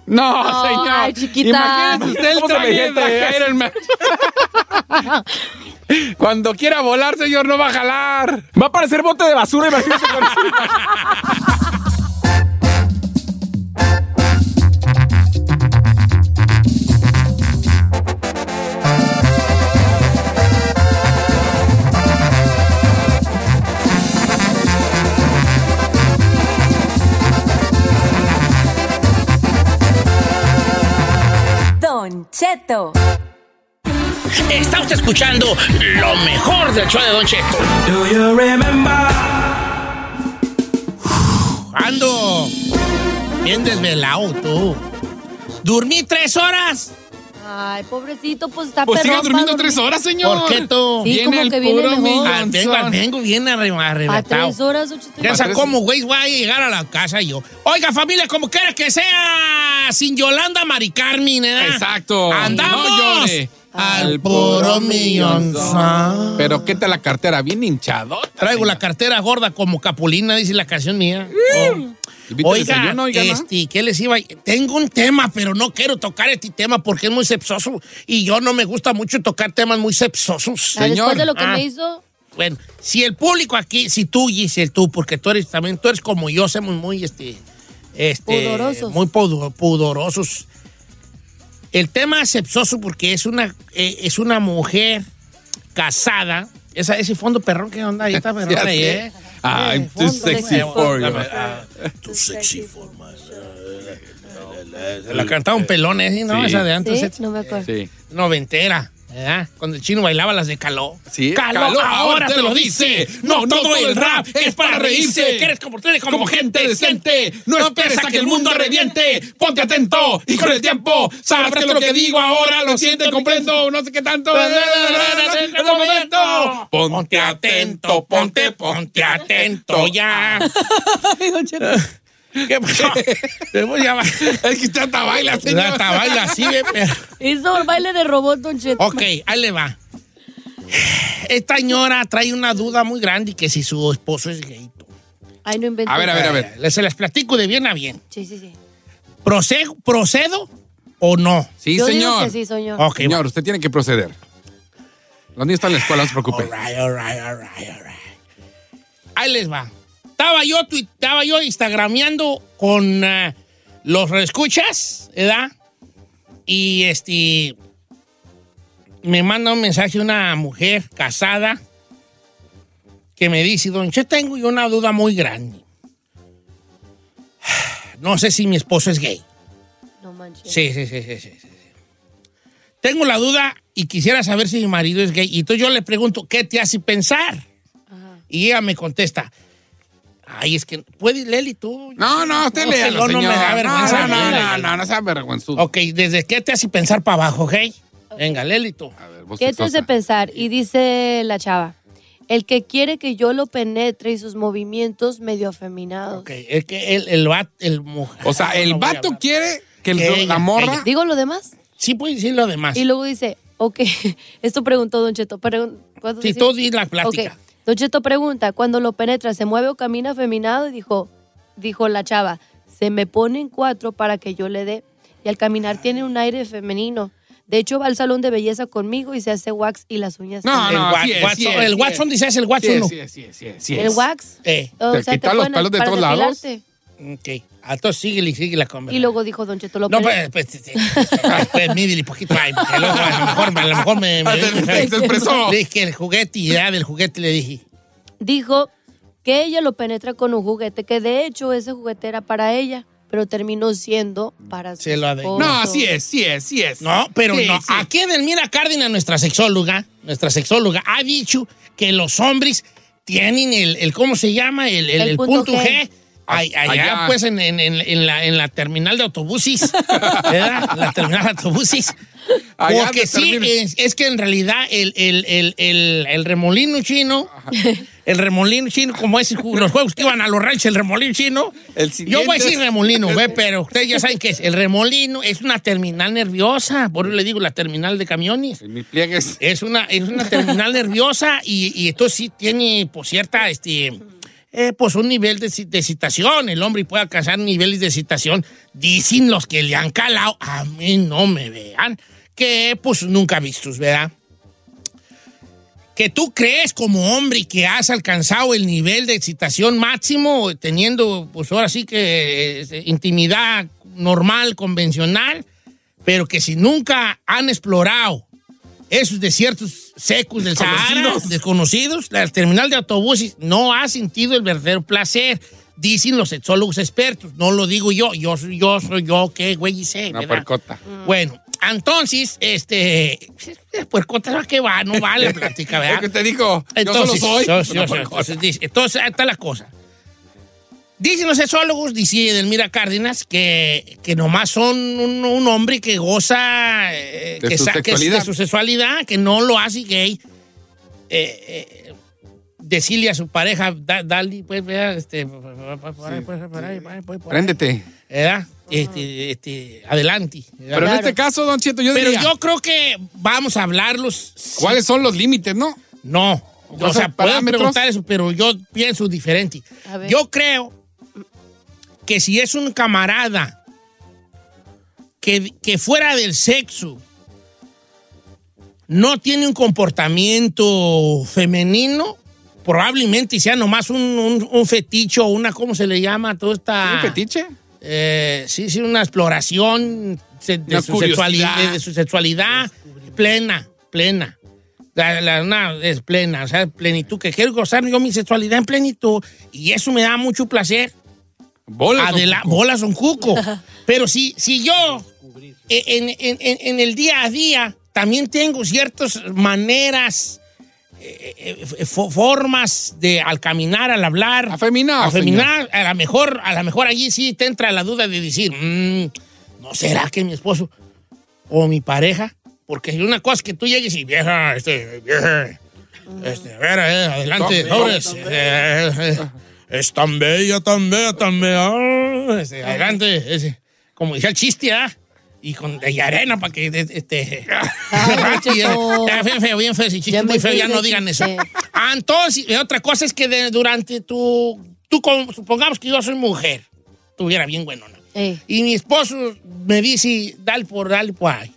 No, No, señor. ay, chiquita. Imagínese usted el ¿Cómo se traje me siente? de Iron Man. Cuando quiera volar, señor, no va a jalar. Va a parecer bote de basura, imagínese. Don Cheto. Está usted escuchando lo mejor del show de Don Cheto. Ando bien desvelado, tú. Dormí tres horas. Ay, pobrecito, pues está Pues siga perrón durmiendo para tres dormir. horas, señor. ¿Por qué tú? Sí, Viene como el que viene puro mejor. Al vengo, al vengo, bien arre- A arrebatado. tres horas, ocho, Ya tres- sabes cómo, güey, voy a llegar a la casa yo. Oiga, familia, como quiera que sea, sin Yolanda Mari Carmen, ¿eh? Exacto. ¡Andamos! No llore. al puro millón. ah. Pero qué tal la cartera, bien hinchadota. Traigo la cartera gorda como Capulina, dice la canción mía. Mm. Oh. ¿Viste el Oiga, desayuno, oiga, no? este, ¿qué les iba? Tengo un tema, pero no quiero tocar este tema porque es muy sepsoso y yo no me gusta mucho tocar temas muy sepsosos. Ah, Después de lo que Ah, me hizo, Bueno, si el público aquí, si tú, Giselle, tú, porque tú eres también, tú eres como yo, somos muy, este, este, Pudorosos. muy pudo- pudorosos. El tema sepsoso porque es una, eh, es una mujer casada. Esa, ese fondo perrón que onda ahí está perrón Ya ahí, sé. ¿eh? I'm Eh, too fondo, sexy eh, for you. Ah, Too sexy for Se la cantaba un pelón, ¿eh? ¿No? Sí. Esa de antes. Sí, esa- no me acuerdo. Sí. Noventera, ¿verdad? Cuando el chino bailaba las de Caló. Sí, Caló, Caló, ahora te lo dice. No, todo el rap es para reírse. Quieres comportarte como, gente decente. No esperes a que el mundo reviente. Ponte atento y con el tiempo sabrás que lo que digo ahora lo siente, comprendo. No sé qué tanto. En este momento. Ponte atento, ponte, ponte atento Oh, ya. ¿Qué pasó? Es que usted hasta baila, señor. Hasta baila así, ve, pero- hizo el baile de robot, Don Cheto. Ok, ahí le va. Esta señora trae una duda muy grande que si su esposo es gay. Ay, no inventé. Les, se las platico de bien a bien. Sí, sí, sí. ¿Procedo, procedo o no? Sí, Yo digo señor. Ah, que sí, señor. Ok, Señor, usted tiene que proceder. Los niños están en la escuela, no se preocupe. Alright, alright, alright, alright. Ahí les va. Estaba yo, tuit- estaba yo instagrameando con ah, los reescuchas, ¿verdad? Y este. Me manda un mensaje una mujer casada que me dice: Don, yo tengo yo una duda muy grande. No sé si mi esposo es gay. No manches. Sí, sí, sí, sí, sí, sí. Tengo la duda y quisiera saber si mi marido es gay. Y entonces yo le pregunto, ¿qué te hace pensar? Y ella me contesta, ay, es que, ¿puedes, Leli, tú? No, no, usted le no, no me da vergüenza. No, no, Leli. no, no, no, no sea vergüenzudo. Ok, ¿desde qué te hace pensar para abajo, gay? Venga, Leli, tú. ¿Qué te hace pensar? Y dice la chava, el que quiere que yo lo penetre y sus movimientos medio afeminados. Es que el, el, vato- el O sea, el vato quiere que el- la morra- ¿Digo lo demás? Sí, puedes decir lo demás. Y luego dice, ok, esto preguntó Don Cheto. pregun- ¿cuánto Sí, decía? tú di la plática. Ok, Don Cheto pregunta, cuando lo penetra, ¿se mueve o camina afeminado? Y dijo, dijo la chava, se me pone en cuatro para que yo le dé. Y al caminar tiene un aire femenino. De hecho, va al salón de belleza conmigo y se hace wax y las uñas. el también. wa- Watson, el Watson dice es el Watson. ¿no? ¿El wax? Eh. O sea, te ponen para depilarte. Ok. Ah, Entonces síguele y síguele la Y conversación. luego dijo Don Cheto, lo No, penetra. pues, pues, sí, sí. Ay, pues, mídele poquito. Ay, porque luego a lo mejor, a lo mejor me, me- Se expresó. Le dije el juguete y ya del juguete le dije. dijo que ella lo penetra con un juguete, que de hecho ese juguete era para ella, pero terminó siendo para su Se lo esposo. adentró. es, sí es, sí es. No, pero Sí, no. sí. Aquí Edelmira Cárdenas, nuestra sexóloga, nuestra sexóloga, ha dicho que los hombres tienen el, el- ¿cómo se llama? El, el- El el punto punto G. G. Ay- Allá, Allá. pues, en, en- en- en la, en la terminal de autobuses. ¿Verdad? La terminal de autobuses. Allá Porque donde sí, termina. es, es que en realidad el, el- el- el- el remolino chino, el remolino chino, como es los juegos que iban a los ranchos, el remolino chino. Yo voy a decir remolino, güey, pero ustedes ya saben que es. El remolino es una terminal nerviosa. Por eso le digo la terminal de camiones. Mis pliegues. Es una, es una terminal nerviosa y, y esto sí tiene, pues, cierta, este, eh, pues, un nivel de, exci- de excitación. El hombre puede alcanzar niveles de excitación. Dicen los que le han calado, a mí no me vean, que, pues, nunca vistos, ¿verdad? que tú crees como hombre que has alcanzado el nivel de excitación máximo, teniendo, pues ahora sí que eh, intimidad normal, convencional, pero que si nunca han explorado esos desiertos secos del Sahara, desconocidos, la terminal de autobuses, no ha sentido el verdadero placer. Dicen los sexólogos expertos, no lo digo yo, yo soy yo, soy yo, qué güey y sé, Una ¿verdad? percota. Bueno, entonces, este, pues contra que va, no vale la plática, ¿verdad? Porque te dijo, yo Entonces, solo soy yo- yo- una yo- percota. entonces, dice- entonces, ahí está la cosa. Dicen los sexólogos, dice Edelmira Cárdenas, que, que nomás son un, un hombre que goza eh, De que su sa- que- sexualidad. de su sexualidad, que no lo hace gay. Eh, eh, decirle a su pareja, da- dale, pues, vea, este, Préndete. ¿verdad? Este, este, adelante. ¿verdad? Pero en este caso, Don Cheto, yo Pero diría... yo creo que vamos a hablarlos. ¿Cuáles son los límites, no? No. O ¿Cuáles sea, son pueden parámetros? preguntar eso, pero yo pienso diferente. A ver. Yo creo que si es un camarada que, que fuera del sexo no tiene un comportamiento femenino, probablemente sea nomás un, un, un feticho o una, ¿cómo se le llama? Todo esta, ¿Un fetiche? eh, sí, sí, una exploración se- de, Una su curiosidad. sexualidad, de su sexualidad plena, plena. La, la- una es plena, o sea, plenitud, que quiero gozar yo mi sexualidad en plenitud y eso me da mucho placer. Bolas son cuco. Bolas son cuco. Pero si, si yo eh, en, en- en- en el día a día también tengo ciertas maneras, eh, eh, eh, fo- formas de al caminar, al hablar. Afeminar. A lo mejor, a lo mejor allí sí te entra la duda de decir, "Mm, ¿no será que mi esposo o mi pareja? Porque una cosa es que tú llegues y vieja, este, vieja, este, a ver, eh, adelante, Tom, sobres, Tom, Tom, eh, eh, es tan bella, tan bella, tan bella. ah, este, adelante, ese, como decía el chiste, ¿ah? Y con y arena para que de- este. Don y era- Cheto. era bien feo, bien feo, ese chiste Ya me muy feo, fui ya de no digan eso. chiste. Ah, entonces, y otra cosa es que de- durante tu. Tú, con- supongamos que yo soy mujer, tuviera bien bueno. Y mi esposo me dice, dale por, dale por ahí.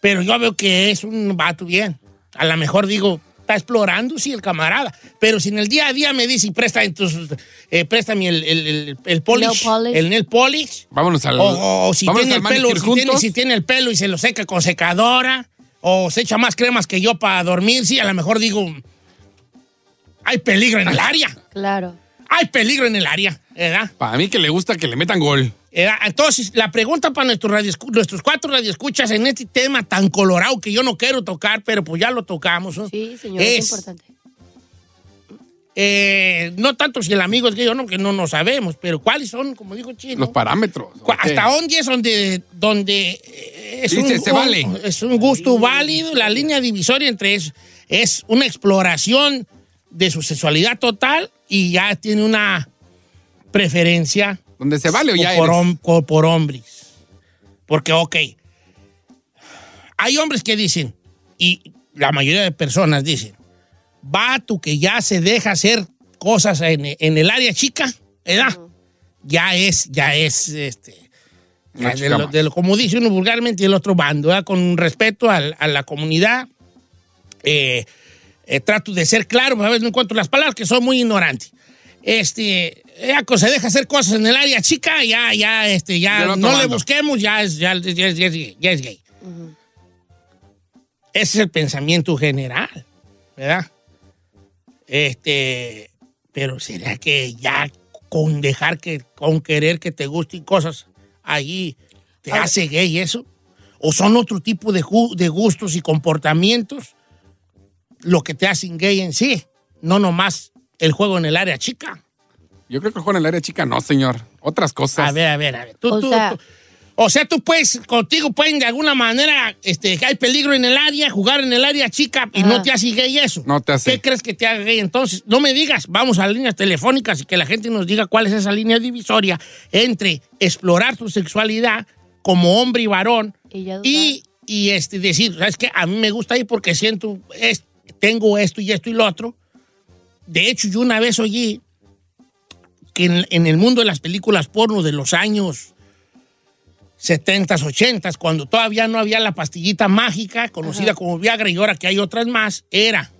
Pero yo veo que es un vato bien. A lo mejor digo, está explorando, sí, el camarada. Pero si en el día a día me dice, presta entonces, eh, préstame el, el, el, el polish, Nail polish. el nail polish. Vámonos al... O, o- o si, vámonos tiene al el pelo, manicure si, tiene, juntos. si tiene el pelo y se lo seca con secadora. O se echa más cremas que yo para dormir, sí, a lo mejor digo, hay peligro en el área. Claro. Hay peligro en el área, ¿verdad? Para mí que le gusta que le metan gol. Eh, Entonces, la pregunta para nuestros, radioscu- nuestros cuatro radioescuchas en este tema tan colorado que yo no quiero tocar, pero pues ya lo tocamos. ¿no? Sí, señor, es, importante. eh, no tanto si el amigo es gay o no, que no, no sabemos, pero cuáles son, como dijo Chino. Los parámetros. Cu- ¿o qué? Hasta dónde es donde, donde eh, es, Dice, un, se vale. un- es un gusto válido, la línea divisoria entre es, es una exploración de su sexualidad total y ya tiene una preferencia ¿Donde se vale o ya por, eres? hom- co- por hombres. Porque, ok, hay hombres que dicen, y la mayoría de personas dicen, va tú que ya se deja hacer cosas en, en el área chica, ¿verdad? Ya es, ya es, este, Una ya de chica lo- más. de lo- como dice uno vulgarmente, el otro bando, ¿verdad? con respeto al- a la comunidad. eh, eh, trato de ser claro, a veces no encuentro las palabras, que soy muy ignorante. Este, ya que se deja hacer cosas en el área chica, ya, ya, este, ya, Ya lo no le tomando. busquemos, ya es, ya, ya es- ya es gay. ya es gay. Ese es el pensamiento general, ¿verdad? Este, pero será que ya con dejar que, con querer que te gusten cosas allí, te hace gay eso? ¿O son otro tipo de, ju- de gustos y comportamientos lo que te hacen gay en sí? No nomás el juego en el área chica. Yo creo que con el área chica no, señor. Otras cosas. A ver, a ver, a ver. Tú- O tú- sea- tú- o sea, tú puedes, contigo pueden de alguna manera, este, hay peligro en el área, jugar en el área chica y no te hace gay eso. No te hace. ¿Qué crees que te haga gay entonces? No me digas, vamos a líneas telefónicas y que la gente nos diga cuál es esa línea divisoria entre explorar tu sexualidad como hombre y varón y, y, este, decir, ¿sabes qué? A mí me gusta ahí porque siento, es- tengo esto y esto y lo otro. De hecho, yo una vez oí que en, en el mundo de las películas porno de los años 70, 80, cuando todavía no había la pastillita mágica, conocida como Viagra, y ahora que hay otras más, era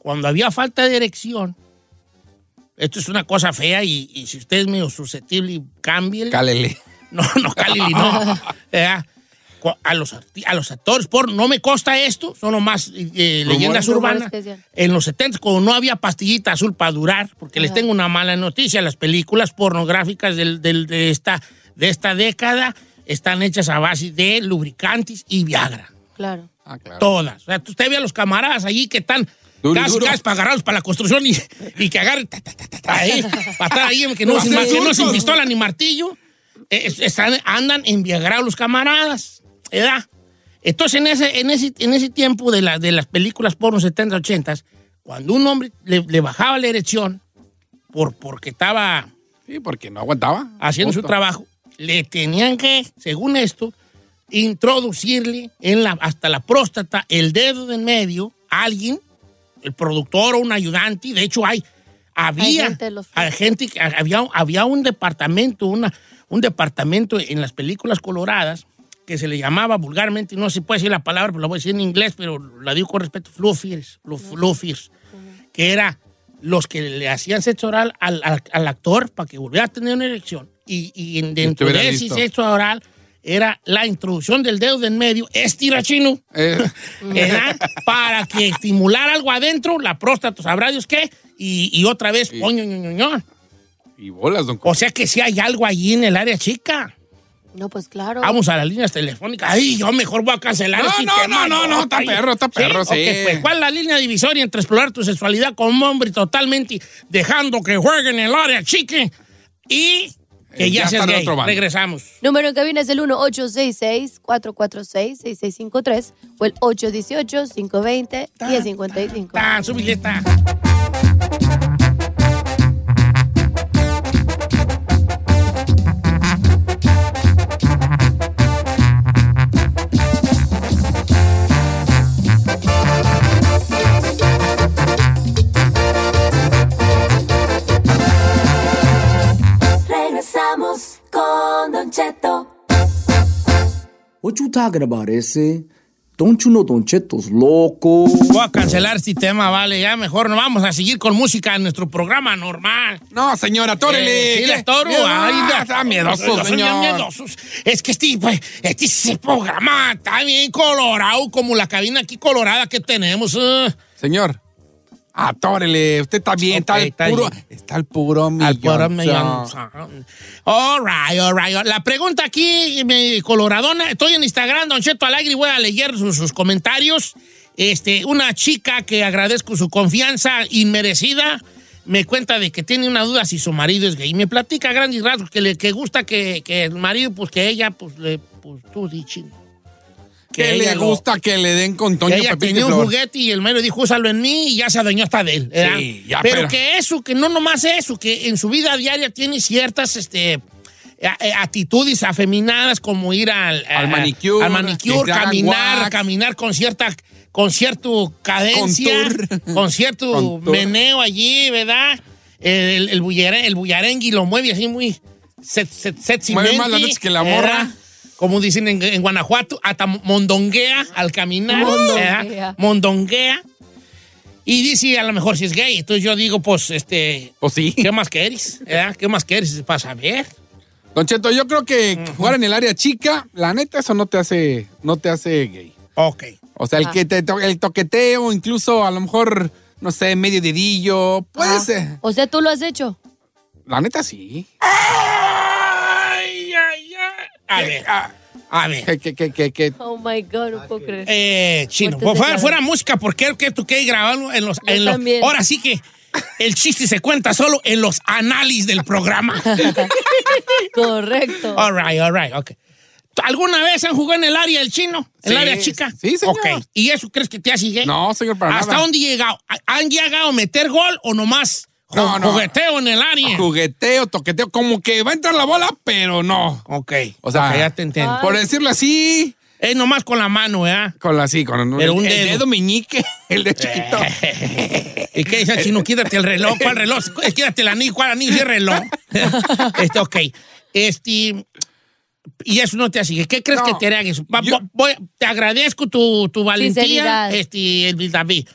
cuando había falta de erección. Esto es una cosa fea y, y si usted es medio susceptible, cámbiele. Cálele. No, no, Cali, no. Eh, cu- a, los, arti- a los actores por no me consta esto, son nomás eh, leyendas urbanas. En los 70, cuando no había pastillita azul para durar, porque les Ajá. tengo una mala noticia, las películas pornográficas del- del- de, esta, de esta década están hechas a base de lubricantes y Viagra. Claro. Todas. O sea, usted ve a los camaradas allí que están Duro y casi, duro. casi para agarrados para la construcción y, y que agarren ta, ta, ta, ta, ta, ahí, para estar ahí, que no, Para sin, hacer que no sin surcos. pistola ni martillo. Eh, es- están- andan enviagrados los camaradas. ¿Edad? Entonces, en ese, en ese, en ese tiempo de, la- de las películas porno 70, 80, cuando un hombre le, le bajaba la erección por, porque estaba Sí, porque no aguantaba. haciendo su Justo. trabajo, le tenían que, según esto, introducirle en la, hasta la próstata el dedo de en medio a alguien, el productor o un ayudante. y De hecho, hay, había, Hay gente de los- hay gente que- había, había un departamento, una, un departamento en las películas coloradas que se le llamaba vulgarmente, no se puede decir la palabra, pero la voy a decir en inglés, pero la digo con respeto, fluffiers, fluf- fluffiers, que era los que le hacían sexo oral al, al- al actor para que volviera a tener una erección. Y, y en- dentro estuviera de ese listo. sexo oral era la introducción del dedo de en medio, estira chino, Eh. ¿verdad? para que estimular algo adentro, la próstata, sabrá Dios qué, y, y otra vez, poño, ño, ño, ño. Y bolas, don O sea que si hay algo allí en el área chica. No, pues claro. Vamos a las líneas telefónicas. Ay, yo mejor voy a cancelar No, este no, tema, no, no, no, está ay. perro, está perro, sí. ok, pues, ¿Cuál es la línea divisoria entre explorar tu sexualidad como hombre totalmente dejando que juegue en el área chique y que Eh, ya, ya seas está en gay? otro bando. Regresamos. Número en cabina es el 1-866-446-6653 o el 818-520-1055. Tan, súbile esta. Regresamos con Don Cheto. What you talking about, ese? Don't you know Don Cheto's loco? Voy a cancelar este tema, vale. Ya mejor no vamos a seguir con música en nuestro programa normal. No, señora, tórele. Eh, sí, le atoro. Miedo- Ay, Ah, da- está miedoso, Son bien señor. miedosos. Es que este, pues, este se programa está bien colorado, como la cabina aquí colorada que tenemos. eh. Señor, Atórele, usted está bien, está el puro, está el puro millón. puro millón. All right, all right. La pregunta aquí, mi coloradona, estoy en Instagram, Don Cheto Alegre, y voy a leer sus, sus comentarios. Este, una chica que agradezco su confianza inmerecida me cuenta de que tiene una duda si su marido es gay. Me platica a grandes rasgos que le que gusta que, que el marido, pues que ella, pues le, pues tú, di chingo. Que ella le lo- gusta que le den con Toño que ella Pepito y tenía un Flor. juguete y el mero dijo, úsalo en mí y ya se adueñó hasta de él. ¿verdad? Sí, ya, pero, pero- que eso, que no nomás eso, que en su vida diaria tiene ciertas este, a- eh, actitudes afeminadas como ir al, a- Al manicure, al manicure, que se hagan caminar, wax. caminar con cierta con cierto cadencia, con cierto Contour. meneo allí, ¿verdad? El, el, bullere- el bullarengui lo mueve así muy set, set, sexy Mueve más las noches que la morra. como dicen en, en Guanajuato, hasta mondonguea al caminar. Mondonguea. ¿verdad? Mondonguea. Y dice, a lo mejor si es gay. Entonces yo digo, pues, este... Pues sí. ¿Qué más querés? ¿verdad? ¿Qué más querés para saber? Don Cheto, yo creo que jugar en el área chica, la neta, eso no te hace, no te hace gay. Ok. O sea, el, Ah. que te to- el toqueteo, incluso a lo mejor, no sé, medio dedillo, Ah, puede ser. Ah, O sea, ¿tú lo has hecho? La neta, sí. A ver, a ver. Que, que, que, que, que- Oh my God, no puedo creer. Eh, chino, Fuertes pues fuera, declaraciones. fuera música, porque creo que tú quieres grabarlo en los... en los- también. ahora sí que el chiste se cuenta solo en los análisis del programa. Correcto. All right, all right, ok. ¿Alguna vez han jugado en el área del chino? ¿En el Sí, área chica? sí, señor. Ok. ¿Y eso crees que te hace gay? No, señor, para ¿Hasta nada. dónde he llegado? ¿Han llegado a meter gol o nomás ju- No, no. jugueteo en el área? jugueteo, toqueteo, como que va a entrar la bola, pero no. Ok. O sea, Ok, ya te entiendo. Ah. Por decirlo así, Es nomás con la mano, ¿verdad? con la sí, con un, Pero un el dedo. meñique, el de chiquito. ¿Y qué dice el chino? Quítate el reloj. ¿Cuál reloj? Quítate el anillo. ¿Cuál anillo? Sí, el reloj. este, ok. Este... Y eso no te hace. gay. ¿Qué crees No. que te haría eso? Va- vo- voy- te agradezco tu, tu valentía, Sinceridad. este, el David.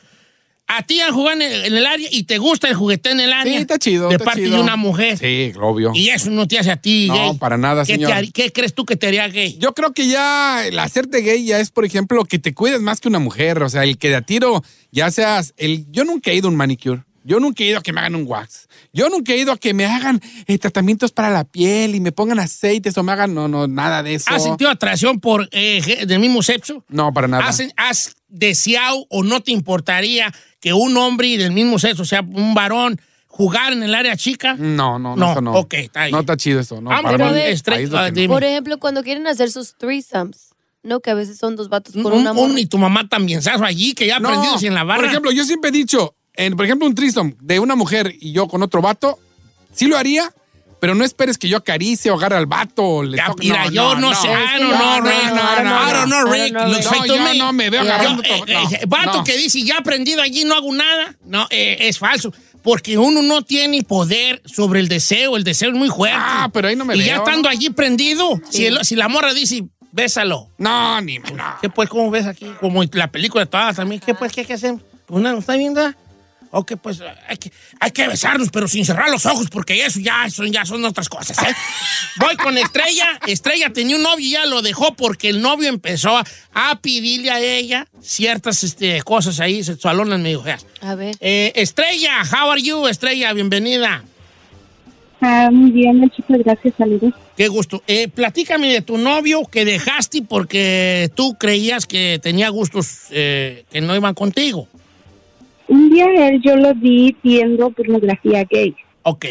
A ti han jugado en el, en el área y te gusta el juguete en el área. Sí, está chido. De está parte chido. de una mujer. Sí, obvio. Y eso no te hace a ti No, gay. para nada, ¿Qué, te señor. haría- ¿Qué crees tú que te haría gay? Yo creo que ya el hacerte gay ya es, por ejemplo, que te cuides más que una mujer. O sea, el que de a tiro ya seas. el Yo nunca he ido a un manicure. Yo nunca he ido a que me hagan un wax. Yo nunca he ido a que me hagan eh, tratamientos para la piel y me pongan aceites o me hagan. No, no, nada de eso. ¿Has sentido atracción por eh, ge- del mismo sexo? No, para nada. ¿Has, has deseado o no te importaría que un hombre del mismo sexo, o sea, un varón, jugar en el área chica? No, no, no. No, eso no. ok, está bien. No está chido eso. No, Vamos para con mí, estre- ahí es lo que ah, no. dime. Por ejemplo, cuando quieren hacer sus threesomes, ¿no? Que a veces son dos vatos con Un- una un- morra. y tu mamá también, ¿sabes? Allí, que ya No, aprendidos en la barra. Por ejemplo, yo siempre he dicho, en, por ejemplo, un trisom de una mujer y yo con otro vato, sí lo haría, pero no esperes que yo acaricie o agarre al vato. o le Ya, toque. mira, yo no, sé, I don't know, Rick. I don't know, Rick. Looks No, like to yo me. no me veo Yo, agarrando eh, todo- eh, no, vato no. que dice, ya he aprendido allí, no hago nada. No, eh, es falso. Porque uno no tiene poder sobre el deseo. El deseo es muy fuerte. Ah, pero ahí no me y veo, ya estando ¿no? allí prendido, si, el- si la morra dice, bésalo. No, ni me- no. ¿Qué pues? ¿Cómo ves aquí? Como en la película todas también. ¿Qué pues? ¿Qué, qué hacemos? Pues nada, ¿no está viendo? O que pues hay que, hay que besarnos, pero sin cerrar los ojos, porque eso ya son, ya son otras cosas, ¿eh? Voy con Estrella. Estrella tenía un novio y ya lo dejó porque el novio empezó a, a pedirle a ella ciertas este, cosas ahí, sexualonas medio feas. A ver. Eh, Estrella, how are you, Estrella? Bienvenida. Ah, muy bien, chicos, gracias, saludos. Qué gusto. Eh, platícame de tu novio que dejaste porque tú creías que tenía gustos eh, que no iban contigo. Un día él yo lo vi viendo pornografía gay Ok.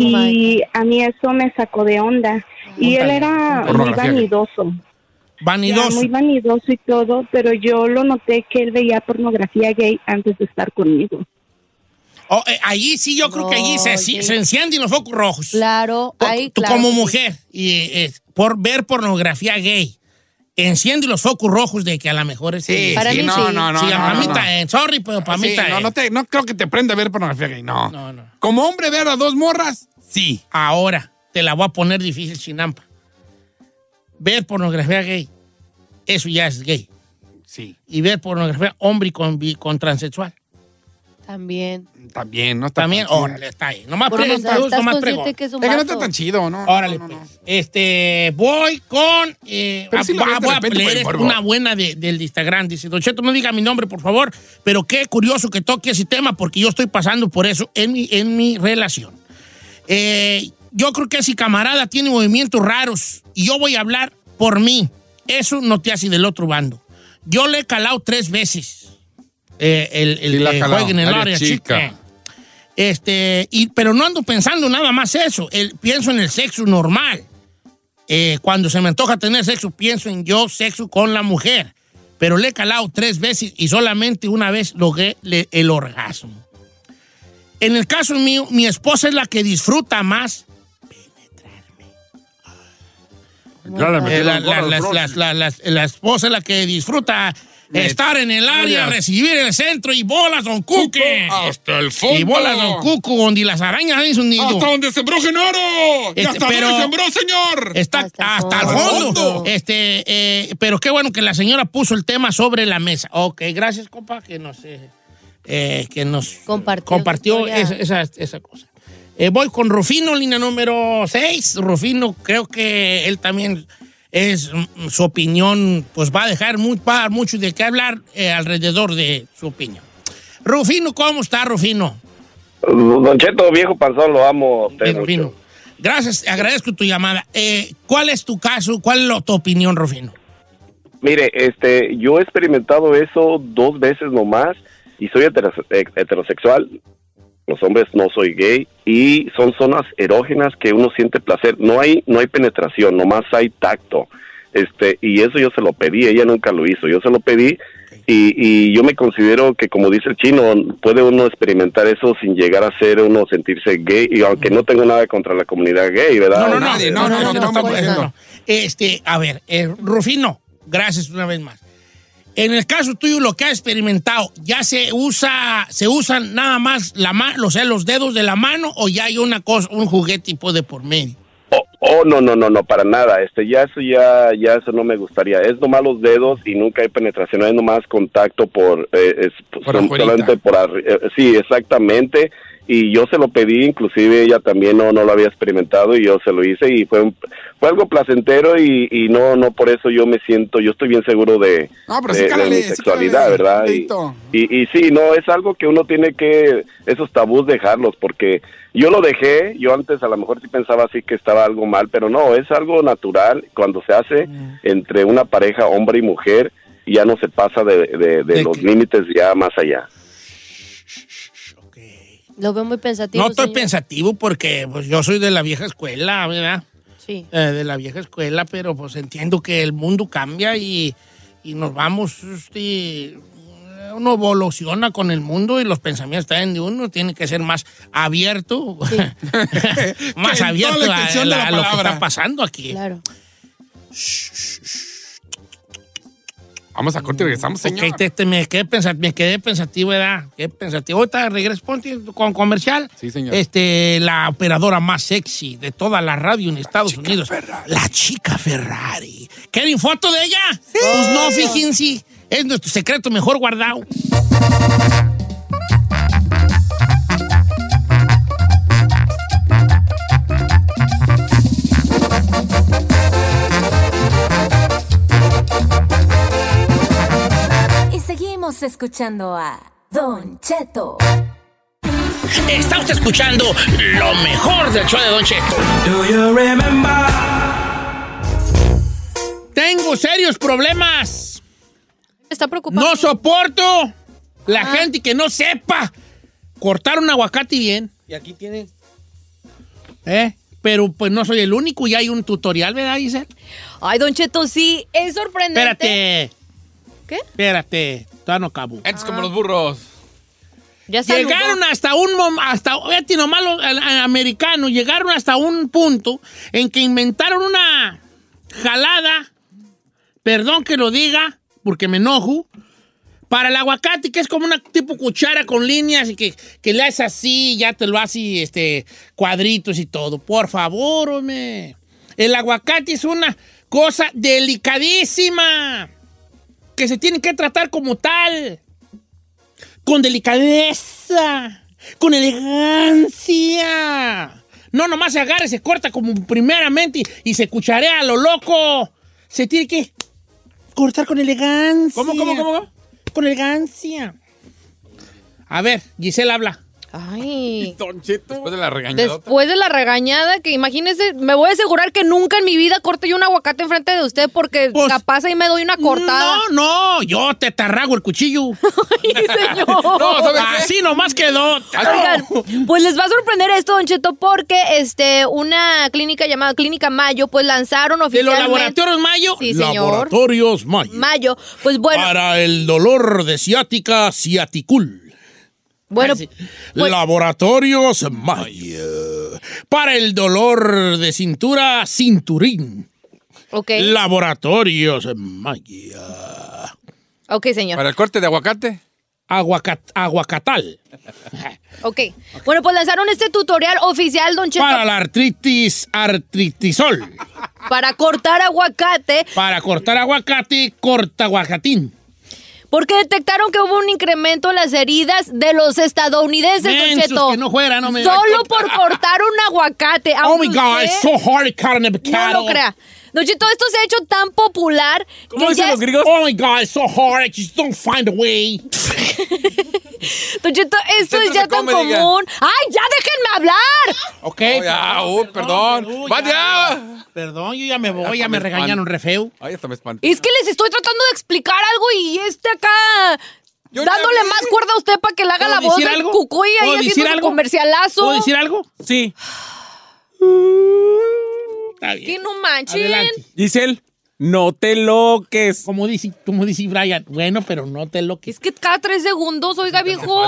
y a mí eso me sacó de onda. Y él Púntale, era muy pornografía gay. vanidoso, era Vanidoso. muy vanidoso y todo, pero yo lo noté que él veía pornografía gay antes de estar conmigo. Oh, eh, allí sí, yo creo que allí se, No, sí, sí. se encienden los focos rojos. Claro, Tú- ahí, tú claro como que sí. mujer, y, eh, por ver pornografía gay, enciende los focos rojos de que a lo mejor es... Sí, Para sí, mí no, sí. no, no, Sí, no, a no, mí no. también. Sorry, pero para mí Sí, también. no, no, te- no creo que te prenda a ver pornografía gay, no. No, no. Como hombre ver a dos morras, sí. Ahora te la voy a poner difícil, chinampa. Ver pornografía gay, eso ya es gay. Sí. Y ver pornografía hombre con, bi- con transexual, También. También, ¿no? Está También, tan chido. órale, está ahí. Nomás Bueno, preguntas, o sea, estás nomás consciente preguntas. que es un Es que no está vato. tan chido, ¿no? Órale, pues. No, no, no. Este, voy con. eh, Pero sí lo ah, ves de voy a repente por leer el morbo. una buena de- del Instagram. Dice, Don Cheto, no diga mi nombre, por favor. Pero qué curioso que toque ese tema, porque yo estoy pasando por eso en mi, en mi relación. Eh, yo creo que si camarada tiene movimientos raros y yo voy a hablar por mí, eso no te hace del otro bando. Yo le he calado tres veces eh, el, el Sí la ha que calado, juega en el área área chica. chica. Este, y, pero no ando pensando nada más eso. El- pienso en el sexo normal. Eh, cuando se me antoja tener sexo, pienso en yo sexo con la mujer. Pero le he calado tres veces y solamente una vez logré le- el orgasmo. En el caso mío, mi esposa es la que disfruta más penetrarme. metí Eh, La, los la- gorros, las- Rosy. las- la- las- la esposa es la que disfruta Me- estar en el área, Mira. recibir el centro y bolas don Cuque. hasta el fondo. Y bolas don Cucu, donde las arañas hacen su nido. Hasta donde sembró Genaro. Este, y hasta pero- donde sembró, señor. Está hasta, el fondo. Este, eh, pero qué bueno que la señora puso el tema sobre la mesa. Ok, gracias, compa, que nos, eh, eh, que nos compartió, historia. esa, esa- esa cosa. Eh, voy con Rufino, línea número 6. Rufino, creo que él también es mm, su opinión, pues va a dejar mu- va a dar mucho de qué hablar eh, alrededor de su opinión. Rufino, ¿cómo está, Rufino? Don Cheto, viejo panzón, lo amo. a usted Vino, mucho. vino. Gracias, agradezco tu llamada. Eh, ¿Cuál es tu caso? ¿Cuál es lo- tu opinión, Rufino? Mire, este, yo he experimentado eso dos veces nomás y soy heterose- he- heterosexual. Los hombres no soy gay y son zonas erógenas que uno siente placer. No hay, no hay penetración, nomás hay tacto. Este, y eso yo se lo pedí, ella nunca lo hizo. Yo se lo pedí y, y yo me considero que, como dice el chino, puede uno experimentar eso sin llegar a ser uno sentirse gay. Y aunque no tengo nada contra la comunidad gay, ¿verdad? no, no, Este, no, no, no, no, no, no, no. Este, a ver, eh, Rufino, gracias una vez más. En el caso tuyo, lo que has experimentado, ¿ya se usa, se usan nada más la mano, o sea, los dedos de la mano o ya hay una cosa, un juguete tipo de por medio? Oh, no, no, no, no, para nada. Este, ya eso, ya, ya eso no me gustaría. Es nomás los dedos y nunca hay penetración. Hay nomás contacto por, eh, es, son- afuerita. solamente por arri- eh, sí, exactamente. Y yo se lo pedí, inclusive ella también no, no lo había experimentado y yo se lo hice y fue, un- fue algo placentero y, y no, no por eso yo me siento, yo estoy bien seguro de, No, pero de- sí de cálale, mi sí sexualidad, cálale, ¿verdad? Y- dedito. y, y sí, no, es algo que uno tiene que, esos tabús dejarlos, porque yo lo dejé, yo antes a lo mejor sí pensaba así que estaba algo mal, pero no, es algo natural cuando se hace entre una pareja, hombre y mujer, ya no se pasa de, de- de los límites ya más allá. Lo veo muy pensativo. No estoy señor. pensativo porque pues, yo soy de la vieja escuela, ¿verdad? Sí. eh, de la vieja escuela, pero pues entiendo que el mundo cambia y, y nos vamos, este, uno evoluciona con el mundo y los pensamientos también de uno, tiene que ser más abierto, más Que en toda abierto la a, extensión de la a lo que palabra. está pasando aquí. Claro. Vamos a corte y regresamos, señor. Ok, te- te- me, quedé pensa- me quedé pensativo, ¿verdad? Quedé pensativo. Ahorita regreso, ponte con comercial. Sí, señor. Este, la operadora más sexy de toda la radio en Estados Unidos. La chica Ferrari. ¿Quieren foto de ella? Pues no, fíjense. Es nuestro secreto mejor guardado. Y seguimos escuchando a Don Cheto. Está usted escuchando lo mejor del show de Don Cheto. Tengo serios problemas. Está preocupado. Ah. No soporto la gente que no sepa cortar un aguacate bien. Y aquí tiene. ¿Eh? Pero pues no soy el único y hay un tutorial, ¿verdad, Giselle? Ay, Don Cheto, sí, es sorprendente. Espérate. ¿Qué? Ah. Espérate, todavía no acabo. Es como los burros. Ya saludó. Llegaron hasta un mom- hasta fíjate nomás los a- a- americanos, llegaron hasta un punto en que inventaron una jalada, perdón que lo diga, porque me enojo, para el aguacate, que es como una tipo cuchara con líneas y que, que le haces así, y ya te lo haces este, cuadritos y todo. Por favor, hombre. El aguacate es una cosa delicadísima que se tiene que tratar como tal. con delicadeza, con elegancia. No, nomás se agarra y se corta como primeramente y, y se cucharea a lo loco. Se tiene que cortar con elegancia. ¿Cómo, cómo, cómo? Con elegancia. A ver, Giselle habla. Ay. Después de la regañadota. Después de la regañada, que imagínese, me voy a asegurar que nunca en mi vida corto yo un aguacate enfrente de usted porque capaz ahí me doy una cortada. Pues, No, no, yo te tarrago el cuchillo. No, ¿sabe qué? Así nomás quedó. Oigan, pues les va a sorprender esto, Don Cheto, porque este, una clínica llamada Clínica Mayo, pues lanzaron De los oficialmente. laboratorios Mayo. Sí, señor. Laboratorios Mayo. Mayo, pues bueno. Para el dolor de ciática, ciaticul. Bueno, Laboratorios Mayo. Para el dolor de cintura, cinturín. ok. Laboratorios Mayo. ok, señor. el corte de aguacate? aguacatal. Ok. Bueno, pues lanzaron este tutorial oficial, Don Cheto, Para la artritis, artritisol. para cortar aguacate Para cortar aguacate, corta aguacatín. Porque detectaron que hubo un incremento en las heridas de los estadounidenses, Don Mensos Cheto. que no fuera, no me- Solo por cortar un aguacate. Oh aunque my God, usted it's so hard cutting a Eh, No cattle. lo crea. Don Cheto, esto se ha hecho tan popular que ya- Oh my God, it's so hard. I just don't find a way. Don Cheto, esto es Siéntese ya tan come, diga. común. ¡Ay, ya déjenme hablar! Ok. uh, ya, uy, perdón. Vaya. Perdón, yo ya me voy, ya me regañaron re feo. Ay, hasta me espanté. Es que les estoy tratando de explicar algo y este acá... dándole más cuerda a usted para que le haga la ¿Puedo voz decir del algo? cucuy ahí ¿Puedo decir haciendo su algo? comercialazo. ¿Puedo decir algo? Sí. Está bien. Que no manchen. Adelante. Giselle, no te loques. Como dice, como dice Brian, bueno, pero no te lo Es que cada tres segundos, oiga viejo,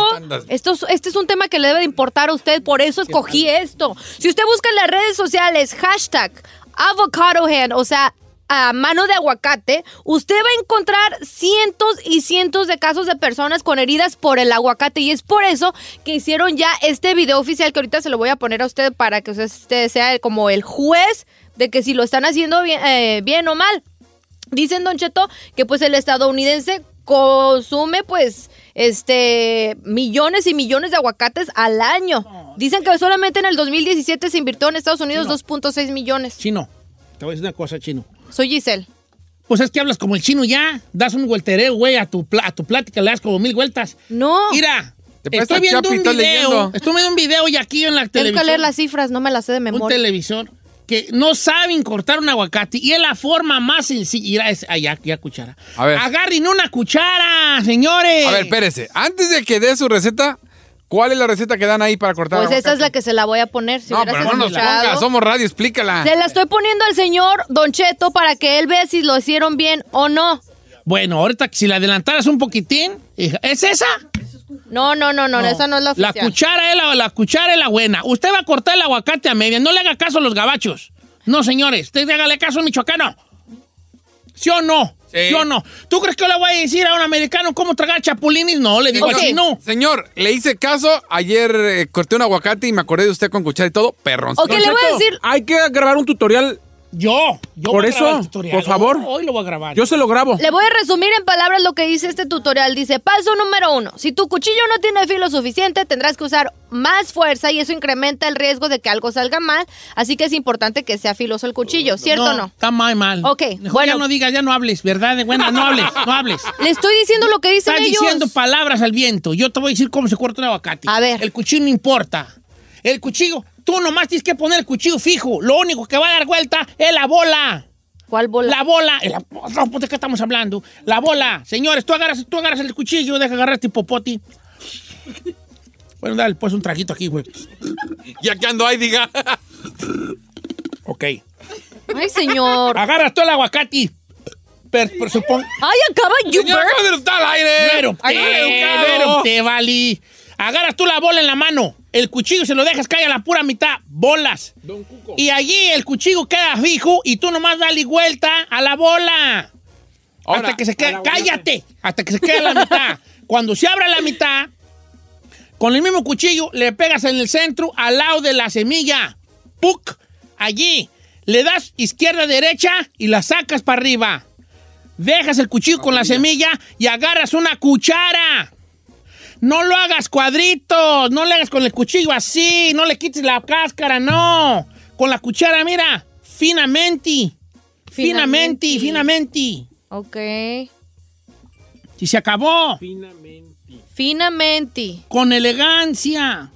esto, es- este es un tema que le debe de importar a usted, por eso escogí esto. Si usted busca en las redes sociales hashtag avocado hand, o sea, a mano de aguacate, usted va a encontrar cientos y cientos de casos de personas con heridas por el aguacate y es por eso que hicieron ya este video oficial que ahorita se lo voy a poner a usted para que usted- usted sea como el juez de que si lo están haciendo bien, eh, bien o mal. Dicen, Don Cheto, que pues el estadounidense consume pues este millones y millones de aguacates al año. Dicen que solamente en el 2017 se invirtió en Estados Unidos 2.6 millones. Chino, te voy a decir una cosa, chino. Soy Giselle. Pues es que hablas como el chino ya. Das un vueltereo, güey, a tu, pla- a tu plática le das como mil vueltas. No. Mira, Te presta estoy el viendo Chapi, un estás video. leyendo. Estoy viendo un video y aquí en la Tengo televisión. que leer las cifras, no me las sé de un memoria. televisor que no saben cortar un aguacate y es la forma más sencilla. Mira, es- ay, ya, ya cuchara. A ver. Agarren una cuchara, señores. A ver, espérese. Antes de que dé su receta, ¿cuál es la receta que dan ahí para cortar Pues esa aguacate? es la que se la voy a poner. Si No, hubieras pero no nos escuchado. ponga. Somos radio, explícala. Se la estoy poniendo al señor Don Cheto para que él vea si lo hicieron bien o no. Bueno, ahorita que si la adelantaras un poquitín, hija, ¿es esa? No, no, no, no, esa no es la La oficial. cuchara es la, la cuchara es la buena. Usted va a cortar el aguacate a media. No le haga caso a los gabachos. No, señores. Usted hágale caso al michoacano. ¿Sí o no? Sí. o no? ¿Tú crees que yo le voy a decir a un americano cómo tragar chapulines? No, le digo Señor, a chino. Señor, le hice caso. Ayer eh, corté un aguacate y me acordé de usted con cuchara y todo. Perrón. Ok, le voy a decir. Hay que grabar un tutorial. Yo, yo Por voy a grabar eso, el tutorial. por favor. Hoy lo voy a grabar. Yo se lo grabo. Le voy a resumir en palabras lo que dice este tutorial. Dice, paso número uno. Si tu cuchillo no tiene filo suficiente, tendrás que usar más fuerza y eso incrementa el riesgo de que algo salga mal. Así que es importante que sea filoso el cuchillo, ¿cierto o no? Está mal, mal. Ok, Mejor bueno. ya no digas, ya no hables, ¿verdad? Bueno, no hables, no hables. Le estoy diciendo lo que dicen Estás ellos. diciendo palabras al viento. Yo te voy a decir cómo se corta un aguacate. A ver. El cuchillo no importa. El cuchillo, tú nomás tienes que poner el cuchillo fijo. Lo único que va a dar vuelta es la bola. ¿Cuál bola? La bola. El- no, pues, ¿De qué estamos hablando? La bola. Señores, tú agarras, tú agarras el cuchillo, deja agarrar este popoti. Bueno, dale, pues un traguito aquí, güey. Ya que ando ahí, diga. Ok. Ay, señor. Agarras todo el aguacate. Per, per- supon- Ay, acaba you Señor, burp. brother, está al aire. Pero te, pero te, vali. Agarras tú la bola en la mano, el cuchillo se lo dejas caer a la pura mitad, bolas. Y allí el cuchillo queda fijo y tú nomás dale vuelta a la bola. hasta que se quede, cállate, hasta que se quede a la mitad. Cuando se abra la mitad, con el mismo cuchillo le pegas en el centro al lado de la semilla. ¡Puc! Allí. Le das izquierda, derecha y la sacas para arriba. Dejas el cuchillo con la semilla y agarras una cuchara. No lo hagas cuadritos, no le hagas con el cuchillo así, no le quites la cáscara, no. Con la cuchara, mira, finamente. Finamente, finamente. Ok. Y se acabó. Finamente. Con elegancia.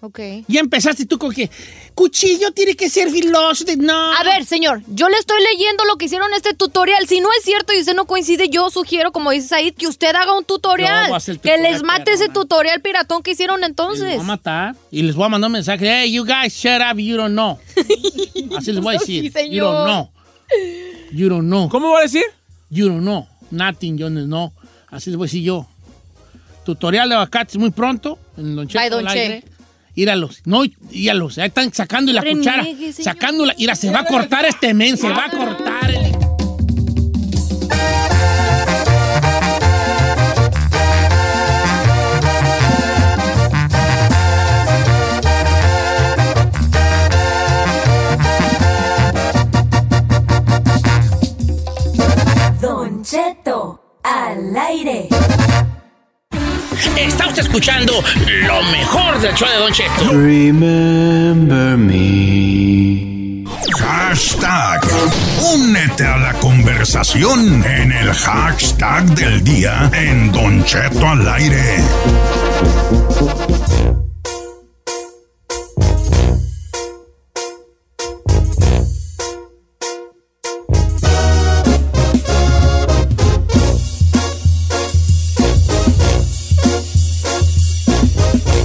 Ok. Ya empezaste tú con que cuchillo tiene que ser filoso. de- No. A ver, señor, yo le estoy leyendo lo que hicieron en este tutorial. Si no es cierto y usted no coincide, yo sugiero, como dice ahí, que usted haga un tutorial. Yo voy a hacer el que tutorial, les mate ese tutorial piratón que hicieron entonces. Voy a matar y les voy a mandar un mensaje. Hey, you guys, shut up, you don't know. Así les voy a decir. Sí, señor. You don't know. You don't know. ¿Cómo voy a decir? You don't know. Nothing, yo no know. Así les voy a decir yo. Tutorial de aguacates muy pronto. En Don Cheto Ay, Don al Che. aire. Íralos. No, íralos. Ahí están sacando la Reniegue, cuchara. señor. Sacando la. Mira, se va a cortar este men. Se va a cortar. el- Don Cheto al aire. Está usted escuchando lo mejor del show de Don Cheto. Remember me. Hashtag. Únete a la conversación en el hashtag del día en Don Cheto al aire.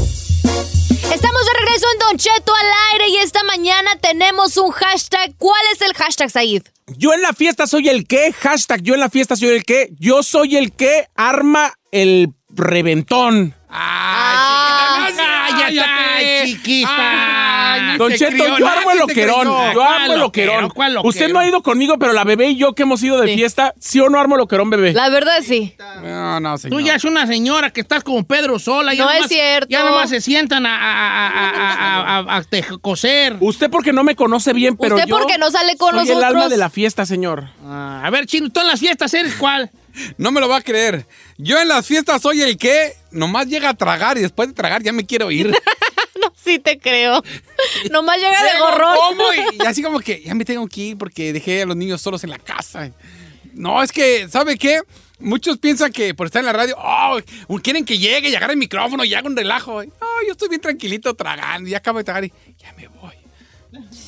Estamos de regreso en Don Cheto al aire y esta mañana tenemos un hashtag. ¿Cuál es el hashtag, Said? Yo en la fiesta soy el que, hashtag yo en la fiesta soy el que, yo soy el que arma el reventón. Ah, ¡Cállate, cállate. chiquita! Don Cheto, yo armo el loquerón, yo armo el loquerón. Usted no ha ido conmigo, pero la bebé y yo que hemos ido de fiesta, ¿sí o no armo el loquerón, bebé? La verdad, sí. No, no, Tú ya es una señora que estás como Pedro Sola. ya No es nomás- cierto. Ya nomás se sientan a, a- a- a- a- a- a te- coser. Usted porque no me conoce bien, pero Usted yo porque no sale con soy el nosotros. Ah, alma de la fiesta, señor. a ver, Chino, tú en las fiestas eres cuál. No me lo va a creer. Yo en las fiestas soy el que nomás llega a tragar y después de tragar ya me quiero ir. No, sí te creo. Nomás llega de Llego, gorrón. como Y, y así como que ya me tengo que ir porque dejé a los niños solos en la casa. No, es que, ¿sabe qué? Muchos piensan que por estar en la radio, oh, quieren que llegue y agarre el micrófono y haga un relajo. No, yo estoy bien tranquilito tragando y acabo de tragar y ya me voy.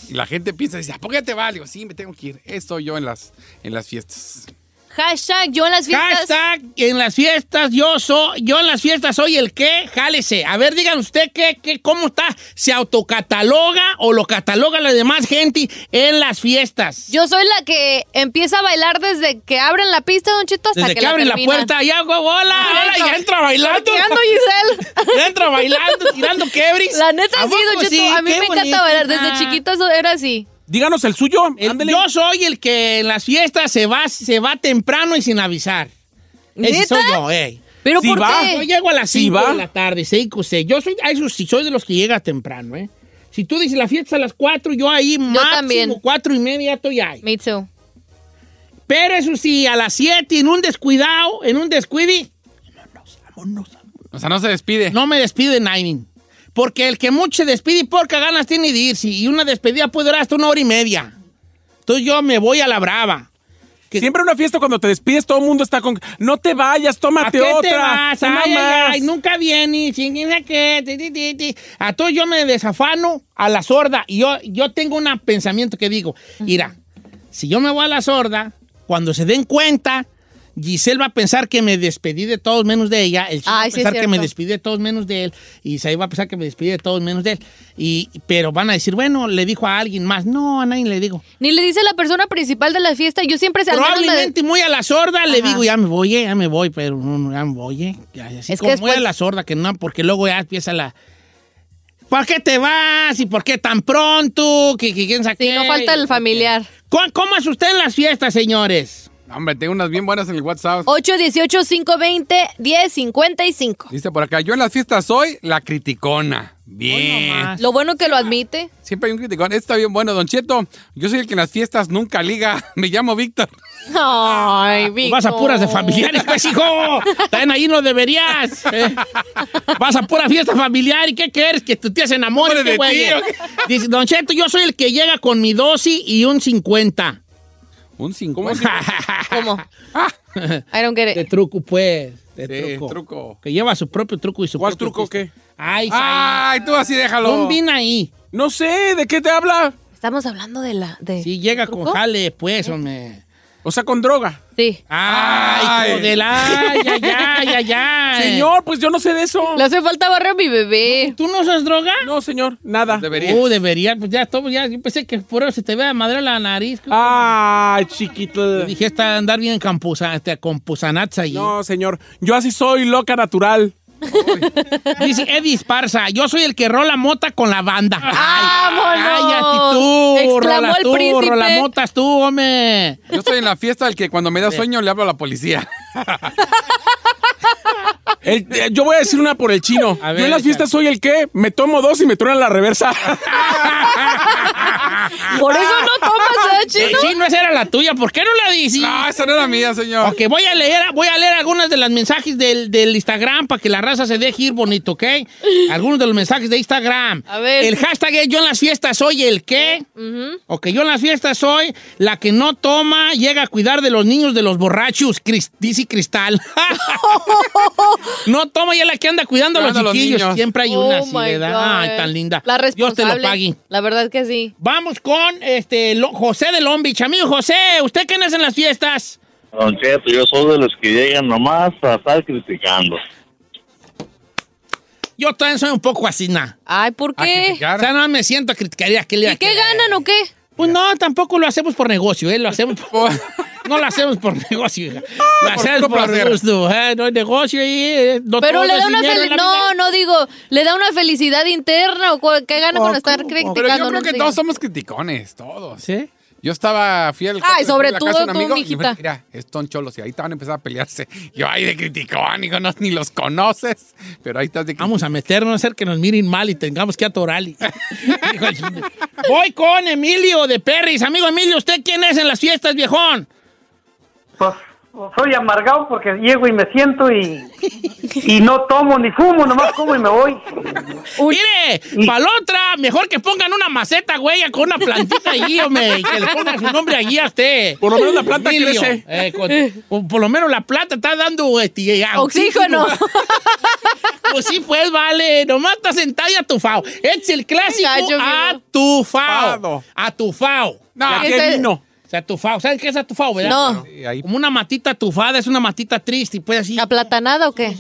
Y la gente piensa, dice, ¿a poco ya te vas? Digo, sí, me tengo que ir. Eso yo en las, en las fiestas. Hashtag yo en las fiestas. Hashtag en las fiestas, yo soy, yo en las fiestas soy el que, jálese. A ver, digan usted qué, qué, cómo está, se autocataloga o lo cataloga la demás gente en las fiestas. Yo soy la que empieza a bailar desde que abren la pista, Don Cheto, hasta Desde que, la abren la terminan. puerta, ya, güey, hola, hola, ya entra bailando. Tirando, Giselle. Ya entra bailando, tirando quebris. La neta ¿A sí, poco Don Cheto, sí? a mí Qué me bonito. encanta bailar. Desde Ah. chiquita eso era así. Díganos el suyo. El- yo soy el que en las fiestas se va, se va temprano y sin avisar. Ese ¿Neta? soy yo, ey. ¿Pero por va. qué? Yo llego a las Sí 5 va. de la tarde, 5, 6. Yo soy, a eso sí, soy de los que llega temprano, ¿eh? Si tú dices la fiesta a las 4, yo ahí máximo también. 4 y media estoy ahí. Me too. Pero eso sí, a las 7 en un descuidado, en un descuidi, O sea, no se despide. no me despide Nine. Porque el que mucho se despide y porca ganas tiene de irse. Y una despedida puede durar hasta una hora y media. Entonces yo me voy a la brava. Siempre en una fiesta cuando te despides todo el mundo está con... No te vayas, tómate ¿A qué otra. te vas? no Ay, ay, más". ay, nunca viene. chinguina que, ti, ti, ti, ti. A todos yo me desafano a la sorda. Y yo, yo tengo un pensamiento que digo, mira, si yo me voy a la sorda, cuando se den cuenta, Giselle va a pensar que me despedí de todos menos de ella. El chico va a Ay, sí es pensar que me cierto. despedí de todos menos de él. Y Saí va a pensar que me despedí de todos menos de él. Y, pero van a decir, bueno, le dijo a alguien más. No, a nadie le digo. Ni le dice la persona principal de la fiesta. Yo siempre se al menos me- Probablemente muy a la sorda le digo, ya me voy, eh, ya me voy, pero no, no, ya me voy. eh. Ya, así Es que como muy después- a la sorda, que no, porque luego ya empieza la... ¿Por qué te vas? ¿Y por qué tan pronto? Que, que quién sabe Sí, no qué? falta el familiar. ¿Cómo, cómo es usted en las fiestas, señores? Hombre, tengo unas bien buenas en el WhatsApp. 818-520-1055. Dice por acá, yo en las fiestas soy la criticona. Bien. Lo bueno que lo admite. Siempre hay un criticón. Este está bien bueno, Don Cheto. Yo soy el que en las fiestas nunca liga. Me llamo Víctor. Ay, Vico. Pues Vas a puras de familiares, pues, hijo. También ahí no deberías. ¿eh? Vas a pura fiesta familiar. ¿Y qué crees? Que tu tía se enamore Hombre qué de güey. tío. Dice, Don Cheto, yo soy el que llega con mi dosis y un 50. Un 50. ¿Cómo? I don't get it. De truco, pues. De Sí, truco. truco. Que lleva su propio truco y su ¿Cuál propio truco chiste. qué? Ay, Ay, tú así déjalo. Combina ahí. No sé, ¿de qué te habla? Estamos hablando de la. De... Sí, llega con ¿Truco? jale, pues, hombre. O sea, con droga. Sí. Ay, hijo de la- ay, ay, ay, ay, ay. Señor, pues yo no sé de eso. Le hace falta barrer a mi bebé. ¿Tú no usas droga? No, señor, nada. Debería. Oh, debería, pues ya todo, ya, yo pensé que por eso se te vea madre la nariz. Ay, chiquito. Yo dije, está andar bien campusa, este, con pusanats ahí. No, señor, yo así soy loca natural. Dice Eddie Esparza, yo soy el que rola mota con la banda. ¡Vámonos! ¡Cállate tú! Exclamó rola el tú, príncipe. rola motas tú, hombre. Yo estoy en la fiesta del que cuando me da sueño le hablo a la policía. El- eh, yo voy a decir una por el chino. A ver, yo en las échale. fiestas soy el que me tomo dos y me truenan la reversa. Por eso no tomas, ¿eh, Eh, chino? Sí, no, esa era la tuya. ¿Por qué no la dices? No, esa no era mía, señor. Ok, voy a leer, voy a leer algunas de las mensajes del, del Instagram para que la raza se deje ir bonito, ¿ok? Algunos de los mensajes de Instagram. A ver. El hashtag es yo en las fiestas soy el qué. Ujú. Ok, yo en las fiestas soy la que no toma, llega a cuidar de los niños de los borrachos, Cris- dice Cristal. no toma, ya la que anda cuidando a los Cuidando a los chiquillos. niños. Siempre hay Oh una así, my ¿verdad? God. Ay, tan linda. La Dios responsable. te lo pague. La verdad que sí. Vamos con este Lo- José de Long Beach. Amigo José, ¿usted qué es en las fiestas? Don Cheto, yo soy de los que llegan nomás a estar criticando. Yo también soy un poco así, na. Ay, ¿por qué? O sea, no me siento a criticar. ¿Y a qué le- ¿Y qué ganan o qué? Pues no, tampoco lo hacemos por negocio, ¿eh? Lo hacemos por... no lo hacemos por negocio, hija. Lo hacemos puro por, placer. gusto, ¿eh? No hay negocio ahí. eh, no Pero todo le es da una dinero en felicidad. la No, vida. no digo. ¿Le da una felicidad interna o cu- qué gana Oh, con estar criticando? Pero yo No creo que sé. todos somos criticones, todos. ¿Sí? Yo estaba fiel. Ay, sobre la todo casa de un tú, amigo, y mijita. Mira, son cholos y ahí estaban empezando a pelearse. Yo, ay, de criticón, hijo, no, ni los conoces. Pero ahí estás de criticón. Vamos a meternos a hacer que nos miren mal y tengamos que atorar. y- Hijo de chile. Voy con Emilio de Perris. Amigo Emilio, ¿usted quién es en las fiestas, viejón? Pues soy amargado porque llego y me siento y, y no tomo ni fumo, nomás como y me voy. Mire, para la otra, mejor que pongan una maceta, güey, con una plantita allí, hombre, y que le pongan su nombre allí a usted. Por lo menos la planta Emilio, crece. eh, con- con- por lo menos la plata está dando este, eh, Oxígeno. Pues sí, pues vale. Nomás está sentado y atufado. Es el clásico Gallo, viejo. atufado. Fado. Atufado. No, ¿Qué ¿Qué es el- vino? O sea, atufado. ¿Sabes qué es atufado, verdad? No. Sí, ahí- Como una matita atufada, es una matita triste y pues así. ¿Aplatanada o qué?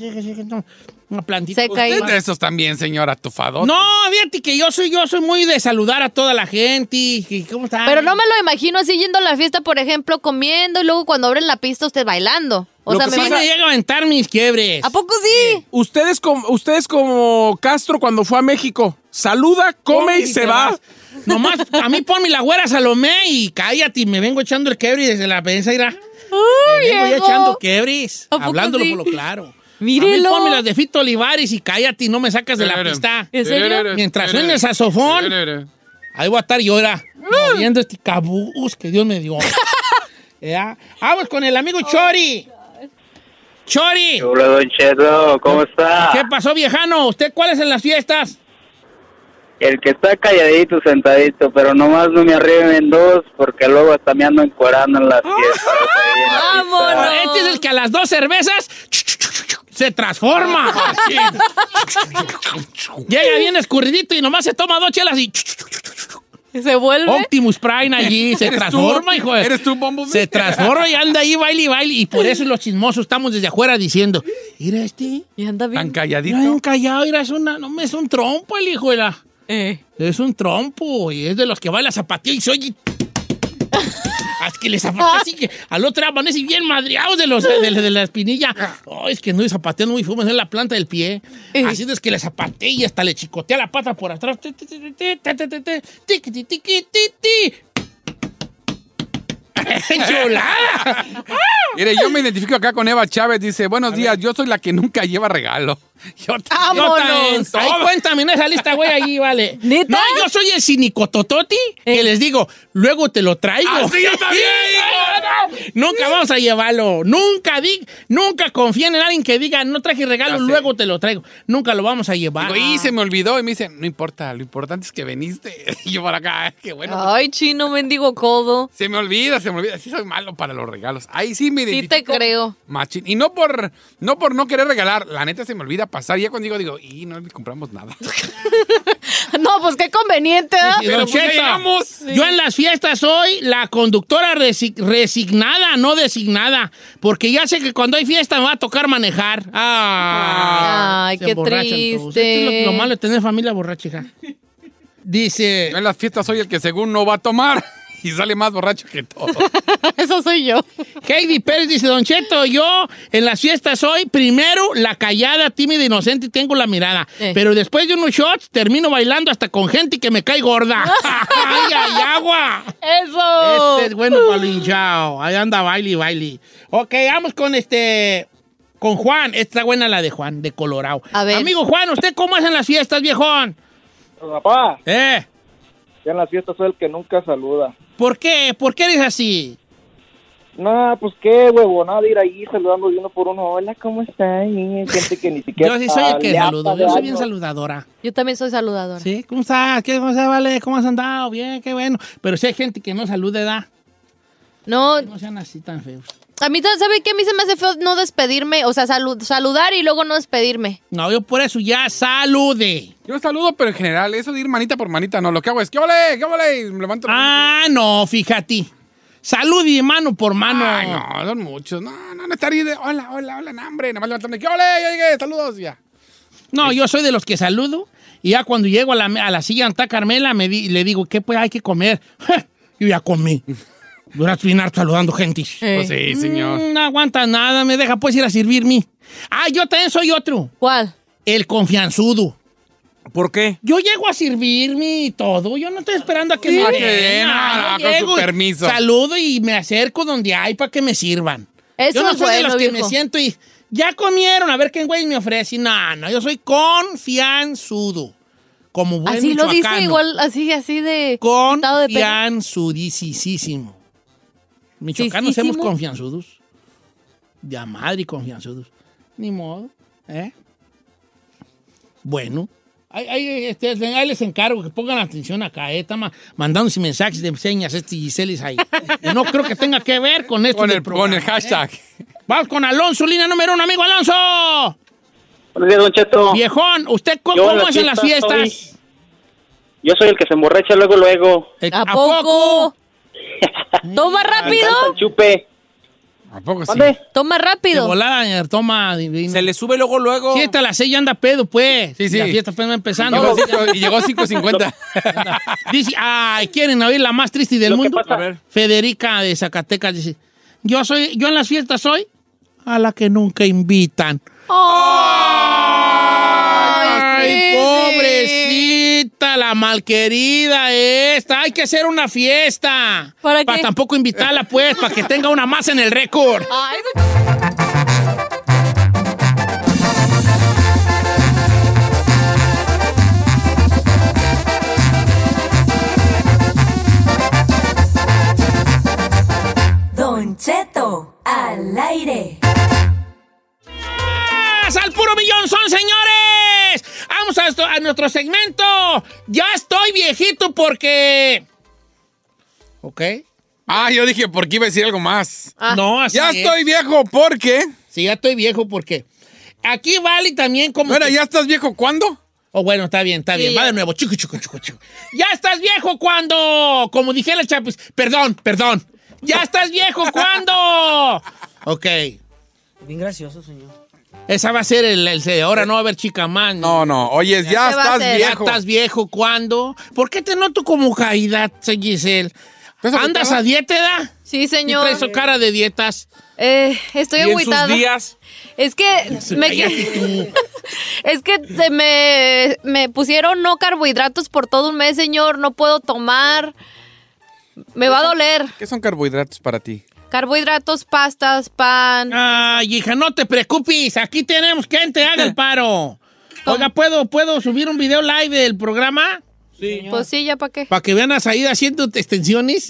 Una plantita. Seca ahí. Usted es de esos también, señor atufado. No, fíjate que yo soy, yo soy muy de saludar a toda la gente. y- y ¿Cómo están? Pero no me lo imagino así yendo a la fiesta, por ejemplo, comiendo y luego cuando abren la pista usted bailando. O Lo sea, que me sí imagino- me llega a aventar mis quiebres. ¿A poco sí? Ustedes como, ustedes como Castro cuando fue a México, saluda, come y se te va. vas. Nomás, a mí ponme la güera Salomé y cállate, y me vengo echando el quebris desde la prensa, irá. Me vengo yo viejo. echando quebris, ¿A poco hablándolo sí? por lo claro. Mírelo. A mí ponme las de Fito Olivares y cállate y no me sacas de la pista. ¿En serio? Mientras suene el saxofón, ahí voy a estar yo, era, Mm. moviendo este cabuz que Dios me dio. ¿Ya? Vamos con el amigo Chori. Chori, Hola, Don Cheto, ¿cómo Eh, está? ¿qué pasó, viejano? ¿Usted cuál es en las fiestas? El que está calladito, sentadito, pero nomás no me arriben dos, porque luego hasta me ando encuerando en las fiestas. ahí en la pista. ¡Vámonos! Este es el que a las dos cervezas se transforma. Llega bien escurridito y nomás se toma dos chelas y Se vuelve. Optimus Prime allí se ¿Eres transforma, tú? hijo. de- ¿Eres tú, Bumblebee? Se transforma y anda ahí, baile y baile. Y por eso los chismosos estamos desde afuera diciendo, mira este, Y anda bien. Tan mira bien calladito. callado, mira, es una, no, es un trompo el hijo de la... Eh. Es un trompo y es de los que baila zapatilla y se oye. Así que le zapatea así que al otro amanece bien madreados de, los, de, de la espinilla. Oh, es que no es zapateo, no, y fumas en la planta del pie. Así es que le zapatea y hasta le chicotea la pata por atrás. Ti, ti, ti, ti, ti, ti, ti, ti, ti, tiqui, tiqui, ti, ti. ¡Chulada! Mire, yo me identifico acá con Eva Chávez. Dice, buenos días, yo soy la que nunca lleva regalo. Yo t- Yo también. ¡Vámonos! Ahí cuéntame, no esa lista, güey, allí, vale. No, yo soy el cinicotototi que les digo, luego te lo traigo. ¡Ah, sí, yo también! Sí, no, no. Nunca vamos a llevarlo. Nunca di, nunca confíen en alguien que diga, no traje regalo, luego te lo traigo. Nunca lo vamos a llevar. Digo, y se me olvidó. Y me dice, no importa, lo importante es que viniste. Y yo por acá, qué bueno. Ay, chino, mendigo codo. Se me olvida, se me olvida. Sí soy malo para los regalos. Ahí sí me Sí identifico. te creo. Machín. Y no por, no por no querer regalar. La neta se me olvida pasar. Ya cuando digo, digo, y no le compramos nada. No, pues qué conveniente, ¿eh? Don Cheto, Sí. Yo en las fiestas soy la conductora resi- resignada, no designada. Porque ya sé que cuando hay fiesta me va a tocar manejar. Ah, Ay, se qué emborrachan triste. todos. Esto es lo, lo malo de tener familia borracha, hija. Dice. Yo en las fiestas soy el que según no va a tomar. Y sale más borracho que todo. Eso soy yo. Heidi Pérez dice, Don Cheto, yo en las fiestas soy primero la callada, tímida, inocente y tengo la mirada. Eh. Pero después de unos shots termino bailando hasta con gente que me cae gorda. ¡Ay, ay, agua! Eso. Este es bueno palinchao. Ahí anda, baile y baile. Ok, vamos con este. Con Juan. Esta buena la de Juan, de Colorado. A ver. Amigo Juan, ¿usted cómo hacen las fiestas, viejón? Pues, Papá, ¿Eh? yo en las fiestas soy el que nunca saluda. ¿Por qué? ¿Por qué eres así? Nah, pues qué huevo, nada de ir ahí saludando de uno por uno. Hola, ¿cómo estás? Y gente que ni siquiera. Yo sí soy el que le ha saludo. Yo pagado. soy bien saludadora. Yo también soy saludadora. ¿Sí? ¿Cómo estás? ¿Qué, ¿Cómo estás, Vale? ¿Cómo has andado? Bien, qué bueno. Pero si hay gente que no saluda, da. No, No sean así tan feos. a mí, ¿sabe qué? A mí se me hace feo no despedirme, o sea, salu- saludar y luego no despedirme. No, yo por eso ya salude. Yo saludo, pero en general, eso de ir manita por manita, no. Lo que hago es, ¿qué ole? ¿Qué ole? Y me levanto. Ah, no, fíjate. Salud y mano por mano. Ay, Ah, no, son muchos. No, no, no estar ahí de, hola, hola, hola, no, hombre. Nada más levantarme, ¿qué ole? Ya llegué, saludos, ya. No, yo soy de los que saludo y ya cuando llego a la, a la silla anta Carmela me di- le digo, ¿qué pues hay que comer? yo ya comí. Duraste bien harto saludando gente. Pues sí, señor. Eh. Mm, no aguanta nada, me deja pues ir a servirme. Ah, yo también soy otro. ¿Cuál? El confianzudo. ¿Por qué? Yo llego a servirme y todo. Yo no estoy esperando a que Sí. me Ah, que den. den, Ah, ah, yo con su llego y permiso. Saludo y me acerco donde hay para que me sirvan. Eso yo no es soy de los bueno, que me viejo. siento y ya comieron, a ver qué güey me ofrece. No, no, yo soy confianzudo. Como buen así lo dice michoacano. igual, así, así de... quitado de pelo. Confianzudisísimo. Michoacanos Sisísimo. somos confianzudos. De a madre y confianzudos. Ni modo, ¿eh? Bueno. Ahí, ahí, este, ahí les encargo que pongan atención acá, ¿eh? Está ma- mandándose mensajes de señas este Giselis ahí. Y no creo que tenga que ver con esto Con del el, con programa, el ¿eh? hashtag. Vamos con Alonso, línea número uno, amigo Alonso. Buenos días, Don Cheto. Viejón, ¿usted cómo, Yo en cómo las es en las fiestas fiestas? Yo soy el que se emborracha luego, luego. Eh, ¿A poco? Me ¿Toma rápido? encanta el chupe. ¿A poco sí? ¿Dónde? ¿Toma De rápido? volada, toma, divino. Se le sube luego, luego. Si hasta las 6 ya anda pedo, pues. Sí, sí. La fiesta apenas va empezando. Llegó cinco- y llegó 5.50. Dice, ay, ¿quieren oír la más triste del Lo que mundo? pasa- A ver. Federica de Zacatecas dice, yo soy, yo en las fiestas soy a la que nunca invitan. Ay, sí, pobrecita, la malquerida esta. Hay que hacer una fiesta. ¿Para qué? tampoco invitarla, pues, para que tenga una más en el récord. Ay, no- Don Cheto al aire. ¡Gracias al puro millón son, señores. Vamos a, esto- a nuestro segmento. Ya estoy viejito porque. ¿Ok? Ah, yo dije, ¿por qué iba a decir algo más? Ah. No, así ya es. estoy viejo, ¿por qué? Sí, ya estoy viejo porque. Aquí vale también como. Bueno, que- ¿ya estás viejo cuándo? Oh, bueno, está bien, está Sí, bien. ya. Va de nuevo. Chico, chico, chico, chico. Ya estás viejo cuando. Como dije la chapis. Perdón, perdón. Ya estás viejo cuando. Ok. Bien gracioso, señor. Esa va a ser el. el- ahora no va a haber chica más. No, no, oye, ya, se va a estás hacer. Ya viejo. estás viejo, ¿cuándo? ¿Por qué te noto como caída, Giselle? ¿Estás ¿Andas apretada? a dieta, edad? Sí, Y señor. traes cara de dietas. Eh, estoy Y en sus agüitada. Mm. días. Es que me que- es que se me, me pusieron no carbohidratos por todo un mes, señor. No puedo tomar. Me va a doler. ¿Qué son carbohidratos para ti? Carbohidratos, pastas, pan. Ay, hija, no te preocupes. Aquí tenemos quien te haga el paro. Oiga, ¿puedo, ¿puedo subir un video live del programa? Sí. Pues sí, ¿ya para qué? Para que vean a Saída haciendo extensiones.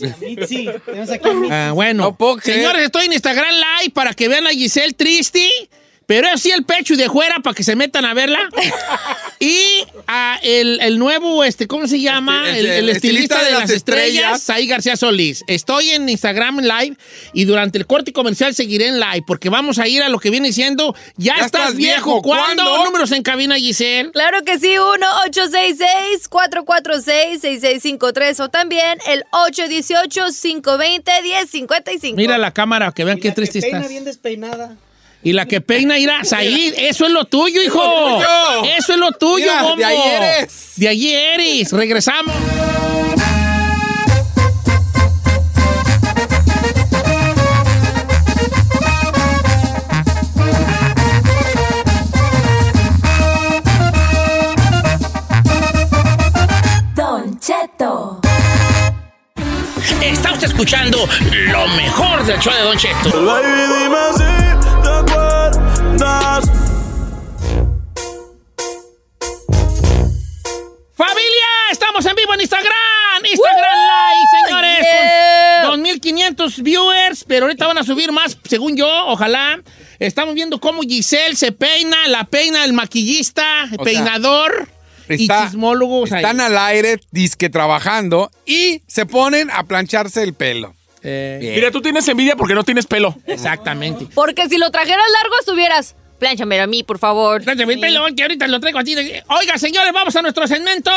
Sí, tenemos aquí Ah, bueno. Señores, estoy en Instagram Live para que vean a Giselle Tristi. Pero así el pecho y de fuera para que se metan a verla. y a el, el nuevo, este, ¿cómo se llama? Este, El, este, el estilista, de, las estrellas, Saí García Solís. Estoy en Instagram Live y durante el corte comercial seguiré en live porque vamos a ir a lo que viene siendo Ya, estás, viejo. ¿Cuándo? Números en cabina, Giselle. Claro que sí, 1-866-446-6653 o también el 818-520-1055. Mira la cámara, que vean qué triste Peina estás. bien despeinada. Y la que peina irá Said, eso es lo tuyo, hijo. Es lo tuyo. Eso es lo tuyo, Mira, de bombo. ahí eres. De ahí eres. Regresamos. Don Cheto. Está usted escuchando lo mejor del show de Don Cheto. ¡Familia! ¡Estamos en vivo en Instagram! ¡Instagram Live, señores! yeah. Con 2.500 viewers, pero ahorita van a subir más, según yo, ojalá. Estamos viendo cómo Giselle se peina, la peina el maquillista, el O sea, peinador y chismólogos ahí. Ah, Están al aire, disque trabajando, y se ponen a plancharse el pelo. Eh, Bien. Mira, tú tienes envidia porque no tienes pelo. Exactamente. Porque si lo trajeras largo, estuvieras. Plánchame a mí, por favor. Plánchame el pelón, que ahorita lo traigo a ti. Oiga, señores, vamos a nuestro segmento.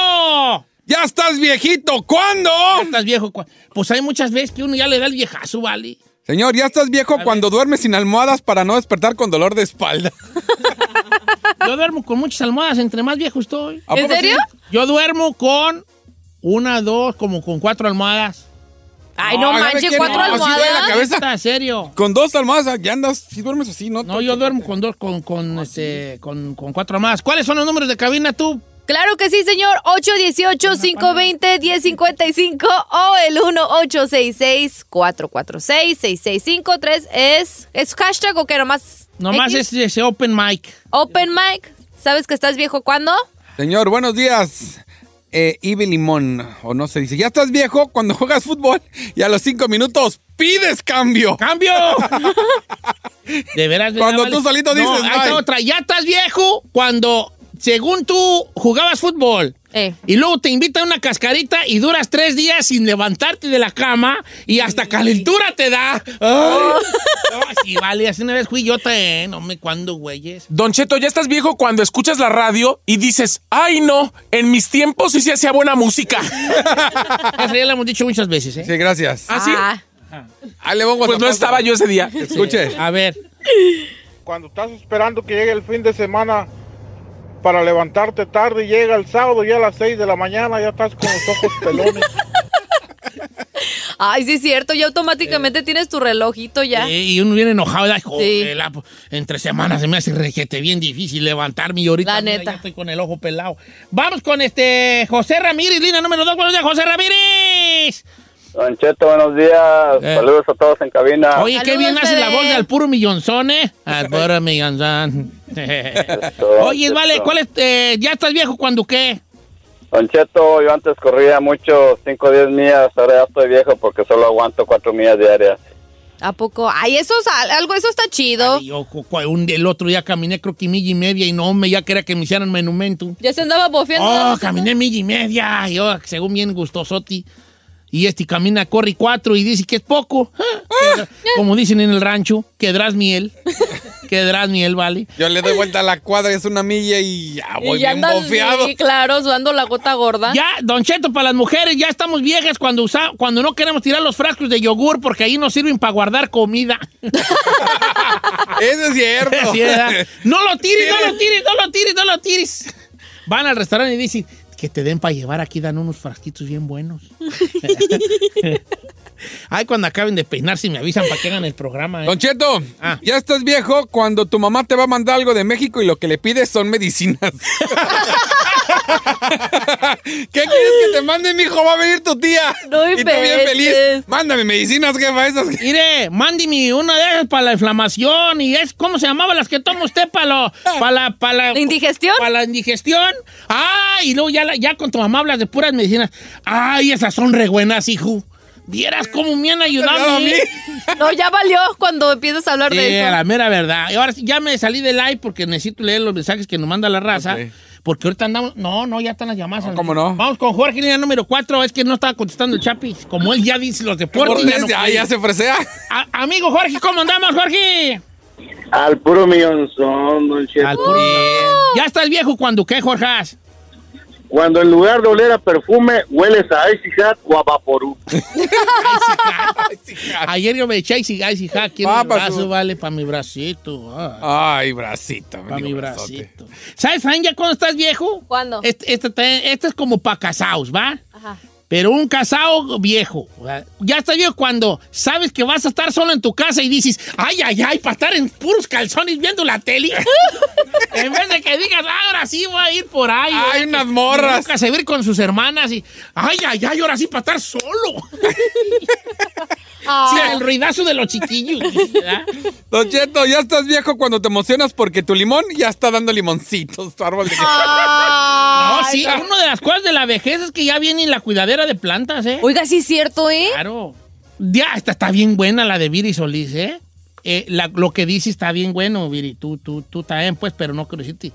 ¡Ya estás viejito! ¿Cuándo? Ya estás viejo. cua- Pues hay muchas veces que uno ya le da el viejazo, ¿vale? Señor, ya estás viejo cuando duermes sin almohadas para no despertar con dolor de espalda. Yo duermo con muchas almohadas, entre más viejo estoy. ¿A ¿En poco serio? Yo duermo con una, dos, como con cuatro almohadas. Ay, no, manches, manches, cuatro almohadas. Está serio. Con dos almohadas, ah, ya andas, si duermes así, ¿no? No, yo duermo con dos, con, con, este, con, con cuatro almohadas. ¿Cuáles son los números de cabina tú? Claro que sí, señor. 818-520-1055 o el 1-866-446-6653 es, es hashtag o que nomás. Nomás X? es ese open mic. Open mic. ¿Sabes que estás viejo cuándo? Señor, buenos días. Eh, Ibe Limón, o no se dice. Ya estás viejo cuando juegas fútbol y a los cinco minutos pides cambio. ¡Cambio! De veras, de Cuando veras, tú vale. solito No, dices, ahí está "Bye". otra. Ya estás viejo cuando, según tú, jugabas fútbol. Y luego te invitan a una cascarita y duras tres días sin levantarte de la cama y hasta calentura te da. Ay. Oh. No, sí, vale, así una vez fui yo también. No me cuando, güeyes. Don Cheto, ya estás viejo cuando escuchas la radio y dices, ay no, en mis tiempos sí se hacía buena música. Esa ya la hemos dicho muchas veces, ¿eh? Sí, gracias. ¿Ah, sí? Pues no estaba yo ese día. Escuche. A ver. Cuando estás esperando que llegue el fin de semana para levantarte tarde, llega el sábado ya a las 6 de la mañana, ya estás con los ojos pelones. Ay, sí es cierto. Ya automáticamente tienes tu relojito ya. Eh, Y uno viene enojado, ay, joder, Sí. la- entre semanas se me hace requete bien difícil levantarme y ahorita La mira, neta. ya estoy con el ojo pelado. Vamos con este José Ramírez, línea número 2, buenos días, José Ramírez. Don Cheto, buenos días. Saludos a todos en cabina. Eh. Oye, qué bien hace la voz de al puro millonzón, ¿eh? Al puro millonzón. Oye, vale, ¿cuál es? eh, ¿Ya estás viejo cuando qué? Don Cheto, yo antes corría mucho, 5 o 10 millas. Ahora ya estoy viejo porque solo aguanto 4 millas diarias. ¿A poco? Ay, eso es al- algo, eso está chido. Yo cu- cu- un- el otro día caminé creo que milla y media y no, me ya quería que me hicieran monumento. Ya se andaba bofeando. Oh, caminé milla y media. Yo, según bien gustosoti. Y este camina, corre cuatro y dice que es poco. Ah, Ah. Como dicen en el rancho, quedarás miel. quedarás miel, vale. Yo le doy vuelta a la cuadra, es una milla y ya voy y ya bien andas, bofeado. sí, claro, sudando la gota ¿Ah? gorda. Ya, Don Cheto, para las mujeres ya estamos viejas cuando usa, cuando no queremos tirar los frascos de yogur porque ahí nos sirven para guardar comida. Eso es cierto. Sí, ¿verdad? no lo tires, no lo tires, no lo tires, no lo tires. Van al restaurante y dicen que te den para llevar aquí, dan unos frasquitos bien buenos. Ay, cuando acaben de peinar, si me avisan para que hagan el programa. ¿eh? Don Cheto, ya estás viejo cuando tu mamá te va a mandar algo de México y lo que le pides son medicinas. ¿Qué quieres que te mande, mijo? Va a venir tu tía. No Y tú bien feliz. inventes. Mándame medicinas, jefa, esas. que- Mire, mándeme una de esas para la inflamación y es, ¿cómo se llamaba las que toma usted para lo, para la, para la, indigestión? Para la indigestión. Ah, y luego ya, la- ya con tu mamá hablas de puras medicinas. Ay, esas son re buenas, hijo. Vieras cómo me han ayudado a mí. No, ya valió cuando empiezas a hablar ¿eh? Sí, de a eso. la mera verdad. Y ahora sí, ya me salí del live porque necesito leer los mensajes que nos manda la raza. Porque ahorita andamos. No, no, ya están las llamadas. ¿Cómo no? Vamos con Jorge, línea número 4. Es que no estaba contestando el Chapis. Como él ya dice los deportes. Deportes, ya- puede. ya se fresea. A- amigo Jorge, ¿cómo andamos, Jorge? Al puro millonzón, don Cheto. ¡Oh! Ya estás viejo cuando qué, Jorge. Cuando en lugar de oler a perfume, hueles a Icy Hat o a Vaporú. Ayer yo me eché y si y ja, aquí en Ah, mi pa' brazo, su- vale, para mi bracito. Ah. Ay, bracito. Pa' mi mendigo bracito. ¿Sabes, Fran, ya cuando estás viejo? ¿Cuándo? Este, este te- este es como para casados, ¿va? Ajá. Pero un casado viejo. ¿verdad? Ya estás viejo cuando sabes que vas a estar solo en tu casa y dices, ay, ay, ay, para estar en puros calzones viendo la tele. en vez de que digas, "Ah, ahora sí voy a ir por ahí. Hay unas morras. Nunca se va a ir con sus hermanas y, ay, ay, ay, ahora sí para estar solo. Sí, el ruidazo de los chiquillos. ¿verdad? Don Cheto, ya estás viejo cuando te emocionas porque tu limón ya está dando limoncitos, tu árbol de No, sí, no. una de las cosas de la vejez es que ya viene la cuidadera de plantas, ¿eh? Oiga, sí es cierto, ¿eh? Claro. Ya, esta está bien buena la de Viri Solís, ¿eh? Eh, la- lo que dice está bien bueno, Viri, tú, tú, tú también, pues, pero no quiero decirte.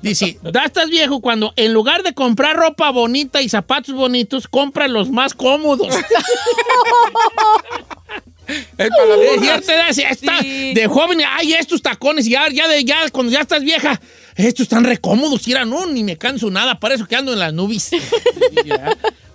Dice, ya estás viejo cuando en lugar de comprar ropa bonita y zapatos bonitos, compra los más cómodos. Es para las De morras. cierta edad, sí, está de joven, ay, estos tacones, y ya, ya, de, ya, cuando ya estás vieja, estos están recómodos, y era, no, ni me canso nada, para eso que ando en las nubes.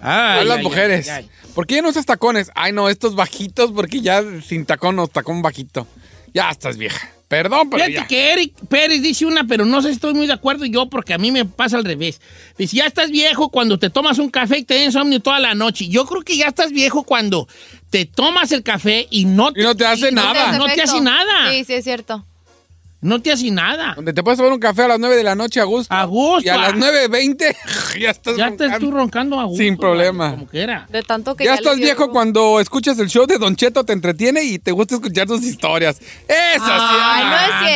A las ay, mujeres. ay, ay. ¿Por qué ya no usas tacones? Ay, no, estos bajitos, porque ya sin tacón o tacón bajito. Ya estás vieja. Perdón, pero Fíjate ya. que Eric Pérez dice una, pero no sé si estoy muy de acuerdo yo, porque a mí me pasa al revés. Dice, ya estás viejo cuando te tomas un café y te da insomnio toda la noche. Yo creo que ya estás viejo cuando te tomas el café y no te, hace No te hace nada. Sí, sí, es cierto. No te hace nada. Donde te puedes tomar un café a las 9 de la noche a gusto. A gusto. Y a las 9.20 ya estás Ya estás tú roncando a gusto. sin problema. Como quiera. De tanto que ya ya estás le dio- viejo cuando escuchas el show de Don Cheto, te entretiene y te gusta escuchar sus historias. Eh, Eso Ay, no es